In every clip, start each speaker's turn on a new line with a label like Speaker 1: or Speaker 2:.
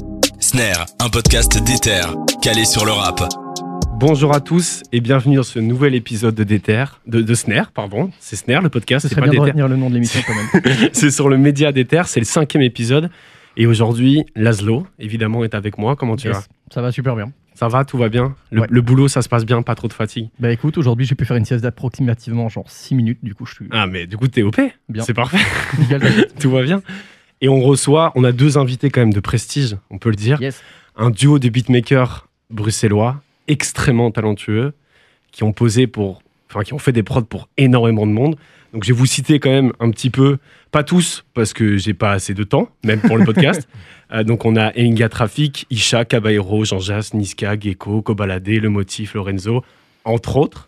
Speaker 1: Partner, un podcast d'Ether, calé sur le rap.
Speaker 2: Bonjour à tous et bienvenue dans ce nouvel épisode de Déter, de, de Snare, pardon. C'est Snare le podcast,
Speaker 3: C'est
Speaker 2: c'est
Speaker 3: très
Speaker 2: pas
Speaker 3: bien de
Speaker 2: Déter.
Speaker 3: retenir le nom de l'émission quand même.
Speaker 2: C'est sur le média Déter, c'est le cinquième épisode. Et aujourd'hui, Laszlo, évidemment, est avec moi. Comment tu
Speaker 3: Yes,
Speaker 2: vas
Speaker 3: Ça va super bien.
Speaker 2: Ça va, tout va bien le,
Speaker 3: Ouais.
Speaker 2: le boulot, ça se passe bien, pas trop de fatigue
Speaker 3: Bah écoute, aujourd'hui j'ai pu faire une sieste d'approximativement genre 6 minutes, du coup je suis
Speaker 2: Ah, mais du coup, t'es OP
Speaker 3: Bien.
Speaker 2: C'est parfait,
Speaker 3: nickel.
Speaker 2: tout va bien. Et on reçoit, on a deux invités quand même de prestige, on peut le dire.
Speaker 3: Yes.
Speaker 2: un duo de beatmakers bruxellois extrêmement talentueux qui ont posé pour enfin qui ont fait des prods pour énormément de monde. Donc je vais vous citer quand même un petit peu, pas tous parce que j'ai pas assez de temps même pour le podcast. Euh, donc on a Enga Traffic, Isha, Caballero, Jean Jas, Niska, Gecko, Kobalade, Le Motif, Lorenzo entre autres.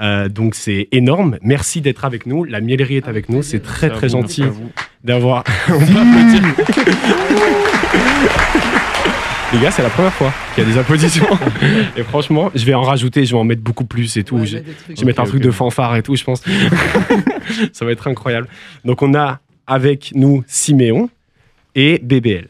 Speaker 2: Euh, donc c'est énorme. Merci d'être avec nous. La miellerie est avec nous. C'est très très gentil d'avoir. On peut applaudir. Les gars, c'est la première fois qu'il y a des applaudissements. Et franchement, je vais en rajouter, je vais en mettre beaucoup plus et tout. je je vais mettre un truc de fanfare et tout, je pense. Ça va être incroyable. Donc, on a avec nous Siméon et BBL.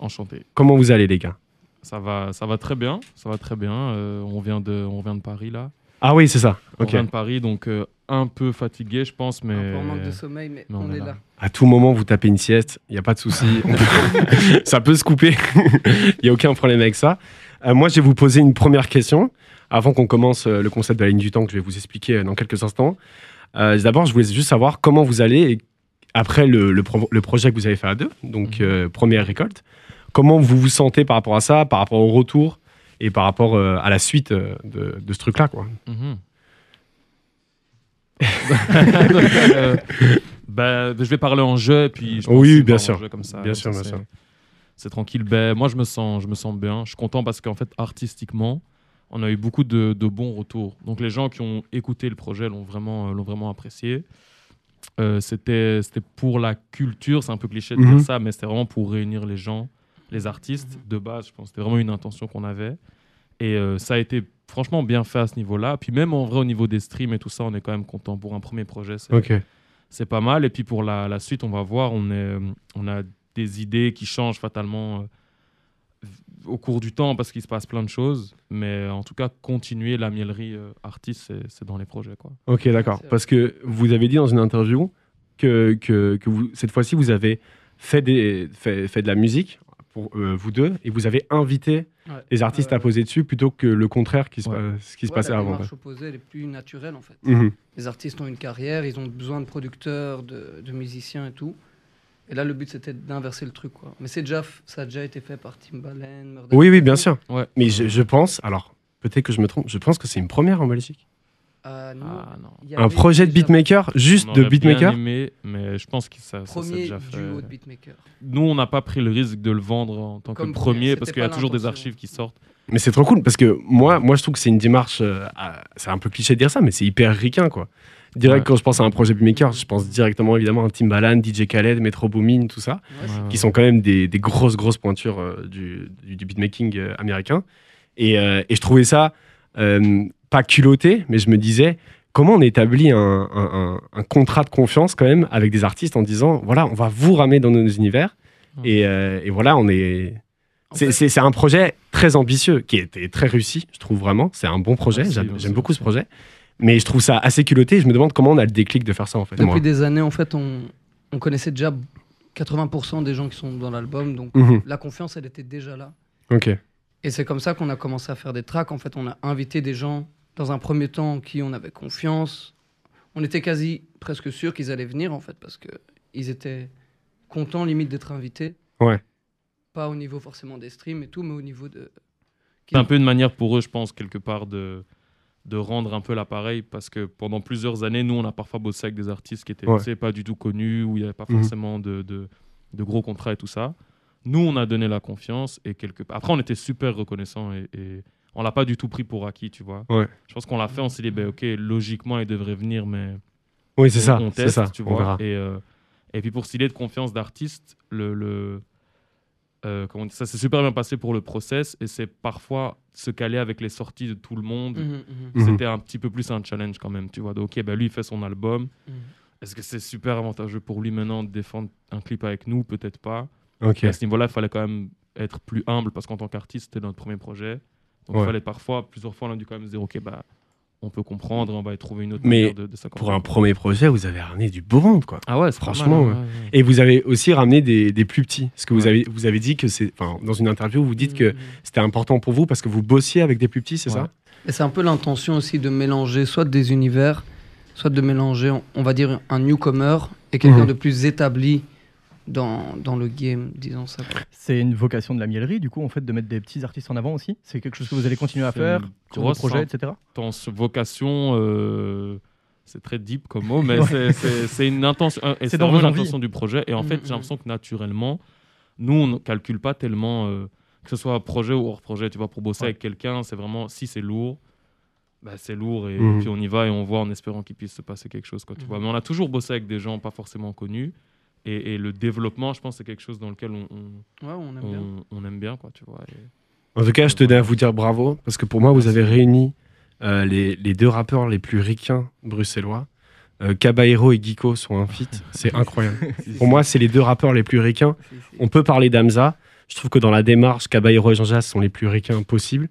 Speaker 4: Enchanté.
Speaker 2: Comment vous allez, les gars
Speaker 4: Ça va, ça va très bien. Ça va très bien. Euh, on vient de, on vient de Paris là.
Speaker 2: Ah oui, c'est ça.
Speaker 4: On
Speaker 2: Ok.
Speaker 4: vient de Paris, donc euh, un peu fatigué, je pense, mais.
Speaker 5: Un peu en manque de sommeil, mais,
Speaker 4: mais
Speaker 5: on, est là.
Speaker 2: À tout moment, vous tapez une sieste, il n'y a pas de souci. On peut- ça peut se couper, il n'y a aucun problème avec ça. Euh, moi, je vais vous poser une première question avant qu'on commence euh, le concept de la ligne du temps que je vais vous expliquer euh, dans quelques instants. Euh, D'abord, je voulais juste savoir comment vous allez et après le, le pro- le projet que vous avez fait à deux, donc
Speaker 4: Mhm.
Speaker 2: euh, première récolte. Comment vous vous sentez par rapport à ça, par rapport au retour et par rapport euh, à la suite euh, de, de ce truc-là, quoi.
Speaker 4: Mhm. Donc, euh, bah, je vais parler en jeu, et puis. Je pense
Speaker 2: Oui,
Speaker 4: que je
Speaker 2: bien
Speaker 4: parle en
Speaker 2: sûr.
Speaker 4: jeu comme ça,
Speaker 2: Bien
Speaker 4: comme
Speaker 2: sûr,
Speaker 4: ça,
Speaker 2: bien
Speaker 4: c'est-
Speaker 2: sûr.
Speaker 4: C'est tranquille. Ben, moi, je me sens, je me sens bien. Je suis content parce qu'en fait, artistiquement, on a eu beaucoup de, de bons retours. Donc, les gens qui ont écouté le projet l'ont vraiment, euh, l'ont vraiment apprécié. Euh, c'était, c'était pour la culture. C'est un peu cliché de
Speaker 2: Mhm.
Speaker 4: dire ça, mais c'était vraiment pour réunir les gens, les artistes de base. Je pense que c'était vraiment une intention qu'on avait. Et euh, ça a été franchement bien fait à ce niveau-là. Puis même en vrai, au niveau des streams et tout ça, on est quand même content pour un premier projet. c'est-
Speaker 2: Ok.
Speaker 4: c'est pas mal. Et puis pour la, la suite, on va voir. On, est, euh, on a des idées qui changent fatalement euh, au cours du temps parce qu'il se passe plein de choses. Mais euh, en tout cas, continuer la miellerie euh, artiste, c'est- c'est dans les projets. Quoi.
Speaker 2: Ok, d'accord. Parce que vous avez dit dans une interview que, que, que vous, cette fois-ci, vous avez fait, des, fait, fait de la musique pour euh, vous deux et vous avez invité
Speaker 5: Ouais.
Speaker 2: les artistes
Speaker 5: Ouais.
Speaker 2: à poser dessus plutôt que le contraire qui se,
Speaker 4: Ouais.
Speaker 2: passe- ce qui se
Speaker 5: Euh, Ouais,
Speaker 2: passait
Speaker 5: la
Speaker 2: avant.
Speaker 5: démarche opposée, elle est plus naturelle en fait.
Speaker 2: Mhm.
Speaker 5: Les artistes ont une carrière, ils ont besoin de producteurs, de, de musiciens et tout. Et là, le but c'était d'inverser le truc. Quoi. Mais c'est déjà, f- ça a déjà été fait par Timbaland, Murder.
Speaker 2: Oui, oui, bien sûr.
Speaker 4: Ouais.
Speaker 2: Mais je, je pense, alors peut-être que je me trompe, je pense que c'est une première en Belgique.
Speaker 5: Ah, nous,
Speaker 4: Ah, non.
Speaker 5: il y
Speaker 2: Un
Speaker 5: avait
Speaker 2: projet de
Speaker 5: déjà
Speaker 2: beatmaker, juste
Speaker 4: On
Speaker 2: de
Speaker 4: aurait bien
Speaker 2: beatmaker
Speaker 4: aimé, mais je pense que ça, ça s'est
Speaker 5: Premier
Speaker 4: déjà fait.
Speaker 5: duo de beatmaker.
Speaker 4: Nous, on n'a pas pris le risque de le vendre en tant
Speaker 5: Comme
Speaker 4: que premier
Speaker 5: c'était
Speaker 4: parce
Speaker 5: pas
Speaker 4: qu'il y a toujours des
Speaker 5: l'intention.
Speaker 4: archives qui sortent.
Speaker 2: Mais c'est trop cool parce que moi, moi je trouve que c'est une démarche. euh, à- c'est un peu cliché de dire ça, mais c'est hyper ricain quoi. Direct,
Speaker 4: Ouais.
Speaker 2: quand je pense à un projet beatmaker, je pense directement évidemment à Timbaland, DJ Khaled, Metro Boomin, tout ça,
Speaker 5: Ouais, c'est-
Speaker 2: qui sont quand même des, des grosses, grosses pointures euh, du, du, du beatmaking euh, américain. Et, euh, et je trouvais ça euh, pas culotté, mais je me disais. Comment on établit un, un- un- un contrat de confiance quand même avec des artistes en disant voilà on va vous ramener dans nos univers
Speaker 4: Ouais.
Speaker 2: et, euh, et voilà on est
Speaker 5: en
Speaker 2: c'est-
Speaker 5: fait,
Speaker 2: C'est c'est un projet très ambitieux qui a été très réussi, je trouve vraiment. C'est un bon projet,
Speaker 4: Merci,
Speaker 2: j'aime
Speaker 4: merci,
Speaker 2: j'aime beaucoup ce
Speaker 4: merci.
Speaker 2: projet. Mais je trouve ça assez culotté et je me demande comment on a le déclic de faire ça en fait.
Speaker 5: Depuis
Speaker 2: moi.
Speaker 5: des années, en fait, on, on connaissait déjà 80% des gens qui sont dans l'album. Donc
Speaker 2: Mhm.
Speaker 5: la confiance, elle était déjà là.
Speaker 2: Ok,
Speaker 5: Et c'est comme ça qu'on a commencé à faire des tracks. En fait, on a invité des gens, dans un premier temps, en qui on avait confiance. On était quasi presque sûr qu'ils allaient venir, en fait, parce que ils étaient contents, limite, d'être invités.
Speaker 2: Ouais.
Speaker 5: Pas au niveau forcément des streams et tout, mais au niveau de.
Speaker 4: C'est un peu une manière pour eux, je pense, quelque part, de, de rendre un peu l'appareil. Parce que pendant plusieurs années, nous, on a parfois bossé avec des artistes qui étaient
Speaker 2: Ouais.
Speaker 4: tu sais, pas du tout connus, où il n'y avait pas
Speaker 2: Mhm.
Speaker 4: forcément de, de, de gros contrats et tout ça. Nous, on a donné la confiance. et quelque part... Après, on était super reconnaissants et, et on l'a pas du tout pris pour acquis, tu vois.
Speaker 2: Ouais.
Speaker 4: Je pense qu'on l'a fait, on s'est dit, ben, OK, logiquement, il devrait venir, mais
Speaker 2: oui, c'est
Speaker 4: on-
Speaker 2: ça,
Speaker 4: on
Speaker 2: c'est
Speaker 4: teste,
Speaker 2: ça.
Speaker 4: tu
Speaker 2: on
Speaker 4: vois.
Speaker 2: verra.
Speaker 4: Et, euh, et puis pour ce qui est de confiance d'artiste, le, le- euh, comment on dit ça s'est super bien passé pour le process et c'est parfois se caler avec les sorties de tout le monde.
Speaker 5: Mhm, mhm.
Speaker 2: Mhm.
Speaker 4: C'était un petit peu plus un challenge quand même, tu vois. de, ok, bah lui il fait son album.
Speaker 5: Mhm.
Speaker 4: Est-ce que c'est super avantageux pour lui maintenant de défendre un clip avec nous Peut-être pas.
Speaker 2: Ok,
Speaker 4: Et à ce niveau-là, il fallait quand même être plus humble parce qu'en tant qu'artiste, c'était notre premier projet. Donc il
Speaker 2: Ouais.
Speaker 4: fallait parfois, plusieurs fois, on a dû quand même se dire, ok, bah, on peut comprendre, on va y trouver une autre
Speaker 2: Mais
Speaker 4: manière de, de s'accorder.
Speaker 2: Pour un premier projet, vous avez ramené du beau monde, quoi.
Speaker 4: Ah ouais, c'est pas
Speaker 2: franchement,
Speaker 4: mal, hein, ouais, ouais.
Speaker 2: Et vous avez aussi ramené des, des plus petits. Parce que vous,
Speaker 4: Ouais.
Speaker 2: avez,
Speaker 4: Mm.
Speaker 2: vous avez dit que c'est. Enfin, dans une interview, vous dites que
Speaker 5: Mhm.
Speaker 2: c'était important pour vous parce que vous bossiez avec des plus petits, c'est
Speaker 4: Ouais.
Speaker 2: ça
Speaker 5: Et c'est un peu l'intention aussi de mélanger soit des univers, soit de mélanger, on- on va dire, un newcomer et quelqu'un
Speaker 2: Mhm.
Speaker 5: de plus établi dans, dans le game, disons ça. quoi.
Speaker 3: C'est une vocation de la miellerie, du coup, en fait, de mettre des petits artistes en avant aussi. C'est quelque chose que vous allez continuer à
Speaker 4: C'est
Speaker 3: faire
Speaker 4: une
Speaker 3: sur vos
Speaker 4: grosse
Speaker 3: projets,
Speaker 4: imp-
Speaker 3: etc.
Speaker 4: intense vocation, euh, c'est très deep comme mot, mais c'est- c'est c'est une intention, euh, et
Speaker 3: C'est
Speaker 4: c'est
Speaker 3: dans
Speaker 4: vraiment
Speaker 3: vos envies. Mm,
Speaker 4: l'intention du projet. Et en fait,
Speaker 5: Mhm.
Speaker 4: j'ai l'impression que naturellement, nous, on ne calcule pas tellement euh, que ce soit projet ou hors projet. Tu vois, pour bosser
Speaker 3: Ouais.
Speaker 4: avec quelqu'un, c'est vraiment si c'est lourd, bah, c'est lourd, et,
Speaker 2: Mhm.
Speaker 4: puis on y va et on voit en espérant qu'il puisse se passer quelque chose. Quoi,
Speaker 3: Mm.
Speaker 4: tu
Speaker 5: Mhm.
Speaker 4: vois. Mais on a toujours bossé avec des gens pas forcément connus. Et, et le développement, je pense, c'est quelque chose dans lequel on, on-
Speaker 5: Ouais, on aime
Speaker 4: on-
Speaker 5: bien.
Speaker 2: Mmh.
Speaker 4: on aime bien, quoi, tu vois. et-
Speaker 2: En tout cas, je tenais à vous dire bravo parce que pour moi, vous avez réuni euh, les, les deux rappeurs les plus ricains bruxellois. Euh, Caballero et Guico sont un feat. C'est incroyable. Pour moi, c'est les deux rappeurs les plus ricains. On peut parler d'Amza. Je trouve que dans la démarche, Caballero et Jean-Jacques sont les plus ricains possibles.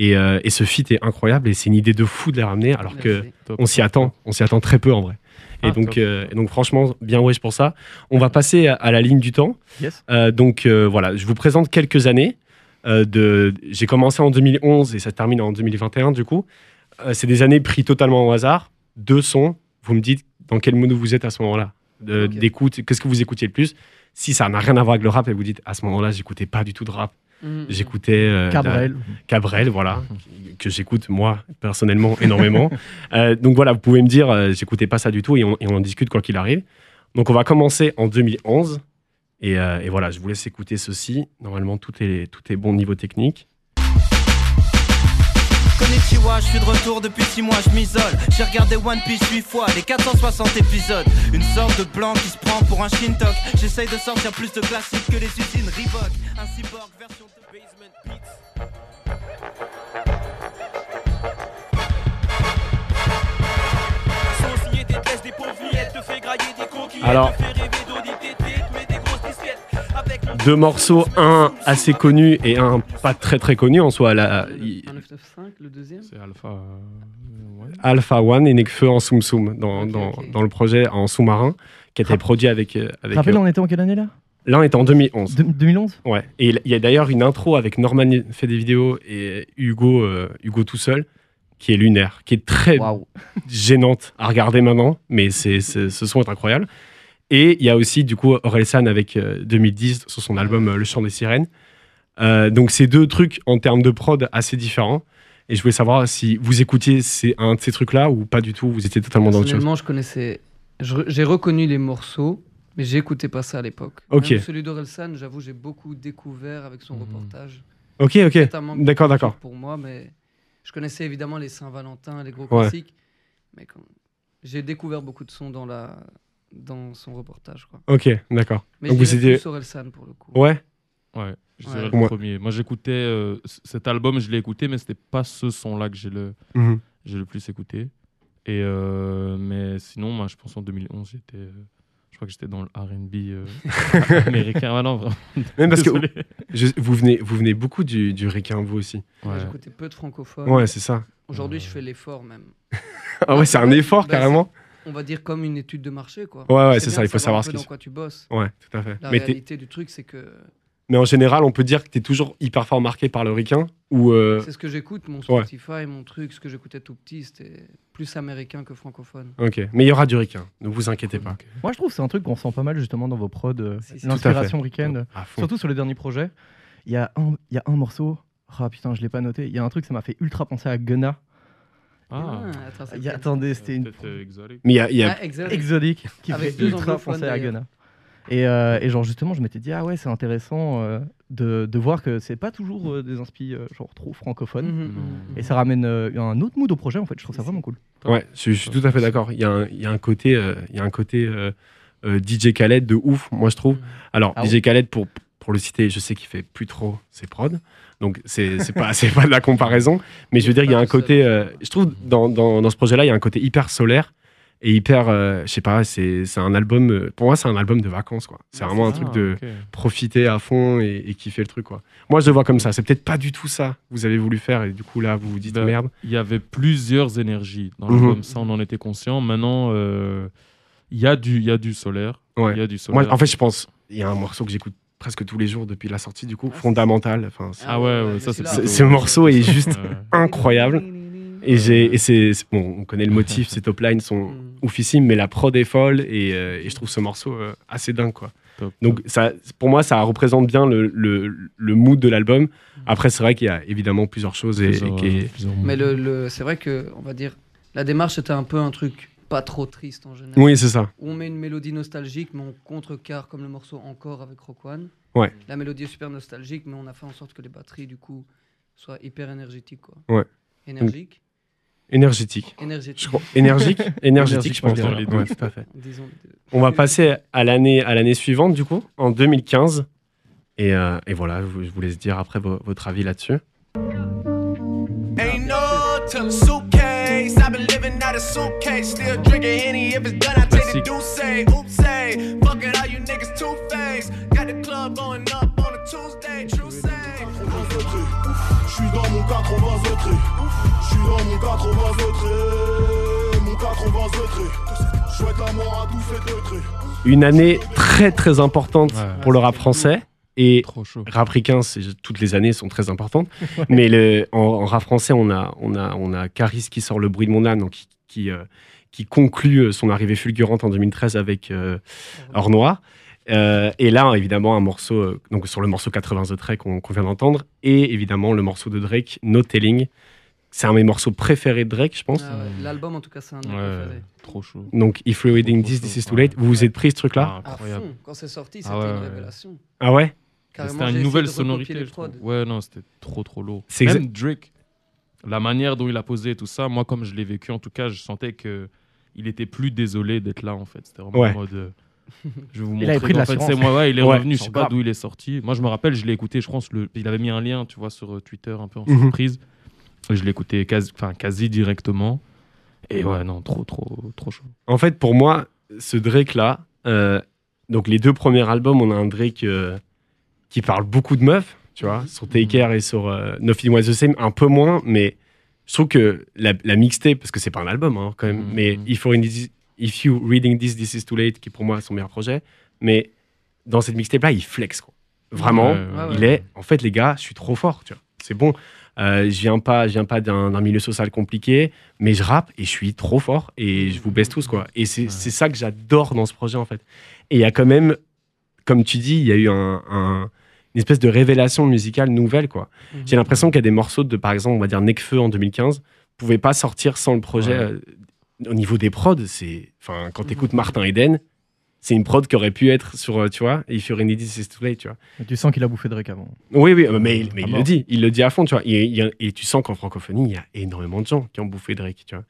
Speaker 2: Et, euh, et ce feat est incroyable et c'est une idée de fou de les ramener alors que
Speaker 5: Merci.
Speaker 4: top.
Speaker 2: on s'y attend. On s'y attend très peu en vrai. Et
Speaker 4: Ah,
Speaker 2: donc,
Speaker 4: top.
Speaker 2: euh, et donc franchement, bien wesh pour ça. On va passer à- à la ligne du temps.
Speaker 3: Yes.
Speaker 2: Euh, donc euh, voilà, je vous présente quelques années. euh, de... J'ai commencé en 2011 et ça termine en 2021 du coup. Euh, c'est des années prises totalement au hasard. Deux sons, vous me dites dans quel mood vous êtes à ce moment-là. de-
Speaker 5: Ok.
Speaker 2: d'écoute, Qu'est-ce que vous écoutiez le plus Si ça n'a rien à voir avec le rap et vous dites à ce moment-là, j'écoutais pas du tout de rap.
Speaker 5: Mhm.
Speaker 2: J'écoutais euh,
Speaker 3: Cabrel.
Speaker 2: la- Cabrel, voilà, que j'écoute moi personnellement énormément. Euh, donc voilà, vous pouvez me dire, euh, j'écoutais pas ça du tout et on, et on en discute quoi qu'il arrive. Donc on va commencer en 2011. Et, euh, et voilà, je vous laisse écouter ceci. Normalement, tout est, tout est bon niveau technique.
Speaker 6: Konnichiwa, je suis de retour depuis 6 mois, je m'isole. J'ai regardé One Piece 8 fois, les 460 épisodes. Une sorte de blanc qui se prend pour un Shintok. J'essaye de sortir plus de classiques que les usines Reebok. Un cyborg version de Basement Beats. Sourciller des tests, des pauvres viettes, te fait grailler des coquillettes,
Speaker 2: Alors.
Speaker 6: te fait rêver d'auditer tes têtes, mais des grosses disquettes. Avec mon-
Speaker 2: Deux morceaux, un assez connu et un pas très très connu en soi.
Speaker 4: Ah,
Speaker 2: La, i-
Speaker 5: 1995, le deuxième
Speaker 4: C'est Alpha. euh, ouais.
Speaker 2: Alpha One et Nekfeu en Soum Soum dans,
Speaker 5: Ok,
Speaker 2: dans,
Speaker 5: ok.
Speaker 2: dans le projet en sous-marin qui a été
Speaker 3: Rap-
Speaker 2: produit avec. euh, avec
Speaker 3: Rappelle,
Speaker 2: euh,
Speaker 3: on était en quelle année là
Speaker 2: L'un est en 2011.
Speaker 3: De- 2011
Speaker 2: Ouais. Et il il y a d'ailleurs une intro avec Norman fait des vidéos et Hugo, euh, Hugo tout seul, qui est lunaire, qui est très
Speaker 3: Waouh.
Speaker 2: gênante à regarder maintenant, mais c'est, c'est- ce son est incroyable. Et il y a aussi du coup Orelsan avec euh, 2010 sur son album euh, Le Chant des Sirènes. Euh, donc ces deux trucs en termes de prod assez différents. Et je voulais savoir si vous écoutiez ces- un de ces trucs-là ou pas du tout, vous étiez totalement dans le chose.
Speaker 5: Personnellement, je connaissais. je re- J'ai reconnu les morceaux, mais j'écoutais pas ça à l'époque.
Speaker 2: Ok.
Speaker 5: Même celui d'Orelsan, j'avoue, j'ai beaucoup découvert avec son
Speaker 4: Mhm.
Speaker 5: reportage.
Speaker 2: Ok, ok.
Speaker 5: C'est un manque de
Speaker 2: D'accord,
Speaker 5: culture
Speaker 2: d'accord.
Speaker 5: Pour moi, mais je connaissais évidemment les Saint-Valentin, les gros
Speaker 2: Ouais.
Speaker 5: classiques. Mais quand- j'ai découvert beaucoup de sons dans, la... dans son reportage. Quoi.
Speaker 2: Ok, d'accord.
Speaker 5: Mais
Speaker 2: Donc
Speaker 5: je
Speaker 2: vous
Speaker 5: dirais
Speaker 2: étiez.
Speaker 5: plus Orelsan pour le coup.
Speaker 2: Ouais,
Speaker 4: Ouais, je
Speaker 5: Ouais.
Speaker 4: dirais le
Speaker 2: Moi-
Speaker 4: premier. Moi, j'écoutais euh, c- cet album, je l'ai écouté, mais c'était pas ce son-là que j'ai le,
Speaker 2: Mhm.
Speaker 4: j'ai le plus écouté. Et euh, mais sinon, moi, je pense en 2011, j'étais, euh, je crois que j'étais dans le R&B euh, américain. Ouais, non, vraiment.
Speaker 2: Même parce que
Speaker 4: désolé.
Speaker 2: je- vous, venez, vous venez beaucoup du, du Ricain, vous aussi.
Speaker 5: Moi,
Speaker 4: Ouais.
Speaker 5: J'écoutais peu de francophones.
Speaker 2: Ouais, c'est ça.
Speaker 5: Aujourd'hui,
Speaker 4: Ouais.
Speaker 5: je fais l'effort même.
Speaker 2: Ah ouais, c'est un effort
Speaker 5: Bah,
Speaker 2: carrément.
Speaker 5: On va dire comme une étude de marché. Quoi.
Speaker 2: Ouais, ouais, c'est
Speaker 5: C'est bien
Speaker 2: ça,
Speaker 5: de
Speaker 2: il faut savoir
Speaker 5: un
Speaker 2: ce
Speaker 5: peu
Speaker 2: qu'il
Speaker 5: dans quoi tu bosses.
Speaker 2: Ouais, tout à fait.
Speaker 5: La
Speaker 2: Mais, t'es-
Speaker 5: réalité du truc, c'est que
Speaker 2: mais en général, on peut dire que tu es toujours hyper fort marqué par le ricain ou. euh,
Speaker 5: c'est ce que j'écoute, mon
Speaker 2: ouais.
Speaker 5: Spotify, mon truc, ce que j'écoutais tout petit, c'était plus américain que francophone.
Speaker 2: Ok, mais il y aura du ricain, ne vous inquiétez pas.
Speaker 3: Moi, je trouve que c'est un truc qu'on sent pas mal justement dans vos prods, euh,
Speaker 5: Si, si.
Speaker 3: l'inspiration week-end.
Speaker 2: À fond.
Speaker 3: Surtout sur le dernier projet. Il y, a un- il y a un morceau. Ah putain, je l'ai pas noté. Il y a un truc, ça m'a fait ultra penser à Gunna.
Speaker 4: Ah,
Speaker 5: Ah, attends, c'est
Speaker 3: Il y a-
Speaker 5: lequel
Speaker 3: attendez, c'était une
Speaker 4: peut-être euh, Exotic.
Speaker 2: Mais il y a, il y a-
Speaker 5: Ah, Exotic.
Speaker 3: exotique qui
Speaker 5: Avec
Speaker 3: fait
Speaker 5: deux
Speaker 3: ultra
Speaker 5: anglophones,
Speaker 3: penser à
Speaker 5: d'ailleurs.
Speaker 3: Gunna. Et, euh, et genre justement, je m'étais dit ah ouais, c'est intéressant euh, de, de voir que c'est pas toujours euh, des inspi euh, genre trop francophones.
Speaker 5: Mhm,
Speaker 4: Non.
Speaker 5: mhm,
Speaker 3: Et ça ramène euh, un autre mood au projet en fait. Je trouve ça vraiment cool.
Speaker 2: ouais, je, je suis tout à fait d'accord. Il y a un, il y a un côté, euh, il y a un côté euh, euh, DJ Khaled de ouf, moi je trouve.
Speaker 5: Mhm.
Speaker 2: Alors
Speaker 3: Ah
Speaker 2: DJ Khaled pour pour le citer, je sais qu'il fait plus trop ses prods, donc c'est c'est pas c'est pas de la comparaison. Mais je veux dire, il y a un côté, euh, je trouve dans, dans, dans ce projet-là, il y a un côté hyper solaire et hyper, euh, je sais pas, c'est c'est un album, euh, pour moi c'est un album de vacances quoi. C'est vraiment
Speaker 4: Ah,
Speaker 2: un truc de profiter à fond et, et kiffer le truc quoi. Moi je le vois comme ça, c'est peut-être pas du tout ça que vous avez voulu faire et du coup là vous vous dites
Speaker 4: Bah,
Speaker 2: merde.
Speaker 4: Il y avait plusieurs énergies dans
Speaker 2: Mhm.
Speaker 4: l'album, ça on en était conscient. Maintenant, euh, il y a du, il y a du solaire, il
Speaker 2: Ouais.
Speaker 4: y a du solaire.
Speaker 2: Moi en fait je pense, il y a un morceau que j'écoute presque tous les jours depuis la sortie du coup, Fondamental. Enfin, c'est-
Speaker 4: ah ouais, ouais,
Speaker 5: mais
Speaker 4: ça c'est
Speaker 5: celui-là,
Speaker 2: ce-
Speaker 4: plutôt-
Speaker 2: ce morceau est juste
Speaker 4: Euh,
Speaker 2: incroyable. Et j'ai, et c'est, c'est- bon, on connaît le motif, ces top lines sont
Speaker 5: Mm.
Speaker 3: Mhm.
Speaker 2: oufissimes, mais la prod est folle et, euh, et je trouve ce morceau euh, assez dingue quoi.
Speaker 4: top,
Speaker 2: Donc ça, pour moi, ça représente bien le, le, le mood de l'album. Après, c'est vrai qu'il y a évidemment plusieurs choses et,
Speaker 4: plusieurs,
Speaker 2: et qui-
Speaker 4: euh, plusieurs
Speaker 5: Mais le, le- c'est vrai que, on va dire, la démarche c'était un peu un truc pas trop triste en général.
Speaker 2: Oui, c'est ça.
Speaker 5: Où on met une mélodie nostalgique, mais on contrecarre comme le morceau encore avec Rock One.
Speaker 2: Ouais.
Speaker 5: La mélodie est super nostalgique, mais on a fait en sorte que les batteries, du coup, soient hyper énergétiques. Quoi.
Speaker 2: Ouais.
Speaker 5: Énergique.
Speaker 2: Énergétique.
Speaker 5: Énergétique.
Speaker 2: Je crois- Énergique, énergétique, je
Speaker 4: Énergique,
Speaker 2: pense.
Speaker 4: je pense, les deux.
Speaker 2: Ouais, tout à fait.
Speaker 5: Disons les deux.
Speaker 2: On va passer à l'année, à l'année suivante, du coup, en 2015. Et, euh, et voilà, je vous, je vous laisse dire après vo- votre avis là-dessus.
Speaker 6: Ain't no to the suitcase. I've been living out of suitcase. Still drinking any. If it's done, I take the
Speaker 4: Classique.
Speaker 6: douce. Oops, say. Fuck it, all you niggas two faced. Got the club going up on a Tuesday. True say.
Speaker 7: Je suis dans mon 80 autres. Je suis dans mon 80 autres. Mon 80 autres. Je souhaite la mort à tout fait d'autres.
Speaker 2: Une année très très importante
Speaker 4: Ouais.
Speaker 2: pour le rap français. Et
Speaker 4: trop chaud.
Speaker 2: rap ricain, c'est- toutes les années sont très importantes. Mais le, en, en rap français, on a, on a, on a Caris qui sort Le bruit de mon âne, donc qui, qui, euh, qui conclut euh, son arrivée fulgurante en 2013 avec euh, Or Noir. Euh, et là, évidemment, un morceau, euh, donc sur le morceau 80 The Trek qu'on qu'on vient d'entendre, et évidemment le morceau de Drake, No Telling. C'est un de mes morceaux préférés de Drake, je pense.
Speaker 5: Ah ouais, L'album, en tout cas, c'est un de mes
Speaker 4: Ouais,
Speaker 5: préférés.
Speaker 4: trop chaud.
Speaker 2: Donc, If We're Reading This, This Is Too Late. Vous vous êtes pris ce truc-là
Speaker 4: Ah,
Speaker 5: À
Speaker 4: incroyable.
Speaker 5: fond. Quand c'est sorti, c'était
Speaker 4: Ah ouais,
Speaker 5: une
Speaker 4: ouais.
Speaker 5: révélation.
Speaker 2: Ah ouais
Speaker 5: Carrément,
Speaker 4: C'était
Speaker 5: j'ai
Speaker 4: une
Speaker 5: essayé
Speaker 4: nouvelle
Speaker 5: de recopier
Speaker 4: sonorité.
Speaker 5: les
Speaker 4: je
Speaker 5: prods.
Speaker 4: trouve. Ouais, non, c'était trop trop lourd.
Speaker 2: C'est
Speaker 4: Même Drake, la manière dont il a posé tout ça, moi comme je l'ai vécu en tout cas, je sentais que il était plus désolé d'être là en fait. C'était vraiment
Speaker 2: Ouais.
Speaker 4: en mode. euh, je vais vous
Speaker 3: Il
Speaker 4: montrer.
Speaker 3: avait pris de
Speaker 4: qu'en fait,
Speaker 3: l'assurance.
Speaker 4: c'est moi, ouais, il est
Speaker 2: Ouais,
Speaker 4: revenu. Je sais
Speaker 2: sans
Speaker 4: pas
Speaker 2: grave.
Speaker 4: d'où il est sorti. Moi, je me rappelle, je l'ai écouté. Je pense le, il avait mis un lien, tu vois, sur euh, Twitter un peu en
Speaker 2: Mhm.
Speaker 4: surprise. Et Je l'ai écouté quasi, enfin quasi directement. Et ouais, non, trop trop trop chaud.
Speaker 2: En fait, pour moi, ce Drake-là, euh, donc les deux premiers albums, on a un Drake euh, qui parle beaucoup de meufs, tu vois, sur Take Care et sur euh, Nothing Was the Same, un peu moins, mais je trouve que la, la mixtape, parce que c'est pas un album hein, quand même,
Speaker 4: Mhm.
Speaker 2: mais If You're in This- If You Reading This, This Is Too Late, qui est pour moi son meilleur projet, mais dans cette mixtape-là, il flex, quoi. Vraiment,
Speaker 4: Ouais, ouais,
Speaker 2: il
Speaker 4: ouais.
Speaker 2: est en fait les gars je suis trop fort tu vois c'est bon Euh, je viens pas je viens pas d'un d'un milieu social compliqué mais je rappe et je suis trop fort et je vous baisse tous quoi et c'est
Speaker 4: Ouais.
Speaker 2: c'est ça que j'adore dans ce projet en fait et il y a quand même comme tu dis il y a eu un- un- une espèce de révélation musicale nouvelle quoi
Speaker 5: Mhm.
Speaker 2: j'ai l'impression qu'il y a des morceaux de par exemple on va dire Necfeu en 2015 pouvaient pas sortir sans le projet
Speaker 4: Ouais. Mhm.
Speaker 2: euh, au niveau des prods c'est enfin quand t'écoutes Martin Eden c'est une prod qui aurait pu être sur euh, tu vois If You're in It, This Is Too Late tu vois
Speaker 3: Mais Tu sens qu'il a bouffé Drake avant.
Speaker 2: oui, oui, mais, mais il- mais
Speaker 3: À
Speaker 2: il
Speaker 3: mort.
Speaker 2: le dit, il le dit à fond, tu vois. Et, il y a- et tu sens qu'en francophonie, il y a énormément de gens qui ont bouffé Drake, tu vois.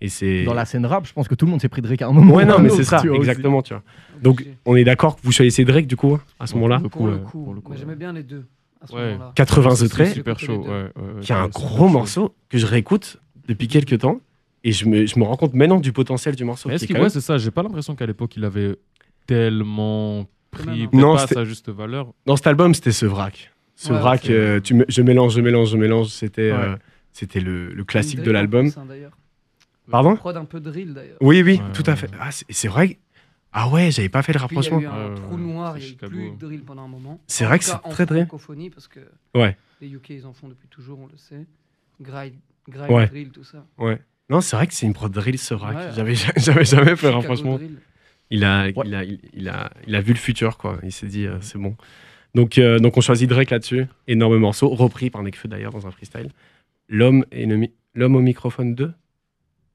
Speaker 2: Et c'est.
Speaker 3: Dans la scène rap, je pense que tout le monde s'est pris Drake à un moment.
Speaker 2: Ouais,
Speaker 3: ou à
Speaker 2: non,
Speaker 3: un
Speaker 2: mais
Speaker 3: autre,
Speaker 2: c'est ça,
Speaker 3: tu vois, aussi.
Speaker 2: exactement, tu vois. Donc,
Speaker 5: Obligé.
Speaker 2: on est d'accord que vous choisissez Drake, du coup, hein. à ce moment-là
Speaker 5: Ah, pour le
Speaker 4: ouais,
Speaker 5: coup,
Speaker 4: pour le coup,
Speaker 5: mais
Speaker 4: ouais.
Speaker 5: j'aimais bien les deux à ce
Speaker 4: Ouais.
Speaker 5: moment-là.
Speaker 2: 80 The
Speaker 4: C'est
Speaker 2: Trek,
Speaker 4: super chaud. Ouais, ouais, ouais,
Speaker 2: qui est un
Speaker 4: c'est
Speaker 2: gros
Speaker 4: chaud.
Speaker 2: morceau que je réécoute depuis quelques temps. Et je me, je me rends compte maintenant du potentiel du morceau.
Speaker 4: Mais
Speaker 2: qui
Speaker 4: est-ce
Speaker 2: est
Speaker 4: qu'il
Speaker 2: quand
Speaker 4: ouais,
Speaker 2: même-
Speaker 4: c'est ça, j'ai pas l'impression qu'à l'époque il avait tellement pris
Speaker 5: Non,
Speaker 4: peut-être
Speaker 2: non,
Speaker 4: pas à
Speaker 2: c'était-
Speaker 4: sa juste valeur.
Speaker 2: Dans cet album, c'était ce vrac. Ce
Speaker 5: Ouais,
Speaker 2: vrac,
Speaker 5: c'est-
Speaker 2: euh, tu me- je mélange, je mélange, je mélange. C'était
Speaker 3: Ouais.
Speaker 2: euh, c'était le, le classique
Speaker 5: Une
Speaker 2: de
Speaker 5: drill,
Speaker 2: l'album. Hein
Speaker 5: c'est un d'ailleurs.
Speaker 2: Pardon
Speaker 5: Prod un peu drill d'ailleurs.
Speaker 2: Oui, oui,
Speaker 4: Ouais,
Speaker 2: tout
Speaker 4: ouais,
Speaker 2: à fait. Ah, c'est c'est vrai. que- Ah ouais, j'avais pas fait le
Speaker 5: Puis il y a
Speaker 2: rapprochement.
Speaker 5: eu un
Speaker 4: Ouais,
Speaker 5: trou
Speaker 4: ouais,
Speaker 5: noir,
Speaker 4: c'est
Speaker 5: il y a eu
Speaker 4: Chicago.
Speaker 5: plus de drill pendant un moment.
Speaker 2: C'est
Speaker 5: En
Speaker 2: vrai
Speaker 5: tout
Speaker 2: que
Speaker 5: cas,
Speaker 2: c'est
Speaker 5: en
Speaker 2: très drill.
Speaker 5: francophonie, parce que
Speaker 2: Ouais.
Speaker 5: les UK ils en font depuis toujours, on le sait. Grind, grind
Speaker 2: Ouais.
Speaker 5: drill, tout ça.
Speaker 2: Non, c'est vrai que c'est une prod drill, ce rack.
Speaker 5: Ouais.
Speaker 2: J'avais ja- j'avais jamais fait, hein,
Speaker 5: Chicago
Speaker 2: franchement.
Speaker 5: drill.
Speaker 2: Il a, il, a, il, il a, il a vu le futur, quoi. Il s'est dit, euh, c'est bon. Donc, euh, donc, on choisit Drake là-dessus. Énorme morceau, repris par Nekfeu d'ailleurs dans un freestyle. L'homme ennemi- l'homme au microphone 2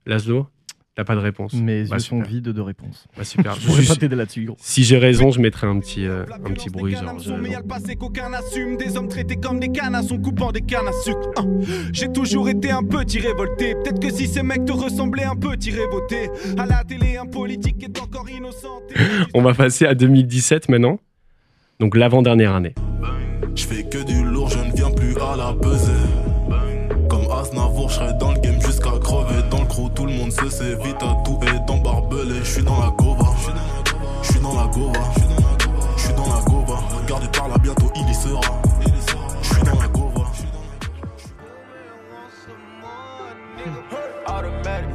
Speaker 2: Laszlo T'as pas de réponse.
Speaker 3: Mes
Speaker 2: Bah,
Speaker 3: yeux sont
Speaker 2: super.
Speaker 3: vides de réponses.
Speaker 2: Bah, super.
Speaker 3: Je pourrais
Speaker 2: Si-
Speaker 3: Mm. pas t'aider là-dessus, gros.
Speaker 2: si j'ai raison, je mettrai un petit, euh,
Speaker 7: La
Speaker 2: un petit
Speaker 7: violence
Speaker 2: bruit.
Speaker 7: des cannes à
Speaker 2: Genre,
Speaker 7: me
Speaker 2: j'ai
Speaker 7: soumettre,
Speaker 2: raison.
Speaker 7: le passé qu'aucun n'assume. Des hommes traités comme des cannes, en coupant des cannes à sucre. Hein. J'ai toujours été un petit révolté. Peut-être que si ces mecs te ressemblaient un petit révolté. À la télé, un politique est encore innocenté.
Speaker 2: On va passer à 2017 maintenant. Donc, l'avant-dernière année.
Speaker 7: Je fais que du lourd, je ne viens plus à la pesée. Comme Asnavour, je serai dans le game jusqu'à crever. Dans le crew, tout le monde se sait vite à tout et dans barbe.
Speaker 8: gova. Je suis dans la gova. Regardez par là, bientôt il y sera. Je suis dans la gova.
Speaker 9: Automatic,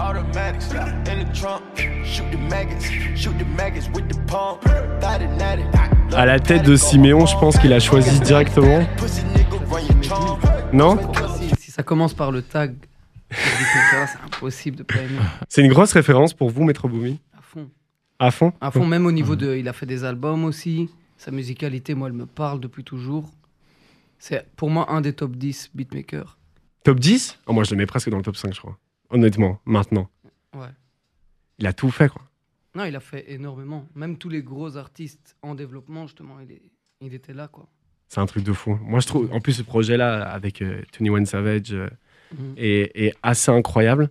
Speaker 9: automatic, stop in the trunk. Shoot the maggots, shoot the maggots with the pump. Thought it, not it.
Speaker 2: À la tête de Siméon, je pense qu'il a choisi directement.
Speaker 9: Pussy nigga, run your charm.
Speaker 2: Non
Speaker 5: Si, si ça commence par le tag, de Beatmaker, c'est impossible de pas aimer.
Speaker 2: C'est une grosse référence pour vous, Metro Boomin
Speaker 5: À fond.
Speaker 2: À fond
Speaker 5: À fond, même au niveau
Speaker 2: Mmh.
Speaker 5: de. Il a fait des albums aussi. Sa musicalité, moi, elle me parle depuis toujours. C'est pour moi un des top 10 beatmakers.
Speaker 2: Top 10 Oh, Moi, je le mets presque dans le top 5, je crois. Honnêtement, maintenant.
Speaker 5: Ouais.
Speaker 2: Il a tout fait, quoi.
Speaker 5: Non, il a fait énormément. Même tous les gros artistes en développement, justement, il, est- il était là, quoi.
Speaker 2: C'est un truc de fou. Moi, je trouve, en plus, ce projet-là, avec euh, 21 Savage, euh,
Speaker 5: Mhm.
Speaker 2: est, est assez incroyable.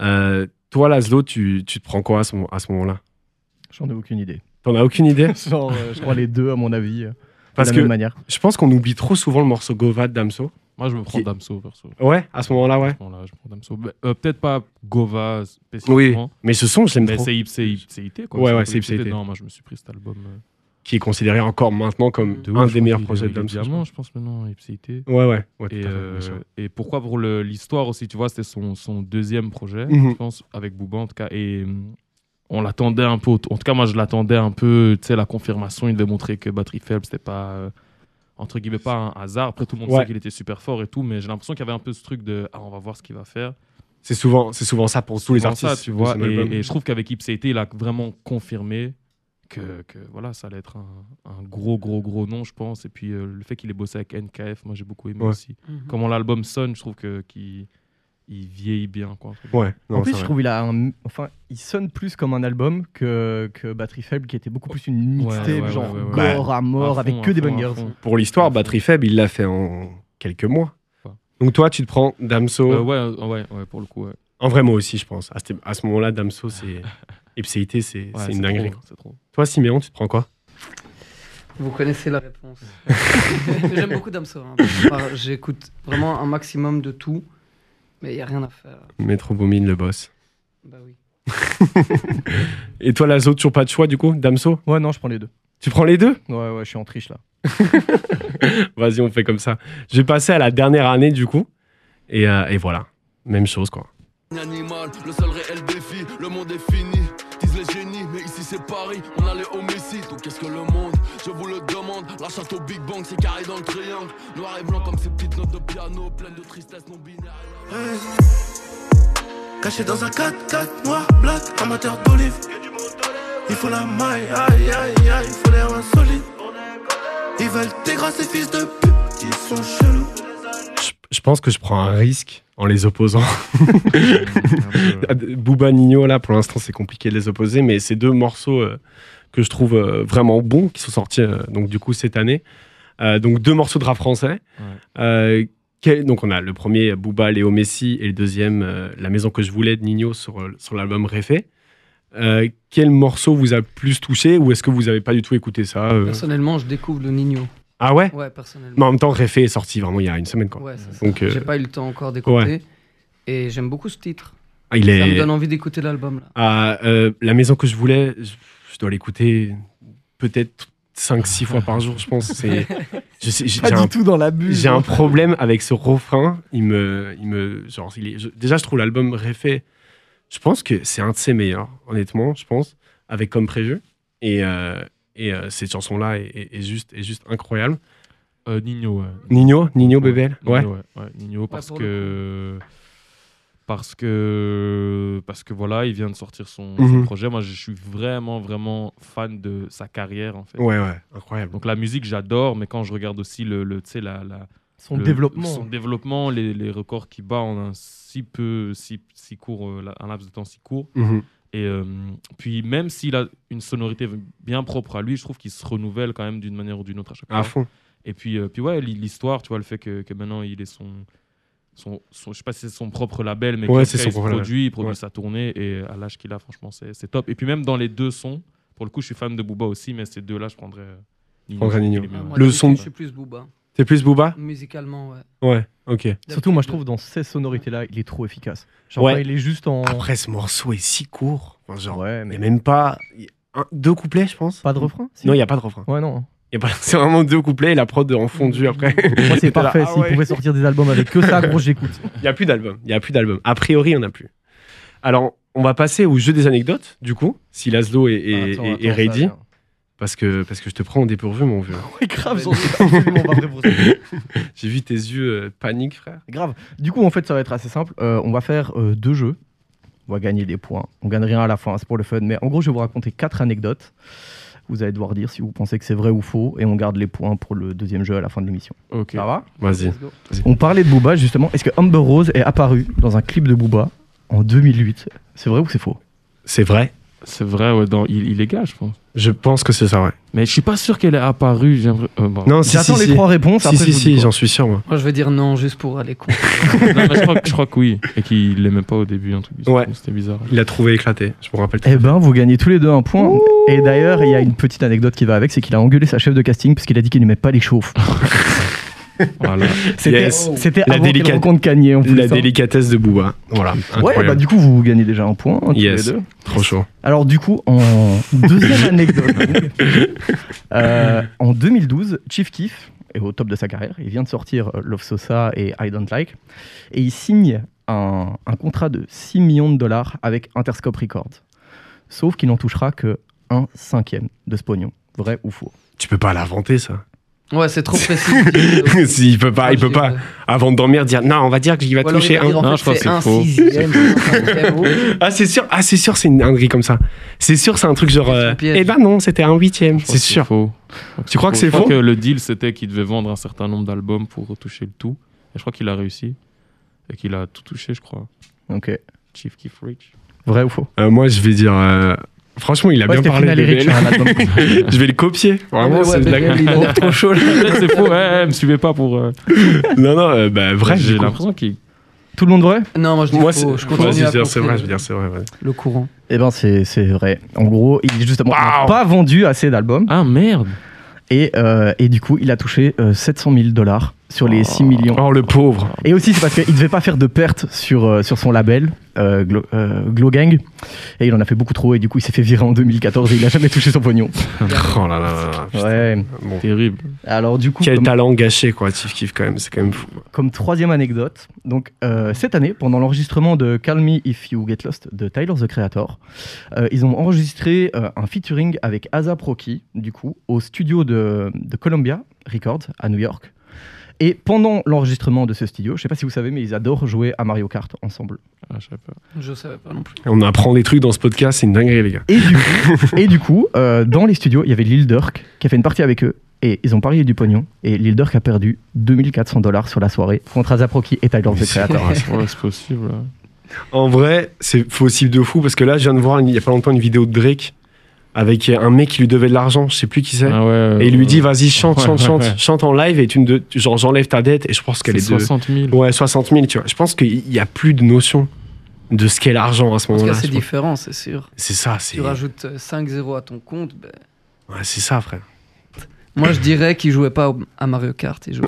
Speaker 2: Euh, toi, Laszlo, tu, tu te prends quoi à ce, mo- à ce moment-là
Speaker 3: J'en ai aucune idée.
Speaker 2: T'en as aucune idée
Speaker 3: Genre, euh, je crois les deux, à mon avis, euh, de
Speaker 2: Parce
Speaker 3: la
Speaker 2: que
Speaker 3: même manière.
Speaker 2: je pense qu'on oublie trop souvent le morceau Govat d'Amso.
Speaker 4: Moi, je me prends
Speaker 2: Qui-
Speaker 4: Damso, perso.
Speaker 2: Ouais, à ce moment-là, ouais.
Speaker 4: Bon, là, je prends Damso. Bah, euh, Peut-être pas Gova spécifiquement.
Speaker 2: Mais ce son, je l'aime
Speaker 4: Mais
Speaker 2: trop.
Speaker 4: c'est Ip- c'est Ip- c'est IT, quoi.
Speaker 2: Ouais,
Speaker 4: C'est
Speaker 2: ouais,
Speaker 4: un
Speaker 2: c'est
Speaker 4: peu
Speaker 2: Ip- c'est
Speaker 4: IT.
Speaker 2: IT.
Speaker 4: Non, moi, je me suis pris cet album. euh,
Speaker 2: Qui est considéré encore maintenant comme
Speaker 5: De
Speaker 4: ouf,
Speaker 2: un
Speaker 4: je
Speaker 2: des
Speaker 4: crois
Speaker 2: meilleurs
Speaker 4: qu'il est-
Speaker 2: projets
Speaker 4: il est
Speaker 2: de Damso.
Speaker 4: Diamant, je pense maintenant, Ip- c'est IT.
Speaker 2: Ouais, ouais. ouais tout à
Speaker 4: Et,
Speaker 2: fait,
Speaker 4: euh,
Speaker 2: bien sûr.
Speaker 4: et pourquoi pour le- l'histoire aussi, tu vois, c'était son, son deuxième projet,
Speaker 2: Mhm.
Speaker 4: je pense, avec Booba en tout cas. Et hum, on l'attendait un peu, en tout cas moi je l'attendais un peu, tu sais, la confirmation, il devait montrer que Battery Faible, c'était pas, euh, entre guillemets, pas un hasard. Après tout le monde
Speaker 2: Ouais.
Speaker 4: sait qu'il était super fort et tout, mais j'ai l'impression qu'il y avait un peu ce truc de, ah on va voir ce qu'il va faire.
Speaker 2: C'est souvent, c'est souvent ça pour tous les
Speaker 4: Dans
Speaker 2: artistes.
Speaker 4: ça, tu vois.
Speaker 2: de son album.
Speaker 4: Et, et je trouve qu'avec Ipsé il a vraiment confirmé que, que voilà, ça allait être un, un gros, gros, gros nom, je pense. Et puis euh, le fait qu'il ait bossé avec NKF, moi j'ai beaucoup aimé
Speaker 2: Ouais.
Speaker 4: aussi. Mm-hmm. Comment l'album sonne, je trouve que qu'il il vieillit bien. Quoi.
Speaker 2: Ouais, non,
Speaker 3: en
Speaker 2: c'est
Speaker 3: plus, je
Speaker 2: vrai.
Speaker 3: trouve il a un... Enfin, il sonne plus comme un album que, que Batterie Faible, qui était beaucoup plus une
Speaker 4: Ouais,
Speaker 3: mixtape,
Speaker 4: ouais, ouais,
Speaker 3: genre
Speaker 4: ouais, Bah,
Speaker 2: ouais.
Speaker 3: gore à mort,
Speaker 4: À
Speaker 3: avec
Speaker 4: fond,
Speaker 3: que
Speaker 4: à
Speaker 3: des
Speaker 4: fond, à
Speaker 3: bangers.
Speaker 4: fond.
Speaker 2: Pour l'histoire, Batterie Faible, il l'a fait en quelques mois. Bah
Speaker 4: Ouais.
Speaker 2: Donc toi, tu te prends Damso.
Speaker 4: Euh, ouais, euh, ouais, ouais, pour le coup. ouais.
Speaker 2: En vrai, moi aussi, je pense. À, cette- à ce moment-là, Damso, c'est. Ipséité, c'est
Speaker 4: Ouais,
Speaker 2: c'est une dinguerie.
Speaker 4: trop, C'est trop.
Speaker 2: Toi, Siméon, tu te prends quoi
Speaker 5: Vous connaissez la réponse. J'aime beaucoup Damso. hein. Enfin, J'écoute vraiment un maximum de tout, mais il n'y a rien à faire.
Speaker 2: Metro Boomin, le boss.
Speaker 5: Bah oui.
Speaker 2: Et toi, Lazo, toujours pas de choix, du coup Damso
Speaker 3: Ouais, non, je prends les deux.
Speaker 2: Tu prends les deux
Speaker 3: Ouais, ouais, je suis en triche là.
Speaker 2: Vas-y, on fait comme ça. Je vais passer à la dernière année, du coup. Et, euh, et voilà. Même chose, quoi.
Speaker 10: Un Animal, le seul réel défi, le monde est fini. Disent les génies, mais ici c'est Paris, on allait au Messi. Donc qu'est-ce que le monde Je vous le demande. La chatte au Big Bang, c'est carré dans le triangle. Noir et blanc comme ces petites notes de piano, pleines de tristesse non binaire.
Speaker 8: Caché dans un 4-4 noir, black, amateur d'olive. Il faut la maille, aïe aïe aïe, il faut l'air insolite. Ils veulent tes gras, ces fils de pute, ils sont chelous.
Speaker 2: Je, je pense que je prends un risque en les opposant.
Speaker 4: Un peu, euh,
Speaker 2: Ah, Booba, Nino, là, pour l'instant, c'est compliqué de les opposer, mais c'est deux morceaux euh, que je trouve euh, vraiment bons, qui sont sortis, euh, donc, du coup, cette année. Euh, donc, deux morceaux de rap français.
Speaker 4: Ouais.
Speaker 2: Euh, quel- donc, on a le premier, Booba, Léo Messi, et le deuxième, euh, La maison que je voulais de Nino sur, euh, sur l'album Réfé. Euh, quel morceau vous a plus touché ou est-ce que vous avez pas du tout écouté ça euh
Speaker 5: Personnellement, je découvre le Nino.
Speaker 2: Ah ouais
Speaker 5: Ouais, personnellement.
Speaker 2: Mais en même temps, Réfé est sorti vraiment il y a une semaine. Quoi.
Speaker 5: Ouais, c'est ça.
Speaker 2: Donc, euh,
Speaker 5: J'ai pas eu le temps encore d'écouter. Et j'aime beaucoup ce titre.
Speaker 2: ah, il
Speaker 5: Ça me
Speaker 2: est.
Speaker 5: donne envie d'écouter l'album. là.
Speaker 2: Ah, euh, la maison que je voulais, je, je dois l'écouter peut-être 5-6 fois par jour, je pense. C'est, je sais- j'ai,
Speaker 3: Pas
Speaker 2: j'ai
Speaker 3: du
Speaker 2: un,
Speaker 3: tout dans l'abus.
Speaker 2: j'ai un problème avec ce refrain. Il me, il me, genre, il est- je- déjà, je trouve l'album Réfé, je pense que c'est un de ses meilleurs, honnêtement, je pense, avec comme prévu. Et, euh, et euh, cette chanson-là est, est- est juste, est juste incroyable.
Speaker 4: euh, Nino, ouais.
Speaker 2: Nino, Nino Bebel, ouais.
Speaker 4: Nino, ouais, Nino, parce
Speaker 5: pour le
Speaker 4: que. Parce que, parce que voilà, il vient de sortir son,
Speaker 2: Mhm.
Speaker 4: son projet. Moi, je suis vraiment, vraiment fan de sa carrière, en fait.
Speaker 2: Ouais, ouais, incroyable.
Speaker 4: Donc la musique, j'adore, mais quand je regarde aussi le, le, tu sais, la, la,
Speaker 3: Son
Speaker 4: le-
Speaker 3: développement.
Speaker 4: son développement, les, les records qu'il bat en un si peu, si, si court, euh, la- un laps de temps si court.
Speaker 2: Mhm.
Speaker 4: Et euh, puis même s'il a une sonorité bien propre à lui, je trouve qu'il se renouvelle quand même d'une manière ou d'une autre à chaque
Speaker 2: À
Speaker 4: fois.
Speaker 2: fond.
Speaker 4: Et puis, euh, puis ouais, li- l'histoire, tu vois, le fait que, que maintenant il est son, son, son- je sais pas si c'est son propre label, mais
Speaker 2: Ouais,
Speaker 4: qu'en
Speaker 2: c'est
Speaker 4: tout
Speaker 2: son
Speaker 4: cas, il se
Speaker 2: propre label.
Speaker 4: produit, il produit
Speaker 2: Ouais.
Speaker 4: sa tournée et à l'âge qu'il a, franchement, c'est c'est top. Et puis même dans les deux sons, pour le coup, je suis fan de Booba aussi, mais ces deux-là, je prendrais. euh, Nino.
Speaker 2: Prendrais Nino.
Speaker 4: Il est meilleur.
Speaker 5: Ah, Moi,
Speaker 2: Eh ben Le
Speaker 5: d'habitude,
Speaker 2: son-
Speaker 5: Je suis plus Booba.
Speaker 2: T'es plus Booba
Speaker 5: Musicalement, ouais.
Speaker 2: Ouais, ok.
Speaker 3: Surtout, moi, je
Speaker 5: D'habitude,
Speaker 3: trouve dans ces sonorités-là, il est trop efficace. Genre,
Speaker 2: Ouais.
Speaker 3: quand il est juste en.
Speaker 2: Après, ce morceau est si court. Enfin, genre,
Speaker 3: ouais,
Speaker 2: Mais
Speaker 3: mais
Speaker 2: même pas. un- deux couplets, je pense.
Speaker 3: Pas de refrain si
Speaker 2: Non, il n'y a pas de refrain.
Speaker 3: Ouais, non.
Speaker 2: Y a pas- C'est vraiment deux couplets et la prod en
Speaker 3: Mm.
Speaker 2: fondu après.
Speaker 3: Pour moi, c'est
Speaker 2: T'es là,
Speaker 3: parfait.
Speaker 2: ah
Speaker 3: S'ils
Speaker 2: ouais.
Speaker 3: pouvaient sortir des albums avec que ça, gros, j'écoute.
Speaker 2: Il n'y a plus d'album. Il y a plus d'album. A priori, il n'y en a plus. Alors, on va passer au jeu des anecdotes, du coup, si Laszlo est, est-
Speaker 3: Ah, Attends,
Speaker 2: est- est
Speaker 3: attends, ça
Speaker 2: ready.
Speaker 3: vient.
Speaker 2: Parce que, parce que je te prends en dépourvu, mon vieux.
Speaker 3: Ouais, grave, j'en suis absolument pas prêt pour ça.
Speaker 2: J'ai vu tes yeux euh, panique, frère.
Speaker 3: Grave. Du coup, en fait, ça va être assez simple. Euh, on va faire euh, deux jeux. On va gagner des points. On gagne rien à la fin, c'est pour le fun. Mais en gros, je vais vous raconter quatre anecdotes. Vous allez devoir dire si vous pensez que c'est vrai ou faux. Et on garde les points pour le deuxième jeu à la fin de l'émission.
Speaker 4: Ok.
Speaker 2: Ah
Speaker 3: Ça va
Speaker 2: Vas-y.
Speaker 3: On parlait de Booba, justement. Est-ce que Amber Rose est apparue dans un clip de Booba en 2008 C'est vrai ou c'est faux
Speaker 2: C'est vrai.
Speaker 4: C'est vrai, ouais, dans il- Illégal, je pense.
Speaker 2: Je pense que c'est ça, ouais.
Speaker 4: Mais je suis pas sûr qu'elle est apparue. j'ai l'impression- euh, bon.
Speaker 2: Non, si, si,
Speaker 3: J'attends les
Speaker 2: si.
Speaker 3: trois réponses.
Speaker 2: Si,
Speaker 3: après,
Speaker 2: si,
Speaker 3: je vous
Speaker 2: si,
Speaker 3: dis quoi.
Speaker 2: j'en suis sûr, moi.
Speaker 5: Moi, je vais dire non, juste pour aller con.
Speaker 4: Non, mais je, crois, que- je crois que oui. Et qu'il l'aimait pas au début, un truc bizarre.
Speaker 2: Ouais.
Speaker 4: C'était bizarre.
Speaker 2: Il a trouvé éclaté, je me rappelle.
Speaker 3: Eh ben, vous gagnez tous les deux un point. Et d'ailleurs, il y a une petite anecdote qui va avec, c'est qu'il a engueulé sa chef de casting parce qu'il a dit qu'il n'aimait pas les chauffes.
Speaker 4: Voilà.
Speaker 3: C'était
Speaker 2: Yes.
Speaker 3: c'était
Speaker 2: La
Speaker 3: avant qu'il
Speaker 2: délicate-
Speaker 3: rencontre Kanye en plus.
Speaker 2: La
Speaker 3: hein.
Speaker 2: délicatesse de Booba. Voilà.
Speaker 3: Ouais, bah
Speaker 2: incroyable.
Speaker 3: du coup, vous gagnez déjà un point, hein, tous
Speaker 2: Yes.
Speaker 3: les deux.
Speaker 2: Trop chaud.
Speaker 3: Alors du coup, en deuxième anecdote, euh, en 2012, Chief Keef est au top de sa carrière. Il vient de sortir euh, Love Sosa et I Don't Like. Et il signe un, un contrat de 6 millions de dollars avec Interscope Records. Sauf qu'il n'en touchera que un cinquième de ce pognon. Vrai ou faux
Speaker 2: Tu peux pas l'inventer, ça.
Speaker 5: Ouais, c'est trop précis.
Speaker 2: si, il peut pas, il peut pas, avant de dormir, dire non, on va dire qu'il va toucher un.
Speaker 4: Non, je crois que c'est faux.
Speaker 2: Ah, c'est sûr, ah, c'est sûr, c'est une dinguerie comme ça. C'est sûr, c'est un truc genre.
Speaker 5: C'est
Speaker 2: Euh,
Speaker 5: un piège.
Speaker 2: eh ben non, c'était un huitième.
Speaker 4: Je crois
Speaker 2: C'est
Speaker 4: que
Speaker 2: sûr.
Speaker 4: faux.
Speaker 2: Tu crois que
Speaker 4: Je
Speaker 2: c'est
Speaker 4: crois
Speaker 2: faux
Speaker 4: que le deal, c'était qu'il devait vendre un certain nombre d'albums pour toucher le tout. Et je crois qu'il a réussi. Et qu'il a tout touché, je crois.
Speaker 3: Ok.
Speaker 4: Chief Keef Rich.
Speaker 3: Vrai ou faux
Speaker 2: Euh, moi, je vais dire. euh, franchement, il a
Speaker 3: Ouais,
Speaker 2: bien
Speaker 3: c'était hein,
Speaker 2: parlé.
Speaker 3: Final Eric
Speaker 2: BBL.
Speaker 3: sur un album.
Speaker 2: je vais le copier.
Speaker 5: Ah,
Speaker 2: Vraiment, c'est de la-
Speaker 5: trop chaud.
Speaker 4: c'est faux, ouais, me suivez pas pour. euh,
Speaker 2: Non, non, euh, bah, vrai.
Speaker 4: J'ai
Speaker 2: du coup.
Speaker 4: l'impression qu'il.
Speaker 3: Tout le monde vrai
Speaker 5: Non, moi je dis
Speaker 2: Moi,
Speaker 5: faux.
Speaker 2: c'est
Speaker 5: Je
Speaker 2: moi,
Speaker 5: continue
Speaker 2: c'est
Speaker 5: à
Speaker 2: sûr, c'est vrai,
Speaker 5: construire
Speaker 2: je veux dire, c'est vrai. vas-y.
Speaker 5: le courant.
Speaker 3: Eh ben c'est c'est vrai. En gros, il justement n'a
Speaker 2: Wow.
Speaker 3: pas vendu assez d'albums.
Speaker 4: Ah merde
Speaker 3: Et, euh, et du coup, il a touché euh, 700 000 dollars sur les 6 millions.
Speaker 2: Oh, le pauvre.
Speaker 3: Et aussi, c'est parce qu'il ne devait pas faire de pertes sur, euh, sur son label, euh, Glo, euh, Glow Gang. Et il en a fait beaucoup trop. Et du coup, il s'est fait virer en 2014 et il n'a jamais touché son pognon.
Speaker 2: Oh là là là là. putain.
Speaker 3: Ouais.
Speaker 2: Bon.
Speaker 4: Terrible.
Speaker 3: Alors, du coup,
Speaker 2: Quel
Speaker 3: comme,
Speaker 2: talent gâché, quoi, Tiff Kiff, quand même. C'est quand même fou.
Speaker 3: comme troisième anecdote, donc, euh, cette année, pendant l'enregistrement de Call Me If You Get Lost de Tyler the Creator, euh, ils ont enregistré euh, un featuring avec Asa Proki, du coup, au studio de, de Columbia Records à New York. Et pendant l'enregistrement de ce studio, je ne sais pas si vous savez, mais ils adorent jouer à Mario Kart ensemble.
Speaker 4: Ah, je sais pas.
Speaker 5: Je savais pas non plus.
Speaker 2: On apprend des trucs dans ce podcast, c'est une dinguerie, les gars.
Speaker 3: Et du coup, et du coup euh, dans les studios, il y avait Lil Durk qui a fait une partie avec eux. Et ils ont parié du pognon. Et Lil Durk a perdu 2400 dollars sur la soirée contre Azaproki et Tyler the Creator.
Speaker 4: Ah, c'est- ouais, c'est possible. ouais.
Speaker 2: En vrai, c'est possible de fou parce que là, je viens de voir il y a pas longtemps une vidéo de Drake avec un mec qui lui devait de l'argent, je sais plus qui c'est.
Speaker 4: Ah ouais,
Speaker 2: et il lui
Speaker 4: ouais.
Speaker 2: dit vas-y chante
Speaker 4: Ouais,
Speaker 2: chante
Speaker 4: ouais,
Speaker 2: chante
Speaker 4: ouais.
Speaker 2: chante en live et tu me de- genre j'enlève ta dette et je pense qu'elle
Speaker 4: C'est
Speaker 2: est, de Oh,
Speaker 4: 60 000.
Speaker 2: ouais 60 000 tu vois je pense qu'il n'y a plus de notion de ce qu'est l'argent à ce
Speaker 5: En tout
Speaker 2: moment-là
Speaker 5: cas, c'est
Speaker 2: je pense.
Speaker 5: différent, c'est sûr.
Speaker 2: c'est ça c'est
Speaker 5: Tu rajoutes euh, 5-0 à ton compte. ben,
Speaker 2: ouais, c'est ça frère
Speaker 5: Moi, je dirais qu'il jouait pas au- à Mario Kart. Il jouait.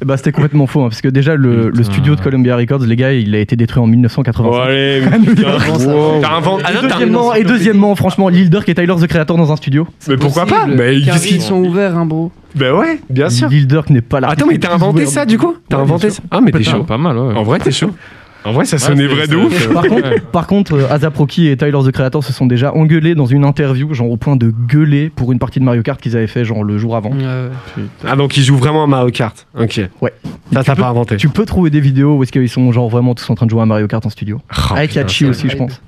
Speaker 3: Et bah, c'était complètement faux, hein, parce que déjà, le, le
Speaker 4: Putain.
Speaker 3: studio de Columbia Records, les gars, il a été détruit en 1985.
Speaker 2: allez
Speaker 3: À New York.
Speaker 5: Avant ça.
Speaker 2: Ah t'as inventé
Speaker 3: Et deuxièmement, et deuxièmement, franchement, Lil Durk et Tyler the Creator dans un studio.
Speaker 2: mais pourquoi pas
Speaker 5: Possible.
Speaker 2: mais
Speaker 5: Car ils sont ouverts, hein, bro.
Speaker 2: ben ouais bien sûr
Speaker 3: Lil Durk n'est pas là.
Speaker 2: Ah, attends mais t'as inventé ça du coup t'as
Speaker 3: Ouais,
Speaker 2: inventé
Speaker 3: bien
Speaker 2: ça ah mais t'es
Speaker 4: Putain,
Speaker 2: chaud
Speaker 4: pas mal, ouais.
Speaker 2: en vrai t'es chaud en vrai ça
Speaker 4: Ouais,
Speaker 2: sonnait
Speaker 4: c'est-
Speaker 2: vrai de
Speaker 4: c'est-
Speaker 2: ouf
Speaker 4: c'est-
Speaker 3: Euh, Par
Speaker 4: Ouais.
Speaker 3: contre, par contre, euh, Azaproki et Tyler the Creator se sont déjà engueulés dans une interview, genre au point de gueuler pour une partie de Mario Kart qu'ils avaient fait genre le jour
Speaker 2: Mm.
Speaker 3: avant.
Speaker 5: Euh,
Speaker 2: ah donc ils jouent vraiment à Mario Kart ok
Speaker 3: Ouais.
Speaker 2: ça t'as
Speaker 3: peux-
Speaker 2: pas inventé
Speaker 3: Tu peux trouver des vidéos où est-ce qu'ils sont genre vraiment tous en train de jouer à Mario Kart en studio.
Speaker 2: Oh,
Speaker 3: Avec
Speaker 2: putain,
Speaker 3: Hachi
Speaker 5: ça
Speaker 3: aussi, je
Speaker 5: vibe.
Speaker 3: pense.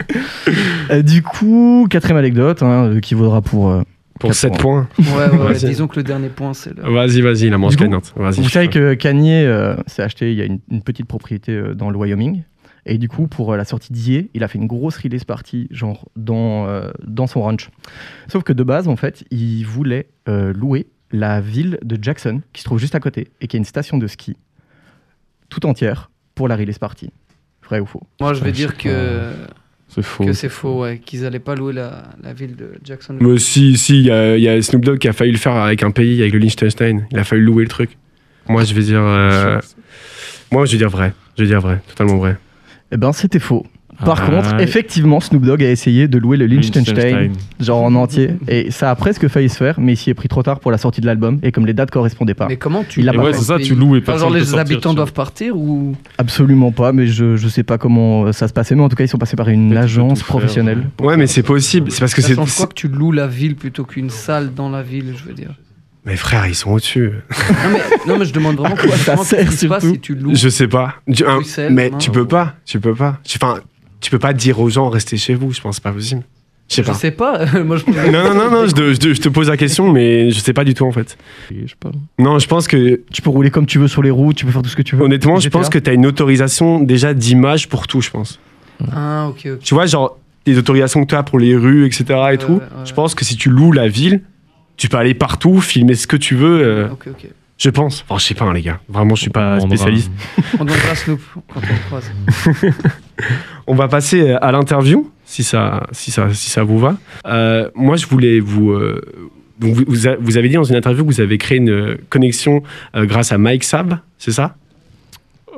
Speaker 3: Euh, du coup, quatrième anecdote hein, euh, qui vaudra pour. euh,
Speaker 2: pour 7
Speaker 3: quatre
Speaker 2: points
Speaker 5: Ouais, ouais, Ah ouais,
Speaker 2: Vas-y.
Speaker 5: disons que le dernier point, c'est le.
Speaker 2: vas-y vas-y la manche
Speaker 3: Du coup,
Speaker 2: gagnante vas-y
Speaker 3: Vous
Speaker 2: je
Speaker 3: savez
Speaker 2: peux.
Speaker 3: que Kanye euh, s'est acheté, il y a une, une petite propriété euh, dans le Wyoming. Et du coup, pour euh, la sortie d'hier, il a fait une grosse release party, genre dans, euh, dans son ranch. Sauf que de base, en fait, il voulait euh, louer la ville de Jackson, qui se trouve juste à côté, et qui a une station de ski tout entière pour la release party. Vrai ou faux
Speaker 5: Moi, je vais
Speaker 4: Putain, je
Speaker 5: dire
Speaker 4: sais
Speaker 5: que,
Speaker 4: C'est faux.
Speaker 5: que c'est faux, ouais. Qu'ils allaient pas louer la, la ville de Jackson.
Speaker 2: Mais si, si, il y, a- il y a Snoop Dogg qui a failli le faire avec un pays, avec le Liechtenstein. Il a failli louer le truc. Moi, je vais dire. euh, moi, je vais dire vrai. Je vais dire vrai. Totalement vrai.
Speaker 3: Eh ben, c'était faux. Par
Speaker 4: Ah,
Speaker 3: contre,
Speaker 4: ouais.
Speaker 3: effectivement, Snoop Dogg a essayé de louer le Liechtenstein,
Speaker 4: Liechtenstein.
Speaker 3: genre en entier, et ça a presque failli se faire, mais il s'y est pris trop tard pour la sortie de l'album, et comme les dates correspondaient pas.
Speaker 5: Mais comment tu
Speaker 3: Il a
Speaker 4: Et
Speaker 3: pas
Speaker 4: ouais,
Speaker 3: fait.
Speaker 4: c'est ça, tu loues et
Speaker 5: Enfin,
Speaker 4: personne
Speaker 5: genre
Speaker 4: peut
Speaker 5: les
Speaker 4: sortir,
Speaker 5: habitants
Speaker 4: tu vois.
Speaker 5: doivent partir ou
Speaker 3: Absolument pas, mais je, je sais pas comment euh, ça se passait, mais en tout cas, ils sont passés par une
Speaker 4: Peut-être tu peux
Speaker 3: agence
Speaker 4: tout faire,
Speaker 3: professionnelle.
Speaker 4: ouais.
Speaker 2: Ouais, mais c'est possible. C'est parce que
Speaker 5: ça
Speaker 2: c'est.
Speaker 5: change quoi que tu loues la ville plutôt qu'une salle dans la ville, je veux dire.
Speaker 2: Mais frère, ils sont au-dessus.
Speaker 5: Non mais, non, mais je demande vraiment
Speaker 3: quoi ça
Speaker 5: concrètement
Speaker 3: sert,
Speaker 5: qu'est-ce qui se passe
Speaker 3: surtout
Speaker 5: si tu loues.
Speaker 2: Je sais pas. Du- un-
Speaker 5: Bruxelles,
Speaker 2: mais
Speaker 5: hein,
Speaker 2: tu
Speaker 5: ou-
Speaker 2: peux pas. Tu peux pas. Tu- Enfin, tu peux pas dire aux gens restez chez vous. Je pense c'est pas possible. Je sais
Speaker 5: Je
Speaker 2: pas.
Speaker 5: sais pas. Moi je
Speaker 2: Non, non, non, non, je, te- je te- je te pose la question, mais je sais pas du tout en fait.
Speaker 4: Je sais pas.
Speaker 2: Non, je pense que,
Speaker 3: Tu peux rouler comme tu veux sur les routes, tu peux faire tout ce que tu veux.
Speaker 2: honnêtement, je
Speaker 3: GTA.
Speaker 2: pense que t'as une autorisation déjà d'image pour tout, je pense.
Speaker 5: Ah OK OK.
Speaker 2: Tu vois, genre, les autorisations que t'as pour les rues, etc. et
Speaker 5: Ouais,
Speaker 2: tout.
Speaker 5: ouais, ouais.
Speaker 2: Je pense que si tu loues la ville, tu peux aller partout, filmer ce que tu veux, euh,
Speaker 5: OK OK.
Speaker 2: je pense. Enfin, je sais pas, hein, les gars. Vraiment, je suis pas
Speaker 4: On aura-
Speaker 2: spécialiste.
Speaker 5: On demandera Snoop quand on le croise.
Speaker 2: On va passer euh, à l'interview, si ça, si, ça, si ça vous va. Euh, moi, je voulais vous, euh, donc vous. vous a- vous avez dit dans une interview que vous avez créé une connexion euh, grâce à Mike Sab, c'est ça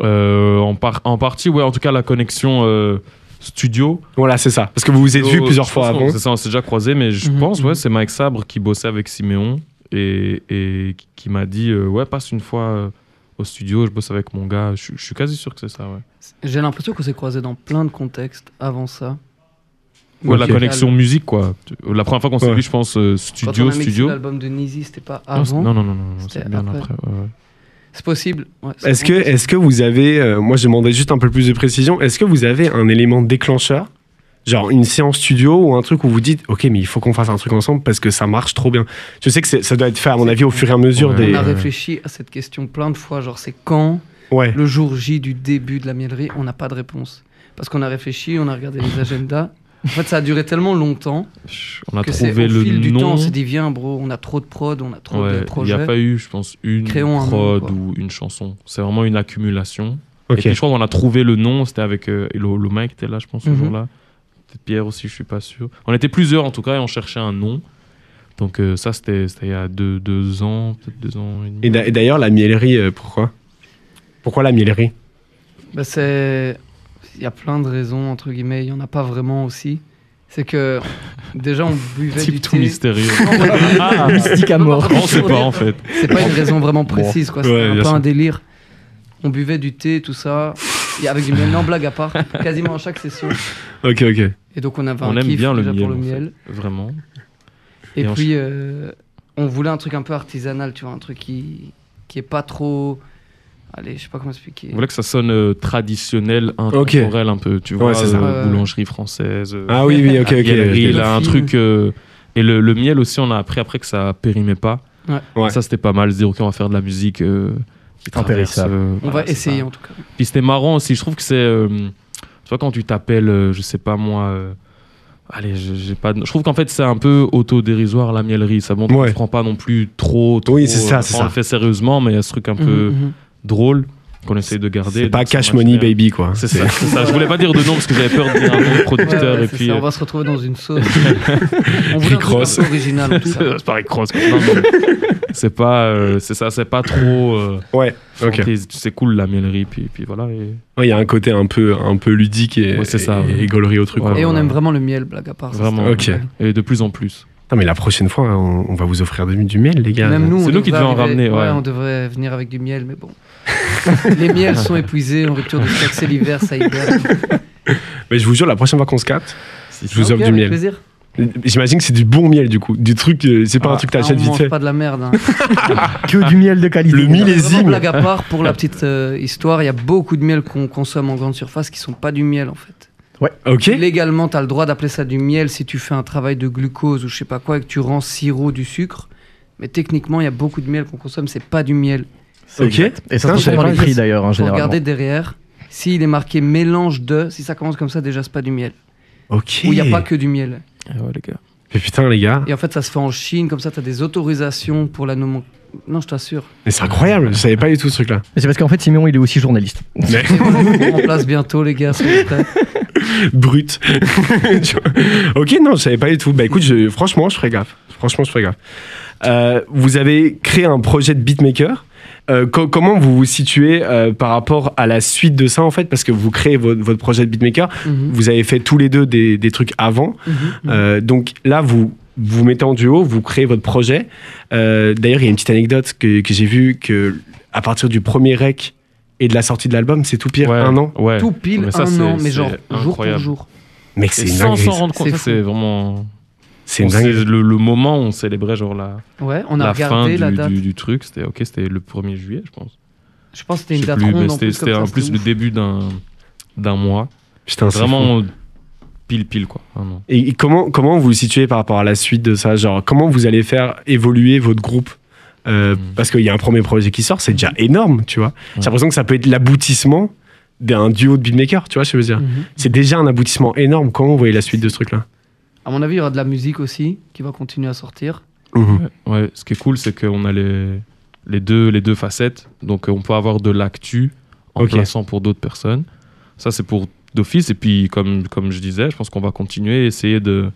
Speaker 4: Euh, en, par- en partie, ouais, en tout cas, la connexion euh, studio.
Speaker 2: Voilà, c'est ça. Parce que vous vous êtes
Speaker 4: Oh,
Speaker 2: vu plusieurs
Speaker 4: je
Speaker 2: fois
Speaker 4: pense
Speaker 2: avant.
Speaker 4: qu'on- C'est ça, on s'est déjà croisé, mais je
Speaker 5: Mhm,
Speaker 4: pense,
Speaker 5: mhm.
Speaker 4: ouais, c'est Mike Sabre qui bossait avec Siméon et, et qui- qui m'a dit, euh, ouais, passe une fois euh, au studio, je bosse avec mon gars. Je, suis- je suis quasi sûr que c'est ça, ouais.
Speaker 5: J'ai l'impression qu'on s'est croisés dans plein de contextes avant ça.
Speaker 4: Ouais, la
Speaker 2: Ok.
Speaker 4: connexion musique, quoi. La première fois qu'on s'est
Speaker 2: Ouais.
Speaker 4: vu, je pense, euh,
Speaker 5: Quand
Speaker 4: studio,
Speaker 5: on a mixé
Speaker 4: studio.
Speaker 5: L'album de Nizi, c'était pas
Speaker 4: Non, c'est-
Speaker 5: avant.
Speaker 4: non, non, non, non, non,
Speaker 5: C'était
Speaker 4: c'est bien
Speaker 5: après.
Speaker 4: après. ouais, ouais.
Speaker 5: C'est possible. ouais, c'est
Speaker 2: Est-ce que,
Speaker 5: bon.
Speaker 2: est que vous avez, euh, moi je demandais juste un peu plus de précision, est-ce que vous avez un élément déclencheur, genre une séance studio ou un truc où vous dites, ok mais il faut qu'on fasse un truc ensemble parce que ça marche trop bien. Je sais que c'est- ça doit être fait à mon avis au fur et à mesure
Speaker 4: Ouais.
Speaker 5: on
Speaker 2: des...
Speaker 5: a
Speaker 4: euh,
Speaker 5: réfléchi à cette question plein de fois, genre c'est quand
Speaker 2: Ouais,
Speaker 5: le jour J du début de la mielerie, on n'a pas de réponse. Parce qu'on a réfléchi, on a regardé les agendas. En fait, ça a duré tellement longtemps
Speaker 4: Chut, On a
Speaker 5: que c'est
Speaker 4: trouvé
Speaker 5: au
Speaker 4: le
Speaker 5: fil du temps,
Speaker 4: nom.
Speaker 5: on s'est dit viens bro, on a trop de prod, on a trop
Speaker 4: Ouais,
Speaker 5: de
Speaker 4: il n'y
Speaker 5: projets.
Speaker 4: a pas eu, je pense, une
Speaker 5: Créons un nom,
Speaker 4: prod
Speaker 5: quoi.
Speaker 4: ou une chanson. C'est vraiment une accumulation. Et
Speaker 2: ok.
Speaker 4: puis je crois qu'on a trouvé le nom, c'était avec euh, Elo Lomain qui était là, je pense, ce
Speaker 5: Mhm.
Speaker 4: jour-là. Peut-être Pierre aussi, je suis pas sûr. On était plusieurs en tout cas et on cherchait un nom. Donc euh, ça, c'était c'était il y a deux, deux ans, peut-être deux ans et demi.
Speaker 2: Et d'a- et d'ailleurs la miellerie, euh, pourquoi Pourquoi la miellerie
Speaker 5: Bah, c'est... Il y a plein de raisons, entre guillemets, il n'y en a pas vraiment aussi. C'est que déjà, on buvait du
Speaker 4: Type tout
Speaker 5: thé.
Speaker 4: mystérieux.
Speaker 5: Ah,
Speaker 3: Mystique à mort.
Speaker 4: on sait pas en fait.
Speaker 5: C'est pas une raison vraiment précise, quoi. C'est
Speaker 2: Ouais,
Speaker 5: un
Speaker 2: bien
Speaker 5: peu
Speaker 2: sûr.
Speaker 5: un délire. On buvait du thé, tout ça, et avec du miel. Non, blague à part, quasiment à chaque session.
Speaker 2: Ok, ok.
Speaker 5: Et donc, on avait
Speaker 4: on
Speaker 5: un
Speaker 4: aime
Speaker 5: kiff
Speaker 4: bien le
Speaker 5: déjà
Speaker 4: miel,
Speaker 5: pour le
Speaker 4: en fait.
Speaker 5: miel.
Speaker 4: Vraiment.
Speaker 5: Et,
Speaker 4: Et on
Speaker 5: puis, euh, on voulait un truc un peu artisanal, tu vois, un truc qui, qui est pas trop. Allez, je sais pas comment expliquer.
Speaker 4: On voulait que ça sonne euh, traditionnel, intemporel un peu, tu vois,
Speaker 2: Ouais, c'est ça.
Speaker 4: euh,
Speaker 5: Ouais.
Speaker 4: boulangerie française. euh,
Speaker 2: Ah oui, oui, ok, ok.
Speaker 4: la galerie,
Speaker 2: ok.
Speaker 4: là, un
Speaker 5: Fine.
Speaker 4: truc. euh, et le, le miel aussi, on a appris après que ça périmait pas.
Speaker 5: Ouais.
Speaker 2: Ouais.
Speaker 4: Ça, c'était pas mal. Se dire, ok, on va faire de la musique. euh, qui traverse,
Speaker 3: Impérissable.
Speaker 4: euh,
Speaker 5: On
Speaker 4: voilà,
Speaker 5: va
Speaker 4: c'est
Speaker 5: essayer
Speaker 4: ça.
Speaker 5: en tout cas.
Speaker 4: Puis c'était marrant aussi. Je trouve que c'est. euh, tu vois, quand tu t'appelles, euh, je sais pas moi. euh, allez, je- j'ai pas. de- Je trouve qu'en fait, c'est un peu autodérisoire la miellerie. Ça montre qu'on
Speaker 2: Ouais.
Speaker 4: se prend pas non plus trop. trop
Speaker 2: Oui, c'est ça,
Speaker 4: euh,
Speaker 2: c'est
Speaker 4: on
Speaker 2: ça.
Speaker 4: le fait sérieusement, mais il y a ce truc un peu
Speaker 5: Mhm, mhm.
Speaker 4: drôle qu'on essaye de garder.
Speaker 2: C'est pas
Speaker 4: Donc, ça
Speaker 2: cash
Speaker 4: marche
Speaker 2: money
Speaker 4: bien.
Speaker 2: baby quoi.
Speaker 4: C'est ça, c'est ça. Je voulais pas dire de nom parce que j'avais peur de dire un nom de producteur
Speaker 5: Ouais, ouais,
Speaker 4: et
Speaker 5: c'est
Speaker 4: puis.
Speaker 5: ça,
Speaker 4: euh,
Speaker 5: on va se retrouver dans une sauce. on voulait un truc
Speaker 2: Ricross.
Speaker 5: un peu original en tout cas.
Speaker 4: c'est pareil cross quoi. Non, mais c'est pas euh, c'est ça c'est pas trop euh,
Speaker 2: Ouais, ok.
Speaker 4: fantaisiste. c'est cool la miellerie puis puis voilà et
Speaker 2: Ouais, Il y a un côté un peu, un peu ludique et,
Speaker 4: Ouais, c'est ça,
Speaker 2: et,
Speaker 4: ouais.
Speaker 2: et gaulerie au truc.
Speaker 4: Ouais.
Speaker 2: quoi.
Speaker 5: Et on
Speaker 4: voilà.
Speaker 5: aime vraiment le miel, blague à part. ça,
Speaker 4: Vraiment.
Speaker 5: c'est
Speaker 2: Ok.
Speaker 5: vrai.
Speaker 4: et de plus en plus
Speaker 2: Putain, mais la prochaine fois, on, on va vous offrir du, du miel, les gars.
Speaker 5: Même nous,
Speaker 4: C'est
Speaker 5: on
Speaker 4: nous qui
Speaker 5: devrait
Speaker 4: devons en
Speaker 5: arriver-
Speaker 4: ramener, ouais.
Speaker 5: on devrait venir avec du miel, mais bon. Les miels sont épuisés en rupture de stock, c'est l'hiver, ça hiberne.
Speaker 2: Mais je vous jure, la prochaine fois qu'on se capte, je vous
Speaker 5: Ah, ok,
Speaker 2: offre du
Speaker 5: avec
Speaker 2: miel.
Speaker 5: plaisir.
Speaker 2: J'imagine que c'est du bon miel du coup, du truc, euh, c'est pas
Speaker 5: Ah,
Speaker 2: un truc que
Speaker 5: ah,
Speaker 2: t'achètes
Speaker 5: on
Speaker 2: vite
Speaker 5: mange
Speaker 2: fait.
Speaker 5: pas de la merde. hein.
Speaker 3: Que du miel de qualité.
Speaker 2: Le miel est- Ah.
Speaker 5: Vraiment,
Speaker 2: Millésime.
Speaker 5: blague à part, pour la petite euh, histoire, il y a beaucoup de miel qu'on consomme en grande surface qui sont pas du miel en fait.
Speaker 2: Ok.
Speaker 5: Légalement, tu as le droit d'appeler ça du miel si tu fais un travail de glucose ou je sais pas quoi et que tu rends sirop du sucre. Mais techniquement, il y a beaucoup de miel qu'on consomme, c'est pas du miel.
Speaker 3: C'est
Speaker 2: Ok.
Speaker 3: exact. Et
Speaker 2: Putain,
Speaker 3: ça
Speaker 2: je
Speaker 3: se
Speaker 2: savais
Speaker 3: dans
Speaker 2: pas
Speaker 3: les
Speaker 2: que
Speaker 3: prix d'ailleurs, hein, en
Speaker 5: Faut regarder
Speaker 3: général.
Speaker 5: derrière. S'il est marqué mélange de, si ça commence comme ça, déjà c'est pas du miel.
Speaker 2: Ok.
Speaker 5: Où il n'y a pas que du miel.
Speaker 4: ouais les gars
Speaker 2: Mais putain les gars,
Speaker 5: Et en fait, ça se fait en Chine, comme ça, tu as des autorisations pour la nomenclature. Non, je t'assure.
Speaker 2: mais c'est incroyable, je savais pas du tout ce truc là.
Speaker 3: Mais c'est parce qu'en fait, Siméon, il est aussi journaliste.
Speaker 2: Mais
Speaker 5: On remplace bientôt, les gars. soyez prêts.
Speaker 2: brut. Tu vois. ok, non, je savais pas du tout. Bah écoute, je- franchement, je ferais gaffe. Franchement, je ferais gaffe. Euh, vous avez créé un projet de beatmaker. Euh, co- comment vous vous situez euh, par rapport à la suite de ça en fait Parce que vous créez votre, votre projet de beatmaker,
Speaker 5: Mhm.
Speaker 2: vous avez fait tous les deux des, des trucs avant.
Speaker 4: Mm.
Speaker 2: Euh, donc là, vous vous mettez en duo, vous créez votre projet. Euh, D'ailleurs, il y a une petite anecdote que, que j'ai vue que à partir du premier rec et de la sortie de l'album, c'est tout pire
Speaker 4: Ouais,
Speaker 2: un an.
Speaker 4: ouais.
Speaker 5: Tout pile
Speaker 4: euh, Mais ça,
Speaker 5: un
Speaker 4: c'est-
Speaker 5: an, mais
Speaker 4: c'est
Speaker 5: genre jour pour
Speaker 4: incroyable.
Speaker 5: jour.
Speaker 2: Mec,
Speaker 4: Et
Speaker 2: c'est une
Speaker 4: sans
Speaker 2: dinguerie.
Speaker 4: s'en rendre compte,
Speaker 5: C'est
Speaker 4: ça,
Speaker 5: fou.
Speaker 4: c'est vraiment.
Speaker 2: C'est une
Speaker 4: on sait
Speaker 2: dinguerie.
Speaker 4: le, le moment où on célébrait genre la,
Speaker 5: Ouais, on a
Speaker 4: la fin
Speaker 5: regardé
Speaker 4: du,
Speaker 5: la date.
Speaker 4: du- du truc. C'était ok, c'était le 1er juillet, je pense.
Speaker 5: Je pense que c'était
Speaker 4: Je
Speaker 5: une
Speaker 4: sais
Speaker 5: date
Speaker 4: plus, mais
Speaker 5: ronde en
Speaker 4: C'était
Speaker 5: plus.
Speaker 4: c'était
Speaker 5: comme
Speaker 4: en
Speaker 5: ça,
Speaker 4: plus
Speaker 5: c'était
Speaker 4: le
Speaker 5: ouf.
Speaker 4: début d'un d'un mois.
Speaker 2: Putain, c'est fou.
Speaker 4: Vraiment pile pile quoi. Un an.
Speaker 2: Et comment, comment vous vous situez par rapport à la suite de ça Genre, comment vous allez faire évoluer votre groupe Euh,
Speaker 4: Mhm.
Speaker 2: Parce qu'il y a un premier projet qui sort, c'est déjà énorme, tu vois. J'ai
Speaker 4: Mm. Ouais.
Speaker 2: l'impression que ça peut être l'aboutissement d'un duo de beatmaker, tu vois ce que je veux dire.
Speaker 5: Mhm.
Speaker 4: Mm.
Speaker 2: C'est déjà un aboutissement énorme. Comment vous voyez la suite de ce truc-là
Speaker 5: À mon avis, il y aura de la musique aussi qui va continuer à sortir.
Speaker 4: Mm-hmm. Ouais, ce qui est cool, c'est qu'on a les, les, deux, les deux facettes. Donc, euh, on peut avoir de l'actu en
Speaker 2: Ok.
Speaker 4: plaçant pour d'autres personnes. Ça, c'est pour d'office. Et puis, comme, comme je disais, je pense qu'on va continuer à essayer de,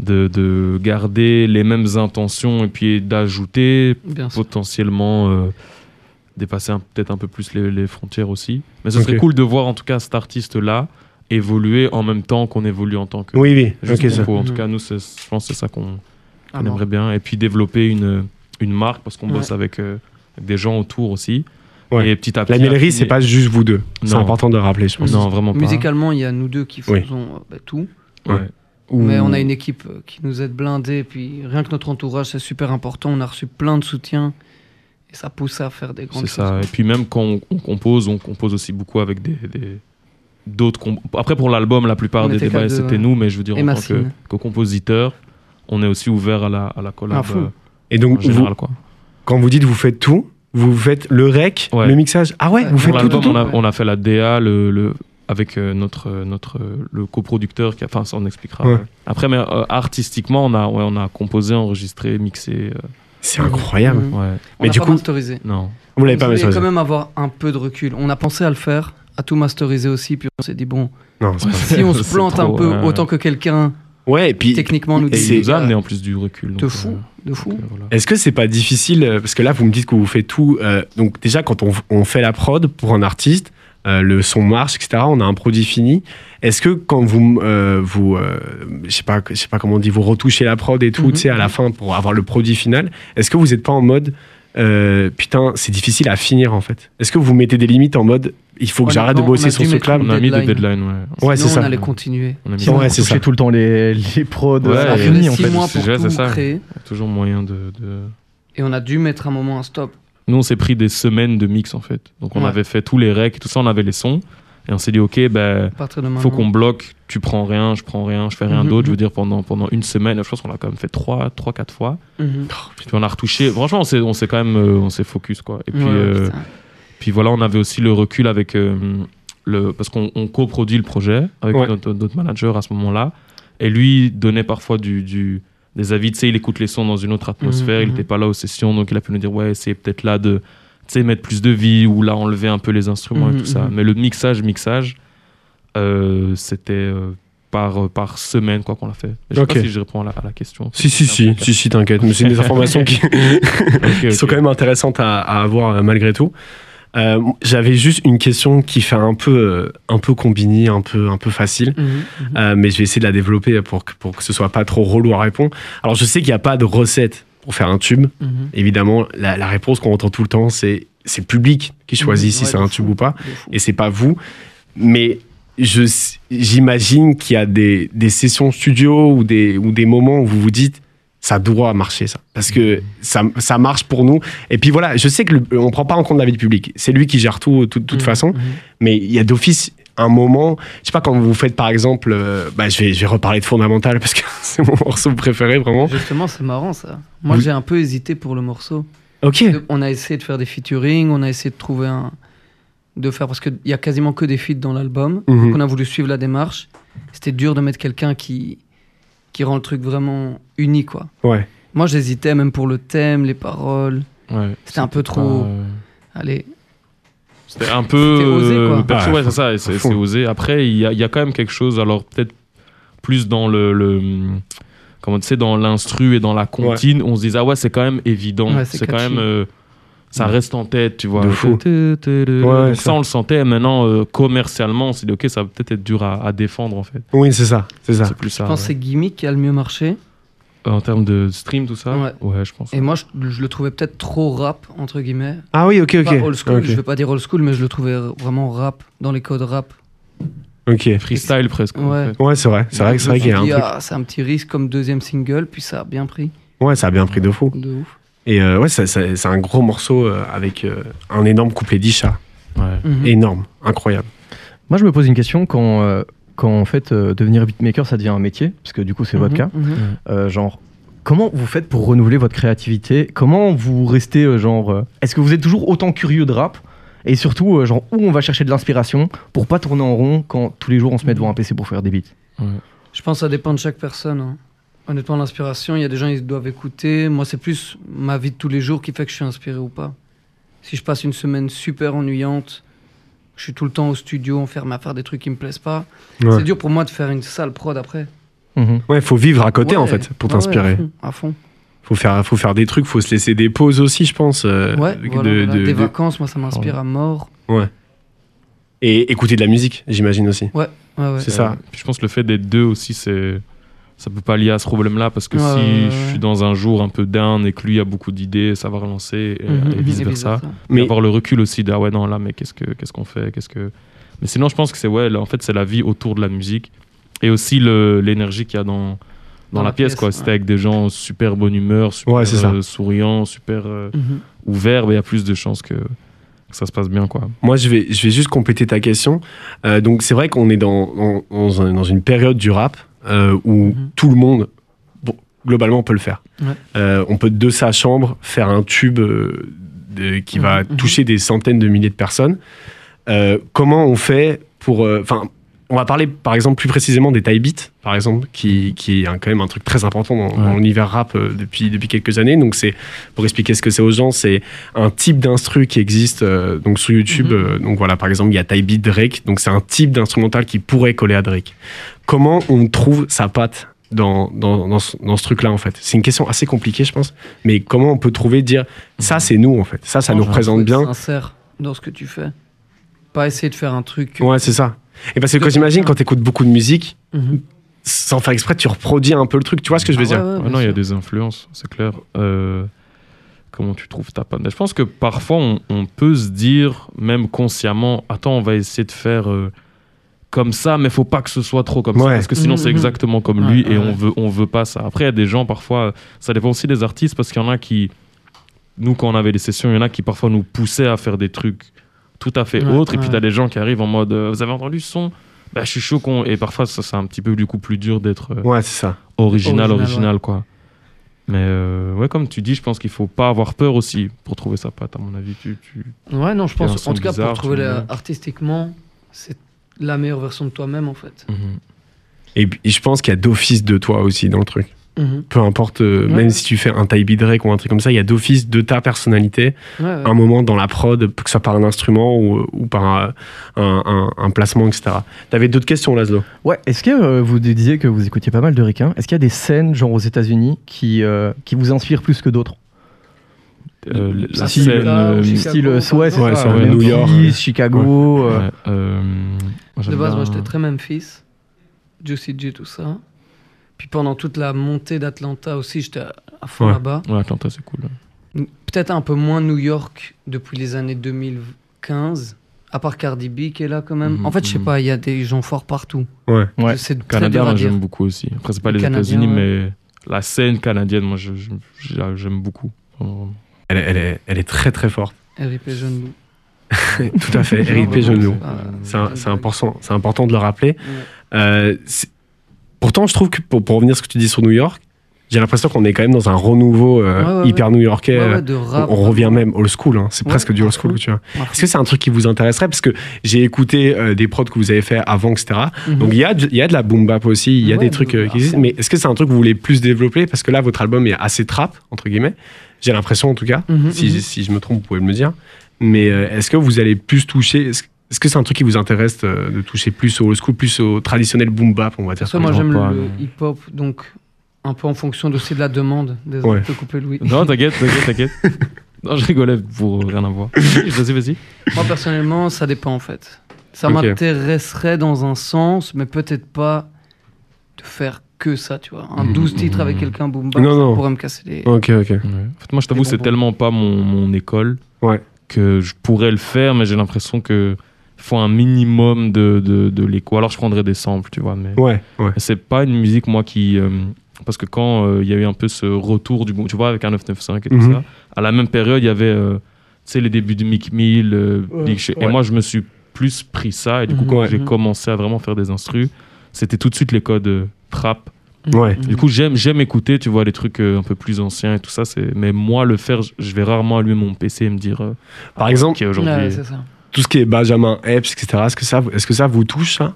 Speaker 4: de, de garder les mêmes intentions et puis d'ajouter
Speaker 5: Bien sûr.
Speaker 4: potentiellement euh, dépasser un- peut-être un peu plus les, les frontières aussi. Mais ce serait
Speaker 2: Ok.
Speaker 4: cool de voir en tout cas cet artiste-là évoluer en même temps qu'on évolue en tant que.
Speaker 2: Oui, oui,
Speaker 4: Juste
Speaker 2: ok,
Speaker 4: qu'on
Speaker 2: ça.
Speaker 4: peut- en tout
Speaker 5: Mhm.
Speaker 4: cas, nous, c'est- je pense que c'est ça qu'on
Speaker 5: Ah,
Speaker 4: on
Speaker 5: non.
Speaker 4: aimerait bien. Et puis développer une, une marque parce qu'on
Speaker 5: Ouais.
Speaker 4: bosse avec, euh, avec des gens autour aussi.
Speaker 2: Ouais.
Speaker 4: Et petit à
Speaker 2: La
Speaker 4: petit.
Speaker 2: mêlerie,
Speaker 4: affiner-
Speaker 2: c'est pas juste vous deux. C'est
Speaker 4: Non.
Speaker 2: important de le rappeler, je pense.
Speaker 4: Non, vraiment pas.
Speaker 5: Musicalement, il y a nous deux qui faisons
Speaker 2: Oui.
Speaker 5: euh, bah, tout.
Speaker 4: Ouais.
Speaker 5: Mais
Speaker 2: Ou-
Speaker 5: on a une équipe euh, qui nous aide blindés. Puis rien que notre entourage, c'est super important. On a reçu plein de soutien. Et ça pousse à faire des grandes
Speaker 4: C'est
Speaker 5: choses.
Speaker 4: ça. Et puis même quand on, on compose, on compose aussi beaucoup avec des. des- d'autres comp- après pour l'album la plupart
Speaker 5: On
Speaker 4: des
Speaker 5: était qu'à
Speaker 4: débats
Speaker 5: deux,
Speaker 4: c'était
Speaker 5: ouais.
Speaker 4: nous mais je veux dire
Speaker 5: Et
Speaker 4: en tant que,
Speaker 5: Massine.
Speaker 4: que compositeur on est aussi ouvert à la à la collab
Speaker 5: À fond.
Speaker 4: euh,
Speaker 2: Et
Speaker 4: en
Speaker 2: donc, vous,
Speaker 4: général quoi
Speaker 2: quand vous dites vous faites tout, vous faites le rec,
Speaker 4: Ouais.
Speaker 2: le mixage. Ah ouais,
Speaker 5: Ouais.
Speaker 2: vous
Speaker 4: Pour
Speaker 2: faites tout, tout,
Speaker 4: l'album,
Speaker 2: tout.
Speaker 4: on, a,
Speaker 5: ouais.
Speaker 4: on a fait la DA le, le- avec euh, notre, euh, notre, euh, le coproducteur, qui, a- enfin ça on expliquera.
Speaker 2: Ouais.
Speaker 4: Après, mais euh, artistiquement, on a, ouais, on a composé, enregistré, mixé. euh,
Speaker 2: C'est incroyable.
Speaker 5: Mhm.
Speaker 4: ouais,
Speaker 5: On
Speaker 2: Mais
Speaker 5: n'a
Speaker 2: du
Speaker 5: pas
Speaker 2: coup-
Speaker 5: masterisé.
Speaker 4: non.
Speaker 2: Vous l'avez
Speaker 5: On
Speaker 2: pas
Speaker 5: voulait
Speaker 2: masterisé.
Speaker 5: quand même avoir un peu de recul. On a pensé à le faire, à tout masteriser aussi. Puis on s'est dit, bon,
Speaker 2: Non, c'est pas-
Speaker 5: si on se
Speaker 4: C'est
Speaker 5: plante un
Speaker 4: trop,
Speaker 5: peu,
Speaker 4: ouais.
Speaker 5: autant que quelqu'un
Speaker 2: Ouais, et puis
Speaker 5: techniquement nous
Speaker 4: Et
Speaker 5: dise.
Speaker 2: c'est-
Speaker 4: il nous a
Speaker 5: euh,
Speaker 4: amené en plus du recul. donc,
Speaker 5: De
Speaker 4: euh,
Speaker 5: fou, de fou.
Speaker 4: donc, euh, voilà.
Speaker 2: Est-ce que c'est pas difficile euh, Parce que là, vous me dites que vous faites tout. euh, donc, déjà, quand on, on fait la prod pour un artiste, euh, le son marche, etc., on a un produit fini. Est-ce que quand vous. euh, vous euh, je sais pas, je sais pas comment on dit, vous retouchez la prod et tout,
Speaker 5: Mhm.
Speaker 2: tu sais, à la fin pour avoir le produit final, est-ce que vous n'êtes pas en mode. euh, putain, c'est difficile à finir en fait. Est-ce que vous mettez des limites en mode il faut que j'arrête de
Speaker 5: Honnêtement, Oh on
Speaker 2: bosser
Speaker 5: a
Speaker 2: sur
Speaker 5: dû
Speaker 2: ce
Speaker 5: mettre
Speaker 2: truc-là
Speaker 5: une
Speaker 4: On a mis des
Speaker 5: deadline.
Speaker 4: deadlines. Ouais,
Speaker 2: Ouais, c'est
Speaker 5: Sinon,
Speaker 2: ça.
Speaker 5: on allait continuer.
Speaker 4: On a mis
Speaker 2: Sinon,
Speaker 4: des
Speaker 2: ouais,
Speaker 4: deadlines.
Speaker 2: c'est ça.
Speaker 3: toucher tout le temps les, les prods
Speaker 4: Ouais,
Speaker 3: à
Speaker 5: on a
Speaker 4: et-
Speaker 3: fini, en
Speaker 5: six
Speaker 3: fait.
Speaker 5: mois
Speaker 4: c'est
Speaker 5: pour
Speaker 4: déjà- c'est
Speaker 5: tout
Speaker 4: ça.
Speaker 5: créer
Speaker 4: Il y a toujours moyen de, de-
Speaker 5: et on a dû mettre un moment un stop.
Speaker 4: Nous, on s'est pris des semaines de mix en fait. Donc on
Speaker 5: Ouais.
Speaker 4: avait fait tous les recs, tout ça, on avait les sons. Et on s'est dit, ok, ben.
Speaker 5: À partir de maintenant.
Speaker 4: faut qu'on bloque, tu prends rien, je prends rien, je fais rien
Speaker 5: Mhm,
Speaker 4: d'autre. Je veux
Speaker 5: mhm.
Speaker 4: dire, pendant, pendant une semaine, je pense qu'on l'a quand même fait 3, trois 4 fois.
Speaker 5: Mhm.
Speaker 4: Puis on a retouché. Franchement, on s'est, on s'est quand même euh, on s'est focus. Quoi. Et puis,
Speaker 5: Mhm. Ouais,
Speaker 4: euh,
Speaker 5: putain.
Speaker 4: puis voilà, on avait aussi le recul avec. euh, le, parce qu'on on coproduit le projet avec
Speaker 2: Ouais.
Speaker 4: notre, notre manager à ce moment-là. Et lui donnait parfois du, du- des avis. Tu sais, il écoute les sons dans une autre atmosphère.
Speaker 5: Mhm,
Speaker 4: Il
Speaker 5: mhm.
Speaker 4: n'était pas là aux sessions, donc il a pu nous dire Ouais, c'est peut-être là de tu sais, mettre plus de vie ou là enlever un peu les instruments
Speaker 5: Mhm,
Speaker 4: et tout ça.
Speaker 5: mhm.
Speaker 4: Mais le mixage, mixage, euh, c'était euh, par, par semaine quoi qu'on l'a fait. Je sais
Speaker 2: Ok.
Speaker 4: pas si je réponds à la, à la question.
Speaker 2: Si, si, si, si, si, t'inquiète. Mais c'est des informations qui.
Speaker 4: Ok,
Speaker 2: qui sont
Speaker 4: ok.
Speaker 2: quand même intéressantes à, à avoir euh, malgré tout. Euh, J'avais juste une question qui fait un peu, euh, un peu combinée, un peu, un peu facile,
Speaker 5: Mhm.
Speaker 2: Euh, mais je vais essayer de la développer pour que, pour que ce soit pas trop relou à répondre. Alors je sais qu'il n'y a pas de recette pour faire un tube.
Speaker 5: Mhm.
Speaker 2: Évidemment, la, la réponse qu'on entend tout le temps, c'est c'est le public qui choisit
Speaker 5: Mhm,
Speaker 2: si
Speaker 5: ouais,
Speaker 2: c'est
Speaker 5: de
Speaker 2: un
Speaker 5: fou.
Speaker 2: tube ou pas,
Speaker 5: De fou.
Speaker 2: et c'est pas vous. Mais je s- j'imagine qu'il y a des, des sessions studio ou des, ou des moments où vous vous dites ça doit marcher ça parce que ça, ça marche pour nous et puis voilà je sais que le- on prend pas en compte la vie du public c'est lui qui gère tout de toute, toute
Speaker 5: Mhm.
Speaker 2: façon
Speaker 5: Mhm.
Speaker 2: mais il y a d'office un moment je sais pas quand vous faites par exemple euh, bah, je vais je vais reparler de fondamental parce que c'est mon morceau préféré vraiment
Speaker 5: Justement, c'est marrant ça. Moi,
Speaker 2: Oui.
Speaker 5: j'ai un peu hésité pour le morceau.
Speaker 2: ok
Speaker 5: On a essayé de faire des featuring, on a essayé de trouver un. de faire. Parce qu'il y a quasiment que des feats dans l'album.
Speaker 2: Mhm.
Speaker 5: qu'on a voulu suivre la démarche. C'était dur de mettre quelqu'un qui, qui rend le truc vraiment uni, quoi.
Speaker 2: ouais
Speaker 5: Moi, j'hésitais même pour le thème, les paroles.
Speaker 4: Ouais.
Speaker 5: C'était un peu trop.
Speaker 4: Euh,
Speaker 5: Allez.
Speaker 4: C'était un peu.
Speaker 5: C'était osé,
Speaker 4: euh,
Speaker 5: quoi.
Speaker 4: perso,
Speaker 2: Ah,
Speaker 4: ouais, c'est ça, et c'est
Speaker 2: fond.
Speaker 4: c'est osé. Après, il y a, il y a quand même quelque chose, alors peut-être plus dans le. le- comment tu sais, dans l'instru et dans la comptine, on se disait, ah ouais, c'est quand même évident.
Speaker 5: Ouais, c'est
Speaker 4: c'est quand
Speaker 5: catchy.
Speaker 4: même. euh, ça reste en tête, tu vois.
Speaker 2: De fou. Ouais, c'est
Speaker 4: Donc ça,
Speaker 2: ça.
Speaker 4: on le sentait. Maintenant, euh, commercialement, on s'est dit, ok, ça va peut-être être dur à, à défendre, en fait.
Speaker 2: Oui, c'est ça, c'est ça.
Speaker 4: C'est plus ça.
Speaker 5: Je pense que
Speaker 4: ouais.
Speaker 5: c'est Gimmick qui a le mieux marché.
Speaker 4: Euh, En termes de stream, tout ça
Speaker 5: Ouais.
Speaker 4: Ouais, je pense.
Speaker 5: Et moi, je, je le trouvais peut-être trop rap, entre guillemets.
Speaker 2: Ah oui, ok, ok.
Speaker 5: Pas old school,
Speaker 2: Ok.
Speaker 5: je vais pas dire old school, mais je le trouvais vraiment rap, dans les codes rap.
Speaker 2: Ok.
Speaker 4: Freestyle presque. en
Speaker 5: Ouais.
Speaker 4: fait.
Speaker 2: Ouais, c'est vrai, c'est vrai, que- c'est vrai qu'il y a un
Speaker 5: Puis,
Speaker 2: truc.
Speaker 5: ah, C'est un petit risque comme deuxième single, puis ça a bien pris.
Speaker 2: Ouais, ça a bien pris de fou.
Speaker 5: De ouf.
Speaker 2: Et euh, ouais, ça- ça- c'est un gros morceau euh, avec euh, un énorme couplet d'Isha.
Speaker 4: Ouais.
Speaker 5: Mhm.
Speaker 2: Énorme, incroyable.
Speaker 3: Moi, je me pose une question quand, euh, quand en fait, euh, devenir beatmaker, ça devient un métier, parce que du coup, c'est votre
Speaker 5: Mhm,
Speaker 3: cas.
Speaker 5: mhm.
Speaker 3: Euh, genre, comment vous faites pour renouveler votre créativité Comment vous restez, euh, genre, euh, est-ce que vous êtes toujours autant curieux de rap Et surtout, euh, genre, où on va chercher de l'inspiration pour pas tourner en rond quand tous les jours on se met devant un PC pour faire des beats
Speaker 5: Je pense que ça dépend de chaque personne. hein. Honnêtement, l'inspiration, il y a des gens ils doivent écouter. Moi, c'est plus ma vie de tous les jours qui fait que je suis inspiré ou pas. Si je passe une semaine super ennuyante, je suis tout le temps au studio, enfermé à faire des trucs qui me plaisent pas.
Speaker 2: Ouais.
Speaker 5: C'est dur pour moi de faire une sale prod après.
Speaker 2: Ouais, faut vivre à côté
Speaker 5: Ouais.
Speaker 2: en fait pour
Speaker 5: Ouais, ouais,
Speaker 2: t'inspirer. Euh,
Speaker 5: à fond, à fond.
Speaker 2: faut faire, faut faire des trucs, faut se laisser des pauses aussi, je pense. euh,
Speaker 5: Ouais,
Speaker 2: de-
Speaker 5: voilà,
Speaker 2: de-
Speaker 5: voilà.
Speaker 2: de-
Speaker 5: des vacances, moi, ça m'inspire à mort.
Speaker 2: Et écouter de la musique, j'imagine aussi.
Speaker 5: Ouais, ouais.
Speaker 2: C'est ça.
Speaker 4: Euh, Puis je pense que le fait d'être deux aussi, c'est ça peut pas lier à ce problème-là parce que
Speaker 5: Ouais,
Speaker 4: si
Speaker 5: ouais, ouais.
Speaker 4: je suis dans un jour un peu down et que lui a beaucoup d'idées, ça va relancer et,
Speaker 5: Mhm,
Speaker 4: et vice
Speaker 5: et
Speaker 4: versa.
Speaker 5: vice-versa.
Speaker 4: Mais
Speaker 2: Mais-
Speaker 4: avoir le recul aussi de ah ouais non là mais qu'est-ce que qu'est-ce qu'on fait qu'est-ce que mais sinon je pense que c'est ouais là, en fait c'est la vie autour de la musique et aussi le- l'énergie qu'il y a dans dans, la, pièce, quoi.
Speaker 5: ouais.
Speaker 4: C'était avec des gens super bonne humeur, super
Speaker 2: Ouais, c'est ça.
Speaker 4: euh, souriants, super euh,
Speaker 5: Mhm.
Speaker 4: ouverts. mais Il y a plus de chances que, que ça se passe bien, quoi.
Speaker 2: Moi, je vais, je vais juste compléter ta question. Euh, donc, c'est vrai qu'on est dans, dans, dans un- dans une période du rap euh, où
Speaker 5: Mhm.
Speaker 2: tout le monde, bon, globalement, peut le faire.
Speaker 5: Ouais.
Speaker 2: Euh, on peut, de sa chambre, faire un tube euh, de- qui va
Speaker 5: Mhm, mhm.
Speaker 2: toucher des centaines de milliers de personnes. Euh, comment on fait pour... euh, Enfin, on va parler, par exemple, plus précisément des tie beats, par exemple, qui, qui est un- quand même un truc très important dans, dans
Speaker 4: Ouais.
Speaker 2: l'univers rap euh, depuis, depuis quelques années. Donc, c'est pour expliquer ce que c'est aux gens, c'est un type d'instru qui existe euh, donc sur YouTube.
Speaker 5: Mhm.
Speaker 2: euh, donc voilà, par exemple, il y a Ty Beat Drake. Donc c'est un type d'instrumental qui pourrait coller à Drake. Comment on trouve sa patte dans, dans, dans ce, dans ce truc-là, en fait C'est une question assez compliquée, je pense. Mais comment on peut trouver, dire, ça, c'est nous, en fait. Ça, ça
Speaker 5: Moi,
Speaker 2: nous
Speaker 5: Oh, je
Speaker 2: représente
Speaker 5: trouve
Speaker 2: bien.
Speaker 5: Sincère dans ce que tu fais. Pas essayer de faire un truc. euh,
Speaker 2: Ouais, c'est ça. Et parce que quand j'imagine, quand t'écoutes beaucoup de musique,
Speaker 5: Mhm.
Speaker 2: sans faire exprès, tu reproduis un peu le truc. Tu vois ce que je veux
Speaker 5: Ah
Speaker 2: dire
Speaker 5: ouais, ouais,
Speaker 4: Ah
Speaker 5: bien
Speaker 4: non, il y a
Speaker 5: sûr.
Speaker 4: des influences, c'est clair. Euh, comment tu trouves ta patte Je pense que parfois, on, on peut se dire, même consciemment, attends, on va essayer de faire euh, comme ça, mais faut pas que ce soit trop comme ça,
Speaker 2: Ouais.
Speaker 4: parce que sinon, c'est
Speaker 5: Mhm.
Speaker 4: exactement comme
Speaker 5: Ouais,
Speaker 4: lui
Speaker 5: ouais,
Speaker 4: et
Speaker 5: ouais.
Speaker 4: on veut, on veut pas ça. Après, il y a des gens, parfois, ça dépend aussi des artistes, parce qu'il y en a qui, nous, quand on avait les sessions, il y en a qui parfois nous poussaient à faire des trucs tout à fait
Speaker 5: Ouais,
Speaker 4: autres, et puis
Speaker 5: ouais.
Speaker 4: t'as des gens qui arrivent en mode, euh, vous avez entendu ce son bah, je suis chaud qu'on- Et parfois, ça, c'est un petit peu du coup plus dur d'être euh,
Speaker 2: Ouais, c'est ça.
Speaker 4: original,
Speaker 5: Original, ouais.
Speaker 4: original, quoi. Mais euh, ouais, comme tu dis, je pense qu'il faut pas avoir peur aussi pour trouver sa patte, à mon avis. Tu, tu...
Speaker 5: Mhm. Ouais, non, je
Speaker 4: un
Speaker 5: pense.
Speaker 4: son
Speaker 5: En tout cas,
Speaker 4: bizarre,
Speaker 5: pour trouver
Speaker 4: tu
Speaker 5: la-
Speaker 4: vois.
Speaker 5: artistiquement, c'est la meilleure version de toi-même, en fait.
Speaker 4: Mhm.
Speaker 2: Et puis, je pense qu'il y a d'office de toi aussi dans le truc.
Speaker 5: Mhm.
Speaker 2: peu importe, euh,
Speaker 5: Ouais.
Speaker 2: même si tu fais un type Drake ou un truc comme ça, il y a d'office de ta personnalité,
Speaker 5: Ouais, ouais.
Speaker 2: un moment dans la prod, que ce soit par un instrument ou, ou par un, un- un- un placement, etc. T'avais d'autres questions, Laszlo
Speaker 3: Ouais, est-ce que euh, vous disiez que vous écoutiez pas mal de ricains Est-ce qu'il y a des scènes, genre aux États-Unis, qui, euh, qui vous inspirent plus que d'autres
Speaker 4: Euh, la
Speaker 5: Si,
Speaker 4: scène,
Speaker 5: là,
Speaker 4: euh,
Speaker 5: ou
Speaker 4: ouais,
Speaker 5: Chicago,
Speaker 3: Style, euh,
Speaker 5: par
Speaker 3: ouais, c'est
Speaker 2: exemple.
Speaker 3: ça,
Speaker 4: Ouais, ça, ouais,
Speaker 3: Memphis,
Speaker 2: New York, ouais.
Speaker 3: Chicago. euh,
Speaker 4: euh, moi, j'aime
Speaker 5: De base, moi,
Speaker 4: bien-
Speaker 5: j'étais très Memphis, Juicy J, tout ça. Puis pendant toute la montée d'Atlanta aussi, j'étais à- à fond
Speaker 2: Ouais.
Speaker 5: là-bas.
Speaker 4: Ouais, Atlanta, c'est cool.
Speaker 5: Peut-être un peu moins New York depuis les années 2015. À part Cardi B qui est là quand même.
Speaker 4: Mhm,
Speaker 5: en fait, je sais
Speaker 4: mhm.
Speaker 5: pas, il y a des gens forts partout.
Speaker 2: Ouais.
Speaker 3: Ouais.
Speaker 5: C'est très
Speaker 4: Canada,
Speaker 5: dur à
Speaker 4: moi,
Speaker 5: dire.
Speaker 4: j'aime beaucoup aussi. Après, c'est pas
Speaker 5: Le
Speaker 4: les
Speaker 5: Canadien,
Speaker 4: États-Unis,
Speaker 5: ouais.
Speaker 4: mais la scène canadienne, moi, je- je- je- j'aime beaucoup. Vraiment.
Speaker 2: elle, est- elle est, elle est très très forte.
Speaker 5: RIP Jeune Loup.
Speaker 2: Tout à fait,
Speaker 5: Genre,
Speaker 2: RIP
Speaker 5: vraiment,
Speaker 2: Jeune Loup.
Speaker 5: c'est pas-
Speaker 2: C'est un- c'est important, c'est important de le rappeler.
Speaker 5: Ouais.
Speaker 2: Euh, c'est- pourtant, je trouve que pour, pour revenir à ce que tu dis sur New York, j'ai l'impression qu'on est quand même dans un renouveau euh,
Speaker 5: Ouais, ouais,
Speaker 2: hyper new-yorkais.
Speaker 5: Ouais,
Speaker 2: euh,
Speaker 5: ouais, de rap,
Speaker 2: on, on revient
Speaker 5: vraiment.
Speaker 2: même old school, hein. c'est
Speaker 5: Ouais,
Speaker 2: presque du old
Speaker 5: à fond.
Speaker 2: school, tu vois.
Speaker 5: À
Speaker 2: Est-ce que c'est un truc qui vous intéresserait Parce que j'ai écouté euh, des prods que vous avez fait avant, etc. Donc il y, a de- il y a de la boom bap aussi, il y a
Speaker 5: Mm. Ouais,
Speaker 2: des trucs euh,
Speaker 5: bah,
Speaker 2: qui existent. Mais est-ce que c'est un truc que vous voulez plus développer Parce que là, votre album est assez trap, entre guillemets. J'ai l'impression, en tout cas.
Speaker 5: Mhm,
Speaker 2: si,
Speaker 5: mhm.
Speaker 2: si je me trompe, vous pouvez me le dire. Mais euh, est-ce que vous allez plus toucher Est-ce est-ce que c'est un truc qui vous intéresse euh, de toucher plus au old school, plus au traditionnel boom bap, on va dire
Speaker 5: Soit
Speaker 2: comme
Speaker 5: moi
Speaker 2: ça
Speaker 5: j'aime
Speaker 4: pas,
Speaker 5: le
Speaker 4: mais-
Speaker 5: hip-hop, donc un peu en fonction de- aussi de la demande. Désolé
Speaker 2: Ouais.
Speaker 5: de te couper Louis.
Speaker 4: Non, t'inquiète, t'inquiète, t'inquiète. Non, je rigolais pour rien avoir. Vas-y, vas-y.
Speaker 5: Moi, personnellement, ça dépend en fait. Ça
Speaker 2: Ok.
Speaker 5: m'intéresserait dans un sens, mais peut-être pas de faire que ça, tu vois. Un 12 titres avec quelqu'un boom bap,
Speaker 2: Non,
Speaker 5: ça
Speaker 2: non.
Speaker 5: pourrait me casser les.
Speaker 2: Ok, ok.
Speaker 4: En fait, moi, je t'avoue,
Speaker 5: Des
Speaker 4: c'est
Speaker 5: bonbons.
Speaker 4: tellement pas mon, mon école
Speaker 2: Ouais.
Speaker 4: que je pourrais le faire, mais j'ai l'impression que faut un minimum de, de, de l'écho. Alors, je prendrais des samples, tu vois, mais
Speaker 2: Ouais, ouais.
Speaker 4: c'est pas une musique, moi, qui. euh, parce que quand euh, il y a eu un peu ce retour du bon, tu vois, avec un 995 et tout
Speaker 2: Mhm.
Speaker 4: ça, à la même période, il y avait, euh, tu sais, les débuts de Mick Mill, euh, Big Sh- et
Speaker 3: Ouais.
Speaker 4: moi, je me suis plus pris ça, et du coup,
Speaker 5: Mhm.
Speaker 4: quand
Speaker 2: Ouais.
Speaker 4: j'ai commencé à vraiment faire des instrus, c'était tout de suite les codes euh, trap,
Speaker 2: Ouais.
Speaker 4: du coup, j'aime, j'aime écouter, tu vois, les trucs euh, un peu plus anciens et tout ça. C'est... Mais moi, le faire, je- je vais rarement allumer mon PC et me dire. euh,
Speaker 2: Par exemple,
Speaker 4: ok, aujourd'hui. euh,
Speaker 5: Ouais, c'est ça.
Speaker 2: tout ce qui est Benjamin Epps, etc., est-ce que ça, est-ce que ça vous touche, ça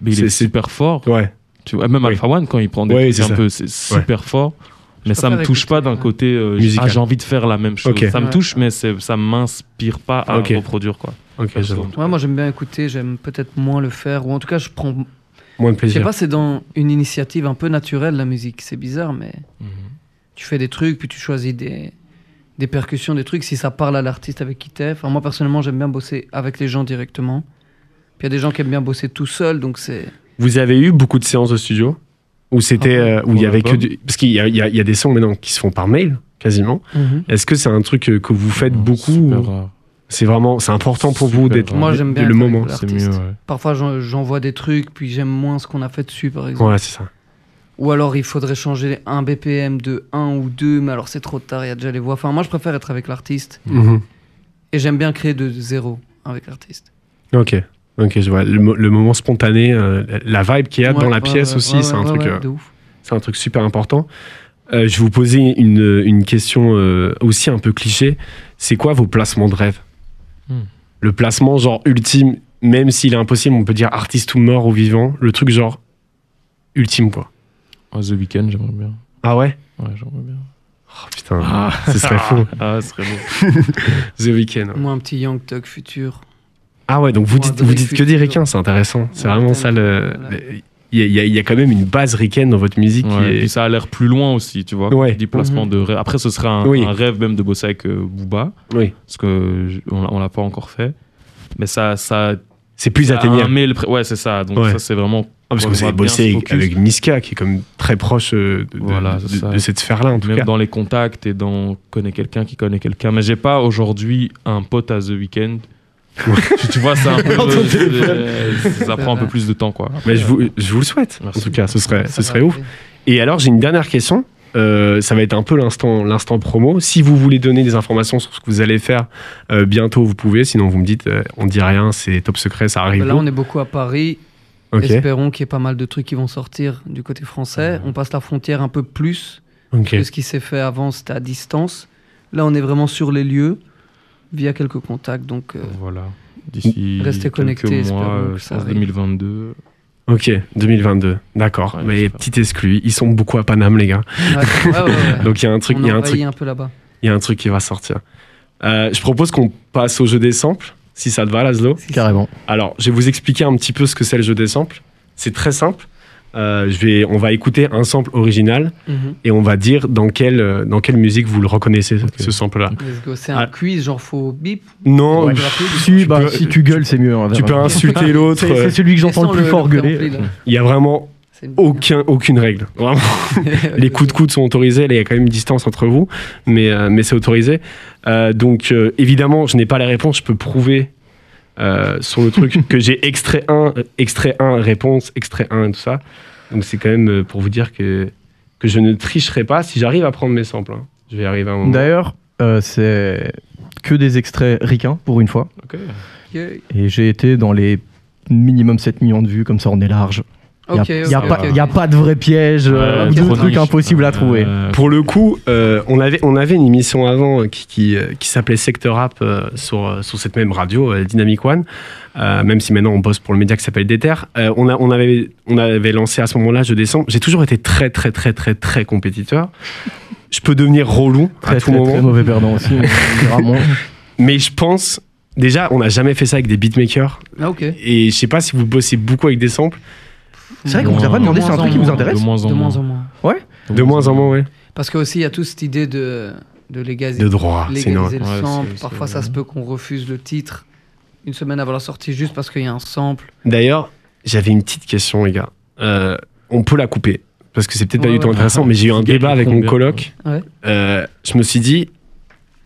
Speaker 4: mais il
Speaker 2: c'est-
Speaker 4: est,
Speaker 2: c'est-
Speaker 4: super fort.
Speaker 2: Ouais.
Speaker 4: Tu vois, même
Speaker 2: Oui.
Speaker 4: Alpha One, quand il prend des
Speaker 2: Oui,
Speaker 4: trucs
Speaker 2: c'est
Speaker 4: un
Speaker 2: ça.
Speaker 4: peu, c'est super fort. Mais ça me
Speaker 5: préfère
Speaker 4: touche pas
Speaker 5: écouter,
Speaker 4: d'un
Speaker 5: ouais.
Speaker 4: côté. euh,
Speaker 2: Musical.
Speaker 4: ah, j'ai envie de faire la même chose.
Speaker 2: Ok.
Speaker 4: Ça me
Speaker 5: Ouais.
Speaker 4: touche, mais c'est, ça m'inspire pas à
Speaker 2: Ok.
Speaker 4: reproduire, quoi.
Speaker 2: Ok,
Speaker 4: Parce
Speaker 2: j'avoue.
Speaker 4: que-
Speaker 5: Ouais, moi, j'aime bien écouter, j'aime peut-être moins le faire, ou en tout cas, je prends.
Speaker 2: Moins de
Speaker 5: Je sais
Speaker 2: plaisir.
Speaker 5: pas, c'est dans une initiative un peu naturelle, la musique. C'est bizarre, mais
Speaker 2: Mhm.
Speaker 5: tu fais des trucs, puis tu choisis des, des percussions, des trucs, si ça parle à l'artiste avec qui t'es. Enfin, moi, personnellement, j'aime bien bosser avec les gens directement. Puis il y a des gens qui aiment bien bosser tout seul, donc c'est.
Speaker 2: Vous avez eu beaucoup de séances de studio où c'était,
Speaker 5: Ah,
Speaker 2: euh, où il y
Speaker 4: pour
Speaker 2: avait que
Speaker 4: l'album.
Speaker 2: du... parce qu'il y a, il y a- il y a des sons maintenant qui se font par mail quasiment. Est-ce que c'est un truc euh, que vous faites
Speaker 4: Ouais,
Speaker 2: beaucoup
Speaker 4: super
Speaker 2: ou-
Speaker 4: rare.
Speaker 2: C'est vraiment, c'est important pour vous
Speaker 4: Super
Speaker 2: d'être
Speaker 4: rare.
Speaker 5: Moi,
Speaker 2: de-
Speaker 5: j'aime
Speaker 2: de
Speaker 5: bien
Speaker 2: le
Speaker 5: être
Speaker 2: moment.
Speaker 5: avec
Speaker 4: C'est
Speaker 5: l'artiste.
Speaker 4: mieux, ouais.
Speaker 5: Parfois, j'en- j'envoie des trucs, puis j'aime moins ce qu'on a fait dessus, par exemple.
Speaker 2: Ouais, c'est ça.
Speaker 5: Ou alors, il faudrait changer un BPM de 1 ou 2, mais alors c'est trop tard, il y a déjà les voix. Enfin, moi, je préfère être avec l'artiste.
Speaker 2: Mhm.
Speaker 5: Et j'aime bien créer de zéro avec l'artiste.
Speaker 2: Ok, ok, je vois. Le, mo- le moment spontané, euh, la la vibe qu'il y a
Speaker 5: Ouais,
Speaker 2: dans la
Speaker 5: ouais,
Speaker 2: pièce
Speaker 5: ouais,
Speaker 2: aussi,
Speaker 5: ouais,
Speaker 2: c'est
Speaker 5: ouais,
Speaker 2: un truc,
Speaker 5: ouais,
Speaker 2: euh,
Speaker 5: de ouf.
Speaker 2: c'est un truc super important. Euh, je vais vous poser une, une question euh, aussi un peu cliché. C'est quoi vos placements de rêve
Speaker 4: Hmm.
Speaker 2: Le placement genre ultime, même s'il est impossible, on peut dire artiste ou mort ou vivant, le truc genre ultime quoi.
Speaker 4: Ouais, The Weeknd, j'aimerais bien.
Speaker 2: Ah ouais
Speaker 4: Ouais, j'aimerais bien.
Speaker 2: Oh putain, ce serait fou.
Speaker 4: Ah, ce serait beau.
Speaker 2: The Weeknd. ouais.
Speaker 5: Moi, un petit Young Tug futur.
Speaker 2: Ah ouais, donc vous
Speaker 5: Ou
Speaker 2: dites,
Speaker 5: un
Speaker 2: vous dites que des
Speaker 5: Dreyfus.
Speaker 2: requins, c'est intéressant. C'est
Speaker 5: Ouais,
Speaker 2: vraiment
Speaker 5: t'aimes.
Speaker 2: ça le.
Speaker 5: Voilà.
Speaker 2: le- Il y, a- il y a- il y a quand même une base ricaine dans votre musique qui
Speaker 4: Ouais,
Speaker 2: est-
Speaker 4: puis ça a l'air plus loin aussi, tu vois.
Speaker 2: Ouais.
Speaker 4: Des placements
Speaker 5: Mhm.
Speaker 4: de rêve. Après, ce serait un,
Speaker 2: Oui.
Speaker 4: un rêve même de bosser avec euh, Booba.
Speaker 2: Oui.
Speaker 4: Parce que je- on l'a- on l'a pas encore fait. Mais ça, ça,
Speaker 2: C'est plus
Speaker 4: ça a un
Speaker 2: atteignable.
Speaker 4: mail. pré- Ouais, c'est ça. Donc
Speaker 2: Ouais.
Speaker 4: ça, c'est vraiment.
Speaker 2: Ah, parce que
Speaker 4: on
Speaker 2: vous
Speaker 4: va
Speaker 2: avez
Speaker 4: bien
Speaker 2: bossé
Speaker 4: se
Speaker 2: avec,
Speaker 4: focus.
Speaker 2: avec Niska, qui est comme très proche euh, de, de-
Speaker 4: Voilà,
Speaker 2: de-
Speaker 4: c'est ça.
Speaker 2: de cette sphère-là, en tout
Speaker 4: Même
Speaker 2: cas.
Speaker 4: dans les contacts et dans connaît quelqu'un qui connaît quelqu'un. Mais j'ai pas aujourd'hui un pote à The Weeknd. tu, tu vois, c'est un peu.
Speaker 2: Dans ton téléphone.
Speaker 4: euh, ça prend un peu plus de temps, quoi.
Speaker 2: Mais je vous, je vous le souhaite, en
Speaker 4: Merci.
Speaker 2: tout cas, ce serait,
Speaker 5: Ça
Speaker 2: ce
Speaker 5: va
Speaker 2: serait ouf.
Speaker 5: arriver.
Speaker 2: Et alors, j'ai une dernière question. Euh, ça va être un peu l'instant, l'instant promo. Si vous voulez donner des informations sur ce que vous allez faire euh, bientôt, vous pouvez. Sinon, vous me dites, euh, on dit rien, c'est top secret, ça arrive.
Speaker 5: Mais Bah Là,
Speaker 2: bientôt.
Speaker 5: on est beaucoup à Paris.
Speaker 2: Ok.
Speaker 5: Espérons qu'il y ait pas mal de trucs qui vont sortir du côté français. On passe la frontière un peu plus
Speaker 2: Ah. Ok.
Speaker 5: que ce qui s'est fait avant, c'était à distance. Là, on est vraiment sur les lieux via quelques contacts. Donc, euh,
Speaker 4: Voilà. D'ici
Speaker 5: Restez
Speaker 4: quelques
Speaker 5: connectés, espérons
Speaker 4: mois, euh,
Speaker 5: que
Speaker 4: je
Speaker 5: ça
Speaker 4: pense
Speaker 5: arrive.
Speaker 4: 2022.
Speaker 2: Ok, 2022. D'accord.
Speaker 4: Ouais,
Speaker 2: Mais
Speaker 4: j'espère.
Speaker 2: petite exclue, ils sont beaucoup à Paname, les gars.
Speaker 5: ouais, ouais, ouais, ouais.
Speaker 2: Donc il y a un truc,
Speaker 5: on
Speaker 2: il y a un
Speaker 5: envahit
Speaker 2: truc,
Speaker 5: un peu là-bas.
Speaker 2: il y a un truc qui va sortir. Euh, je propose qu'on passe au jeu des samples, si ça te va, Laszlo.
Speaker 3: Carrément.
Speaker 2: Alors, je vais vous expliquer un petit peu ce que c'est le jeu des samples. C'est très simple. Euh, je vais, on va écouter un sample original
Speaker 5: Mhm.
Speaker 2: et on va dire dans quelle, euh, dans quelle musique vous le reconnaissez, ce sample-là.
Speaker 5: Let's go. C'est
Speaker 2: Ah.
Speaker 5: un quiz, genre faut bip.
Speaker 2: Non,
Speaker 5: Ouais.
Speaker 2: pff,
Speaker 3: Si,
Speaker 2: Tu
Speaker 3: bah,
Speaker 2: peux-
Speaker 3: si tu gueules, c'est mieux. hein,
Speaker 2: tu peux
Speaker 3: vraiment.
Speaker 2: insulter l'autre.
Speaker 3: C'est c'est
Speaker 2: euh,
Speaker 3: celui que j'entends
Speaker 5: Descends
Speaker 3: le plus fort
Speaker 5: préampli,
Speaker 3: gueuler.
Speaker 5: là.
Speaker 2: Il y a vraiment
Speaker 5: C'est une-
Speaker 2: aucun, aucune règle. Vraiment. Les coups de coude sont autorisés, là, il y a quand même une distance entre vous, mais, euh, mais c'est autorisé. Euh, donc euh, évidemment, je n'ai pas la réponse, je peux prouver euh, sur le truc que j'ai extrait 1, euh, extrait 1, réponse, extrait 1 et tout ça. Donc c'est quand même euh, pour vous dire que, que je ne tricherai pas si j'arrive à prendre mes samples. hein. Je vais y arriver à un moment.
Speaker 3: D'ailleurs, euh, c'est que des extraits ricains pour une fois.
Speaker 4: Ok.
Speaker 5: Ok,
Speaker 3: Et j'ai été dans les minimum 7 millions de vues, comme ça on est large. Il n'y a,
Speaker 5: ok,
Speaker 3: y a
Speaker 5: ok,
Speaker 3: pas,
Speaker 5: ok.
Speaker 3: y a pas de vrai piège euh,
Speaker 4: Ouais,
Speaker 3: ou de
Speaker 4: trop
Speaker 3: truc
Speaker 4: niche.
Speaker 3: impossible à trouver.
Speaker 4: Euh,
Speaker 2: Pour le coup, euh, on, avait, on avait une émission avant euh, qui, qui, euh, qui s'appelait Secteur Rap euh, sur, euh, sur cette même radio, euh, Dynamic One, euh, même si maintenant on bosse pour le média qui s'appelle Déter. Euh, on, a, on, avait, on avait lancé à ce moment-là, je descends. J'ai toujours été très, très, très, très, très compétiteur. Je peux devenir relou à
Speaker 3: Très,
Speaker 2: tout
Speaker 3: très,
Speaker 2: moment.
Speaker 3: très mauvais perdant aussi. hein. mais vraiment.
Speaker 2: Mais je pense, déjà, on n'a jamais fait ça avec des beatmakers.
Speaker 5: Ah, ok.
Speaker 2: Et je sais pas si vous bossez beaucoup avec des samples.
Speaker 3: C'est vrai qu'on vous a pas
Speaker 4: moins-
Speaker 3: demandé si c'est un
Speaker 5: de
Speaker 3: truc qui
Speaker 5: moins
Speaker 3: vous
Speaker 5: en
Speaker 3: intéresse.
Speaker 4: De moins en
Speaker 5: De
Speaker 4: moins.
Speaker 5: moins en moins.
Speaker 2: De moins en moins, ouais.
Speaker 5: Parce que aussi, il y a toute cette idée de de légaliser,
Speaker 2: De droit,
Speaker 5: légaliser
Speaker 2: sinon.
Speaker 4: Ouais,
Speaker 5: le sample.
Speaker 4: c'est- c'est-
Speaker 5: Parfois, ça se peut qu'on refuse le titre une semaine avant la sortie juste parce qu'il y a un sample.
Speaker 2: D'ailleurs, j'avais une petite question, les gars. Euh, on peut la couper parce que c'est peut-être pas
Speaker 5: Ouais,
Speaker 2: du tout
Speaker 5: ouais.
Speaker 2: intéressant, mais j'ai eu un
Speaker 4: Gagne
Speaker 2: débat avec mon
Speaker 4: combien,
Speaker 2: coloc.
Speaker 5: Ouais.
Speaker 2: Euh, je me suis dit,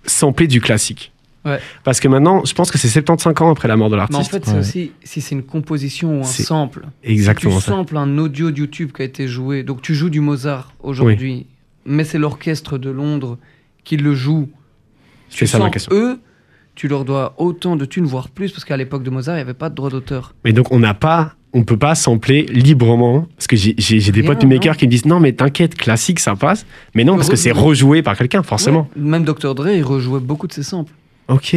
Speaker 2: sampler du classique.
Speaker 5: Ouais.
Speaker 2: Parce que maintenant, je pense que c'est 75 ans après la mort de
Speaker 5: Mais en
Speaker 2: l'artiste.
Speaker 5: fait, c'est
Speaker 4: ouais.
Speaker 5: aussi si c'est une composition ou un
Speaker 2: C'est
Speaker 5: sample.
Speaker 2: Exactement
Speaker 5: tu
Speaker 2: ça.
Speaker 5: samples un audio de YouTube qui a été joué. Donc tu joues du Mozart aujourd'hui, mais c'est l'orchestre de Londres qui le joue.
Speaker 2: C'est ça ma
Speaker 5: Samples,
Speaker 2: question.
Speaker 5: Eux, tu leur dois autant de thunes, voire plus, parce qu'à l'époque de Mozart, il n'y avait pas de droit d'auteur.
Speaker 2: Mais donc, on n'a pas. On peut pas sampler librement parce que j'ai- j'ai j'ai des
Speaker 5: Rien,
Speaker 2: potes makers
Speaker 5: hein.
Speaker 2: qui me disent non mais t'inquiète classique ça passe mais non parce que c'est rejoué par quelqu'un forcément
Speaker 5: Ouais. Même Dr. Dre, il rejouait beaucoup de ses samples.
Speaker 2: ok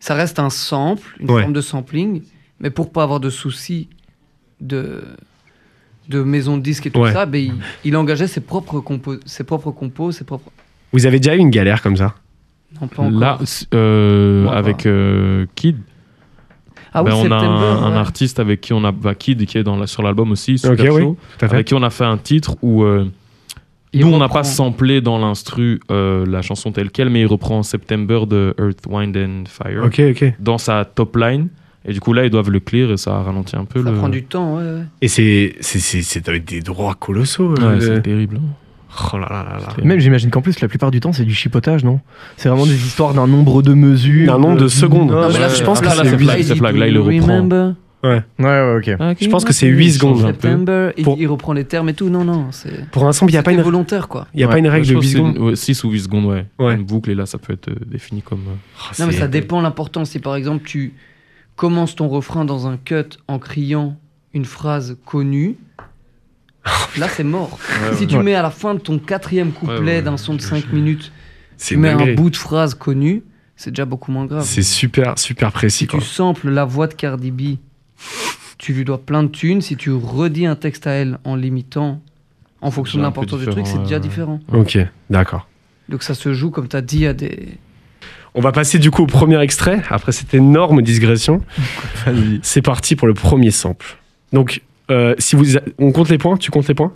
Speaker 5: Ça reste un sample, une
Speaker 2: Ouais.
Speaker 5: forme de sampling, mais pour pas avoir de soucis de, de maison de disques et tout
Speaker 2: Ouais.
Speaker 5: ça, ben, il, il engageait ses propres compos, ses propres compos, ses propres.
Speaker 2: vous avez déjà eu une galère comme ça
Speaker 5: Non, pas encore.
Speaker 4: Là, c- euh,
Speaker 5: Moi, pas.
Speaker 4: avec euh, Kid,
Speaker 5: ah oui,
Speaker 4: ben, on a
Speaker 5: September,
Speaker 4: un, un
Speaker 5: ouais.
Speaker 4: artiste avec qui on a bah, Kid qui est dans la- sur l'album aussi, Super
Speaker 2: Ok, oui,
Speaker 4: Show,
Speaker 2: tout à fait
Speaker 4: avec qui on a fait un titre où euh,
Speaker 5: Il
Speaker 4: nous on n'a
Speaker 5: reprend.
Speaker 4: pas samplé dans l'instru euh, la chanson telle quelle, mais il reprend September de Earth, Wind and Fire
Speaker 2: ok ok
Speaker 4: dans sa top line. Et du coup là ils doivent le clear et ça ralentit un peu
Speaker 5: Ça
Speaker 4: le.
Speaker 5: prend du temps, ouais, ouais.
Speaker 2: Et c'est, c'est, c'est, c'est avec des droits colossaux.
Speaker 4: Ouais,
Speaker 2: euh,
Speaker 4: c'est
Speaker 2: le-
Speaker 4: terrible. hein.
Speaker 2: Oh là là là là.
Speaker 4: C'est-
Speaker 3: Même j'imagine qu'en plus la plupart du temps c'est du chipotage, non C'est vraiment des histoires d'un nombre de mesures.
Speaker 2: D'un nombre de secondes.
Speaker 3: minutes.
Speaker 2: Non,
Speaker 4: mais là,
Speaker 5: c'est-
Speaker 4: je pense que là,
Speaker 5: c'est
Speaker 4: c'est flag,
Speaker 5: Lady
Speaker 4: c'est flag.
Speaker 5: Do
Speaker 4: Là, il le
Speaker 5: You
Speaker 4: reprend. Ah,
Speaker 5: Remember
Speaker 3: Ouais, ouais, ok.
Speaker 2: Je pense que c'est huit
Speaker 4: Il change
Speaker 2: secondes.
Speaker 4: un peu.
Speaker 5: September, il,
Speaker 2: Pour-
Speaker 5: il reprend les termes et tout. Non, non, c'est.
Speaker 2: Pour un sample, il n'y a, pas
Speaker 5: c'était
Speaker 2: une,
Speaker 5: volontaire, quoi.
Speaker 2: y a pas
Speaker 4: Ouais,
Speaker 2: une
Speaker 4: je
Speaker 2: règle de
Speaker 4: pense
Speaker 2: 8
Speaker 4: que c'est
Speaker 2: secondes.
Speaker 4: une- ouais, 6 ou 8 secondes, ouais.
Speaker 2: Ouais.
Speaker 4: Une boucle, et là, ça peut être euh, défini comme. euh,
Speaker 2: Oh,
Speaker 5: Non, mais
Speaker 2: c'est-
Speaker 5: ça dépend l'importance. Si par exemple tu commences ton refrain dans un cut en criant une phrase connue, là c'est mort. si tu
Speaker 3: ouais.
Speaker 5: mets à la fin de ton quatrième couplet
Speaker 4: Ouais, ouais,
Speaker 5: d'un
Speaker 4: ouais,
Speaker 5: son de
Speaker 4: je-
Speaker 5: 5
Speaker 4: je-
Speaker 5: minutes,
Speaker 2: C'est
Speaker 5: tu mets un
Speaker 2: dinguerie.
Speaker 5: bout de phrase connue, c'est déjà beaucoup moins grave.
Speaker 2: C'est super, super
Speaker 5: Si
Speaker 2: précis.
Speaker 5: tu
Speaker 2: Quoi.
Speaker 5: samples la voix de Cardi B, tu lui dois plein de thunes. Si tu redis un texte à elle en l'imitant en fonction de
Speaker 4: déjà un peu
Speaker 5: l'importance du
Speaker 4: différent,
Speaker 5: truc, c'est
Speaker 4: ouais,
Speaker 5: déjà
Speaker 4: ouais.
Speaker 5: différent.
Speaker 2: Ok, d'accord.
Speaker 5: Donc ça se joue, comme tu as dit, à des.
Speaker 2: On va passer du coup au premier extrait, après cette énorme digression. C'est parti pour le premier sample. Donc, euh, si vous, on compte les points Tu comptes les points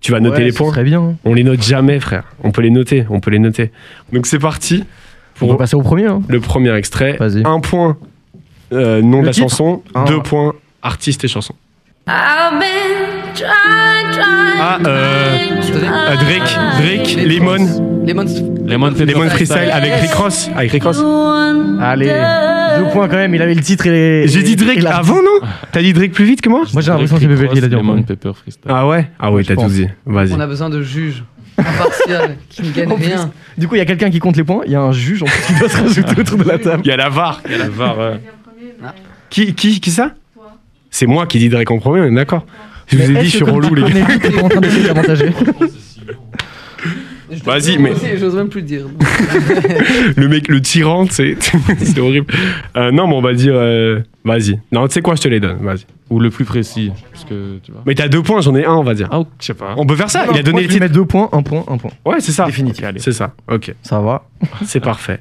Speaker 2: Tu vas noter les points
Speaker 3: Très bien. hein.
Speaker 2: On les note jamais, frère. On peut les noter, on peut les noter. Donc c'est parti
Speaker 3: On va
Speaker 2: pour
Speaker 3: passer au premier. hein.
Speaker 2: le premier extrait.
Speaker 3: Vas-y.
Speaker 2: Un point euh, nom
Speaker 3: Le
Speaker 2: de la
Speaker 3: titre.
Speaker 2: chanson,
Speaker 3: Ah.
Speaker 2: deux points artiste et chanson. Ah, euh, euh, Drake, Drake, Lemon,
Speaker 5: Lemon.
Speaker 4: Lemon
Speaker 2: Lemon Freestyle avec Rick Ross, avec Rick Ross.
Speaker 3: Allez, deux points quand même. Il avait le titre et. les-
Speaker 2: J'ai dit
Speaker 3: et
Speaker 2: Drake
Speaker 3: la-
Speaker 2: avant, non T'as dit Drake plus vite que moi
Speaker 3: Moi j'ai l'impression que c'est Bébé qui l'a dit en
Speaker 4: Lemon
Speaker 3: premier.
Speaker 4: Pepper Freestyle.
Speaker 2: Ah ouais Ah ouais,
Speaker 3: Je
Speaker 2: t'as tout
Speaker 3: pense.
Speaker 2: dit. Vas-y.
Speaker 5: On a besoin de juges impartial qui ne gagnent
Speaker 3: En plus,
Speaker 5: rien.
Speaker 3: Du coup, il y a quelqu'un qui compte les points. Il y a un juge en plus qui doit se rajouter autour de la table.
Speaker 2: Il y a la VAR.
Speaker 4: Il y a la VAR, euh, ouais.
Speaker 2: Qui, qui, qui ça C'est moi qui dis Drake en premier, on est d'accord Je vous ai
Speaker 3: Mais
Speaker 2: dit, je
Speaker 3: est-ce
Speaker 2: suis
Speaker 3: que comme
Speaker 2: relou,
Speaker 3: tu
Speaker 2: les gars.
Speaker 3: connais tout, T'es pas en train d'essayer de t'avantager.
Speaker 5: Je te-
Speaker 2: Vas-y, mais-
Speaker 5: Aussi, J'ose même plus le dire.
Speaker 2: Le mec, le tyran, c'est c'est horrible. Euh, non, mais on va dire. euh, vas-y. Non, tu sais quoi, je te les donne. Vas-y.
Speaker 4: Ou le plus précis. Parce que, tu vois.
Speaker 2: Mais t'as deux points, j'en ai un, on va dire.
Speaker 4: Ah, ou- je sais pas.
Speaker 2: On peut faire ça.
Speaker 3: Non,
Speaker 2: Il a
Speaker 3: moi,
Speaker 2: donné le
Speaker 3: je vais
Speaker 2: titre.
Speaker 3: mettre deux points, un point, un point.
Speaker 2: Ouais, c'est ça.
Speaker 4: Définitif. allez.
Speaker 2: C'est ça. Ok.
Speaker 3: Ça va.
Speaker 2: C'est parfait.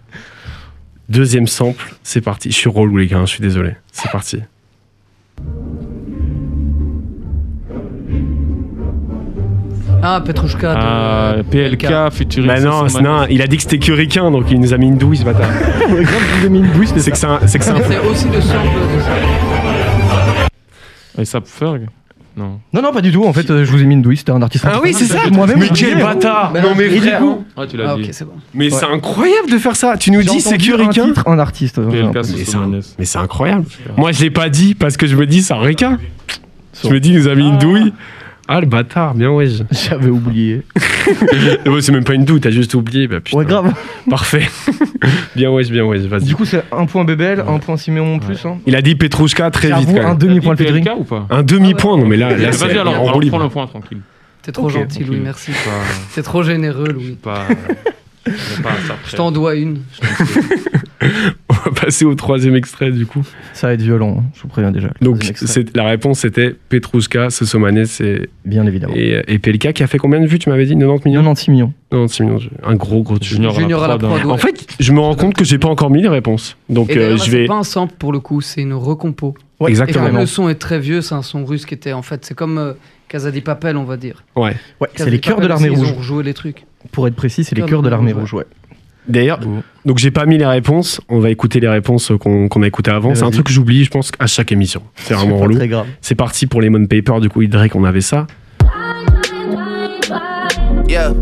Speaker 2: Deuxième sample, c'est parti. Je suis relou, les gars. hein, Je suis désolé. C'est parti.
Speaker 5: Ah, Petrushka. de-
Speaker 4: Ah, PLK featuring.
Speaker 2: Bah non, c'est- non, il a dit que c'était curicain, donc il nous a mis une douille ce matin. c'est que c'est un, c'est que c'est un-
Speaker 5: C'est aussi le sample de ça.
Speaker 4: Et Sap Ferg Non.
Speaker 3: Non, non, pas du tout. En fait, euh, je vous ai mis une douille. C'était un artiste.
Speaker 2: Ah oui, c'est ça.
Speaker 3: Moi-même.
Speaker 2: Mais
Speaker 3: je
Speaker 2: quel
Speaker 3: disais, oh.
Speaker 2: bâtard.
Speaker 5: Bah,
Speaker 2: Non mais
Speaker 5: c'est
Speaker 3: Et du
Speaker 2: frère.
Speaker 5: clair,
Speaker 3: coup,
Speaker 4: Ah, tu l'as
Speaker 5: Ah, ok,
Speaker 4: dit.
Speaker 5: c'est bon.
Speaker 2: Mais
Speaker 3: Ouais.
Speaker 2: c'est incroyable de faire ça. Tu nous
Speaker 3: j'ai
Speaker 2: dis c'est
Speaker 3: entendu un
Speaker 2: curicain.
Speaker 3: titre, Un artiste. euh,
Speaker 4: PLK,
Speaker 2: Mais
Speaker 4: c'est
Speaker 2: c'est un-
Speaker 4: son
Speaker 2: mais c'est incroyable. Moi, je l'ai pas dit parce que je me dis c'est un requin. Je me dis il nous a mis une douille. Ah le bâtard, bien ouais. je-
Speaker 3: J'avais oublié.
Speaker 2: Et ouais, c'est même pas une douille, t'as juste oublié. Bah, putain.
Speaker 3: Ouais, grave.
Speaker 2: Parfait. bien ouais, bien ouais, vas-y.
Speaker 3: Du coup, c'est un point Bébel, un point Siméon en plus. hein.
Speaker 2: Il a dit Petrouchka très vite.
Speaker 3: J'avoue,
Speaker 2: Quand
Speaker 3: un
Speaker 2: même.
Speaker 3: demi-point le featuring.
Speaker 4: PLK ou pas
Speaker 2: Un
Speaker 5: Ah
Speaker 2: demi-point, non mais là, là
Speaker 4: Vas-y,
Speaker 2: c'est
Speaker 4: alors,
Speaker 2: on
Speaker 4: alors,
Speaker 2: roule.
Speaker 4: prends le point tranquille.
Speaker 5: T'es trop
Speaker 3: Ok,
Speaker 5: gentil,
Speaker 4: tranquille.
Speaker 5: Louis, merci.
Speaker 4: Je sais pas-
Speaker 5: T'es trop généreux,
Speaker 4: je sais
Speaker 5: Louis.
Speaker 4: pas. je sais pas, ça
Speaker 5: Je
Speaker 4: après.
Speaker 5: t'en dois une.
Speaker 2: On va passer au troisième extrait du coup.
Speaker 3: Ça va être violent, hein, je vous préviens déjà.
Speaker 2: Donc
Speaker 3: Troisième extrait.
Speaker 2: c'est- la réponse c'était Petrouchka, Sosomanes et,
Speaker 3: bien évidemment.
Speaker 2: et, euh, et PLK qui a fait combien de vues Tu m'avais dit 90 millions
Speaker 3: 96 millions.
Speaker 2: 96 millions. de vues. Un gros gros tube.
Speaker 4: Junior,
Speaker 5: Junior à la
Speaker 4: hein.
Speaker 5: prod. ouais.
Speaker 2: En fait, je me rends compte que j'ai pas encore mis les réponses. Donc
Speaker 5: Et
Speaker 2: euh,
Speaker 5: d'ailleurs, là,
Speaker 2: je vais
Speaker 5: C'est pas un sample pour le coup, c'est une recompo.
Speaker 3: Ouais,
Speaker 5: Et
Speaker 2: exactement.
Speaker 5: comme
Speaker 3: Carrément.
Speaker 5: le son est très vieux, c'est un son russe qui était en fait. C'est comme euh, Casa di Papel, on va dire.
Speaker 2: Ouais.
Speaker 3: Ouais,
Speaker 5: Casa
Speaker 3: c'est les
Speaker 5: di
Speaker 3: cœurs de
Speaker 5: Papel
Speaker 3: l'armée
Speaker 5: aussi,
Speaker 3: rouge.
Speaker 5: Ils ont rejoué les trucs.
Speaker 3: Pour être précis, c'est les cœurs de l'armée rouge, ouais.
Speaker 2: D'ailleurs, donc j'ai pas mis les réponses. On va écouter les réponses euh, qu'on qu'on a écoutées avant.
Speaker 3: Mais
Speaker 2: C'est un
Speaker 3: vas-y.
Speaker 2: truc que j'oublie, je pense, à chaque émission. C'est vraiment
Speaker 3: pas
Speaker 2: relou.
Speaker 3: très grave.
Speaker 2: C'est parti pour les Mon Paper. Du coup, il dirait qu'on avait ça.
Speaker 9: Yeah.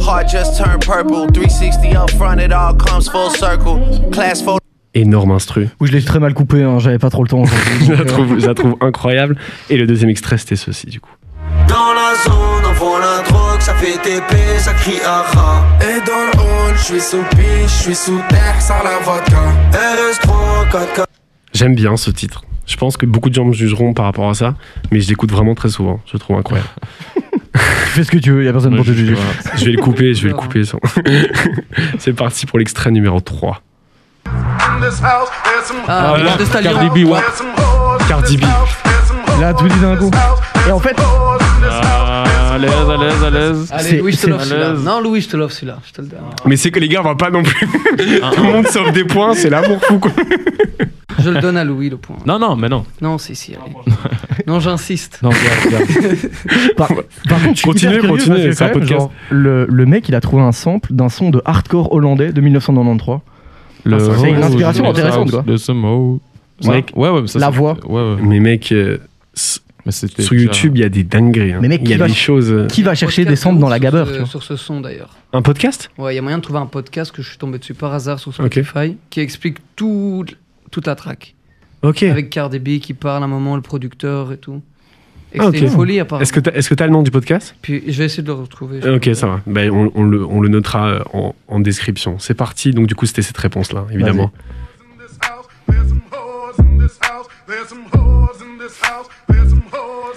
Speaker 9: Heart just turned purple. 360 up front, it all comes full circle. Class photo.
Speaker 2: Énorme instru.
Speaker 3: Oui, je l'ai très mal coupé, hein, j'avais pas trop le temps aujourd'hui.
Speaker 2: je, la trouve, je la trouve incroyable. Et le deuxième extrait, c'était ceci, du coup.
Speaker 8: Dans la zone, on vend la drogue, ça fait TP, ça crie aha. Et dans le hall, je suis sous piche, je suis sous terre, ça la vodka. RS3, 4
Speaker 2: J'aime bien ce titre. Je pense que beaucoup de gens me jugeront par rapport à ça, mais je l'écoute vraiment très souvent. Je le trouve incroyable.
Speaker 3: Fais ce que tu veux, y a personne
Speaker 4: Ouais,
Speaker 3: pour te
Speaker 4: je-
Speaker 3: juger.
Speaker 4: voilà.
Speaker 2: Je vais le couper, je vais le couper. sans- C'est parti pour l'extrait numéro 3.
Speaker 5: Ah,
Speaker 4: voilà.
Speaker 5: de Stallion.
Speaker 4: Cardi B, ouais.
Speaker 2: Cardi B.
Speaker 3: Là, tout dit d'un coup. Et en fait,
Speaker 4: Ah, à l'aise, à l'aise, à l'aise.
Speaker 5: Allez,
Speaker 3: C'est-
Speaker 5: Louis, je te
Speaker 3: c'est-
Speaker 5: love celui-là.
Speaker 4: Malaise.
Speaker 5: Non, Louis, je te love celui-là. Je te le donne.
Speaker 2: Mais c'est que les gars, on va pas non plus. Tout le monde sauf des points, c'est l'amour fou, quoi.
Speaker 5: Je le donne à Louis, le point.
Speaker 4: Non, non, mais non.
Speaker 5: Non, si, si. allez. Non, j'insiste.
Speaker 4: Non, regarde, regarde.
Speaker 3: par, par contre, je suis
Speaker 2: Continuez,
Speaker 3: hyper curieux
Speaker 2: continuez,
Speaker 3: parce que
Speaker 2: c'est un
Speaker 3: quand même,
Speaker 2: podcast.
Speaker 3: genre, le, le mec, il a trouvé un sample d'un son de hardcore hollandais de 1993.
Speaker 4: Le-
Speaker 3: ça, c'est une
Speaker 4: Oh,
Speaker 3: inspiration
Speaker 4: le-
Speaker 3: intéressante,
Speaker 4: le-
Speaker 3: quoi.
Speaker 4: Le Somehow.
Speaker 2: Mec,
Speaker 4: ouais, ouais, mais ça,
Speaker 3: la
Speaker 4: c'est-
Speaker 3: voix.
Speaker 4: Ouais, ouais.
Speaker 2: Mais mec, euh, s-
Speaker 4: Mais c'était
Speaker 2: sur
Speaker 4: déjà-
Speaker 2: YouTube, il y a des dingueries. hein.
Speaker 3: Mais mec,
Speaker 2: il y a
Speaker 3: qui va-
Speaker 2: des choses. euh,
Speaker 3: Qui va chercher des
Speaker 5: Podcast
Speaker 3: samples dans la
Speaker 5: sur
Speaker 3: gabeur,
Speaker 5: ce-
Speaker 3: tu vois
Speaker 5: Sur ce son, d'ailleurs.
Speaker 2: Un podcast
Speaker 5: Ouais, il y a moyen de trouver un podcast que je suis tombé dessus par hasard sur Spotify qui explique tout- toute la track.
Speaker 2: Ok.
Speaker 5: Avec Cardi B qui parle à un moment, le producteur et tout. Et
Speaker 2: Ah,
Speaker 5: c'était
Speaker 2: ok.
Speaker 5: une folie, apparemment.
Speaker 2: Est-ce que t'as est le nom du podcast
Speaker 5: Puis je vais essayer de le retrouver.
Speaker 2: Euh, Ok, ça va. Ben, on, on le, on le notera euh, en, en description. C'est parti. Donc, du coup, c'était cette réponse-là, évidemment.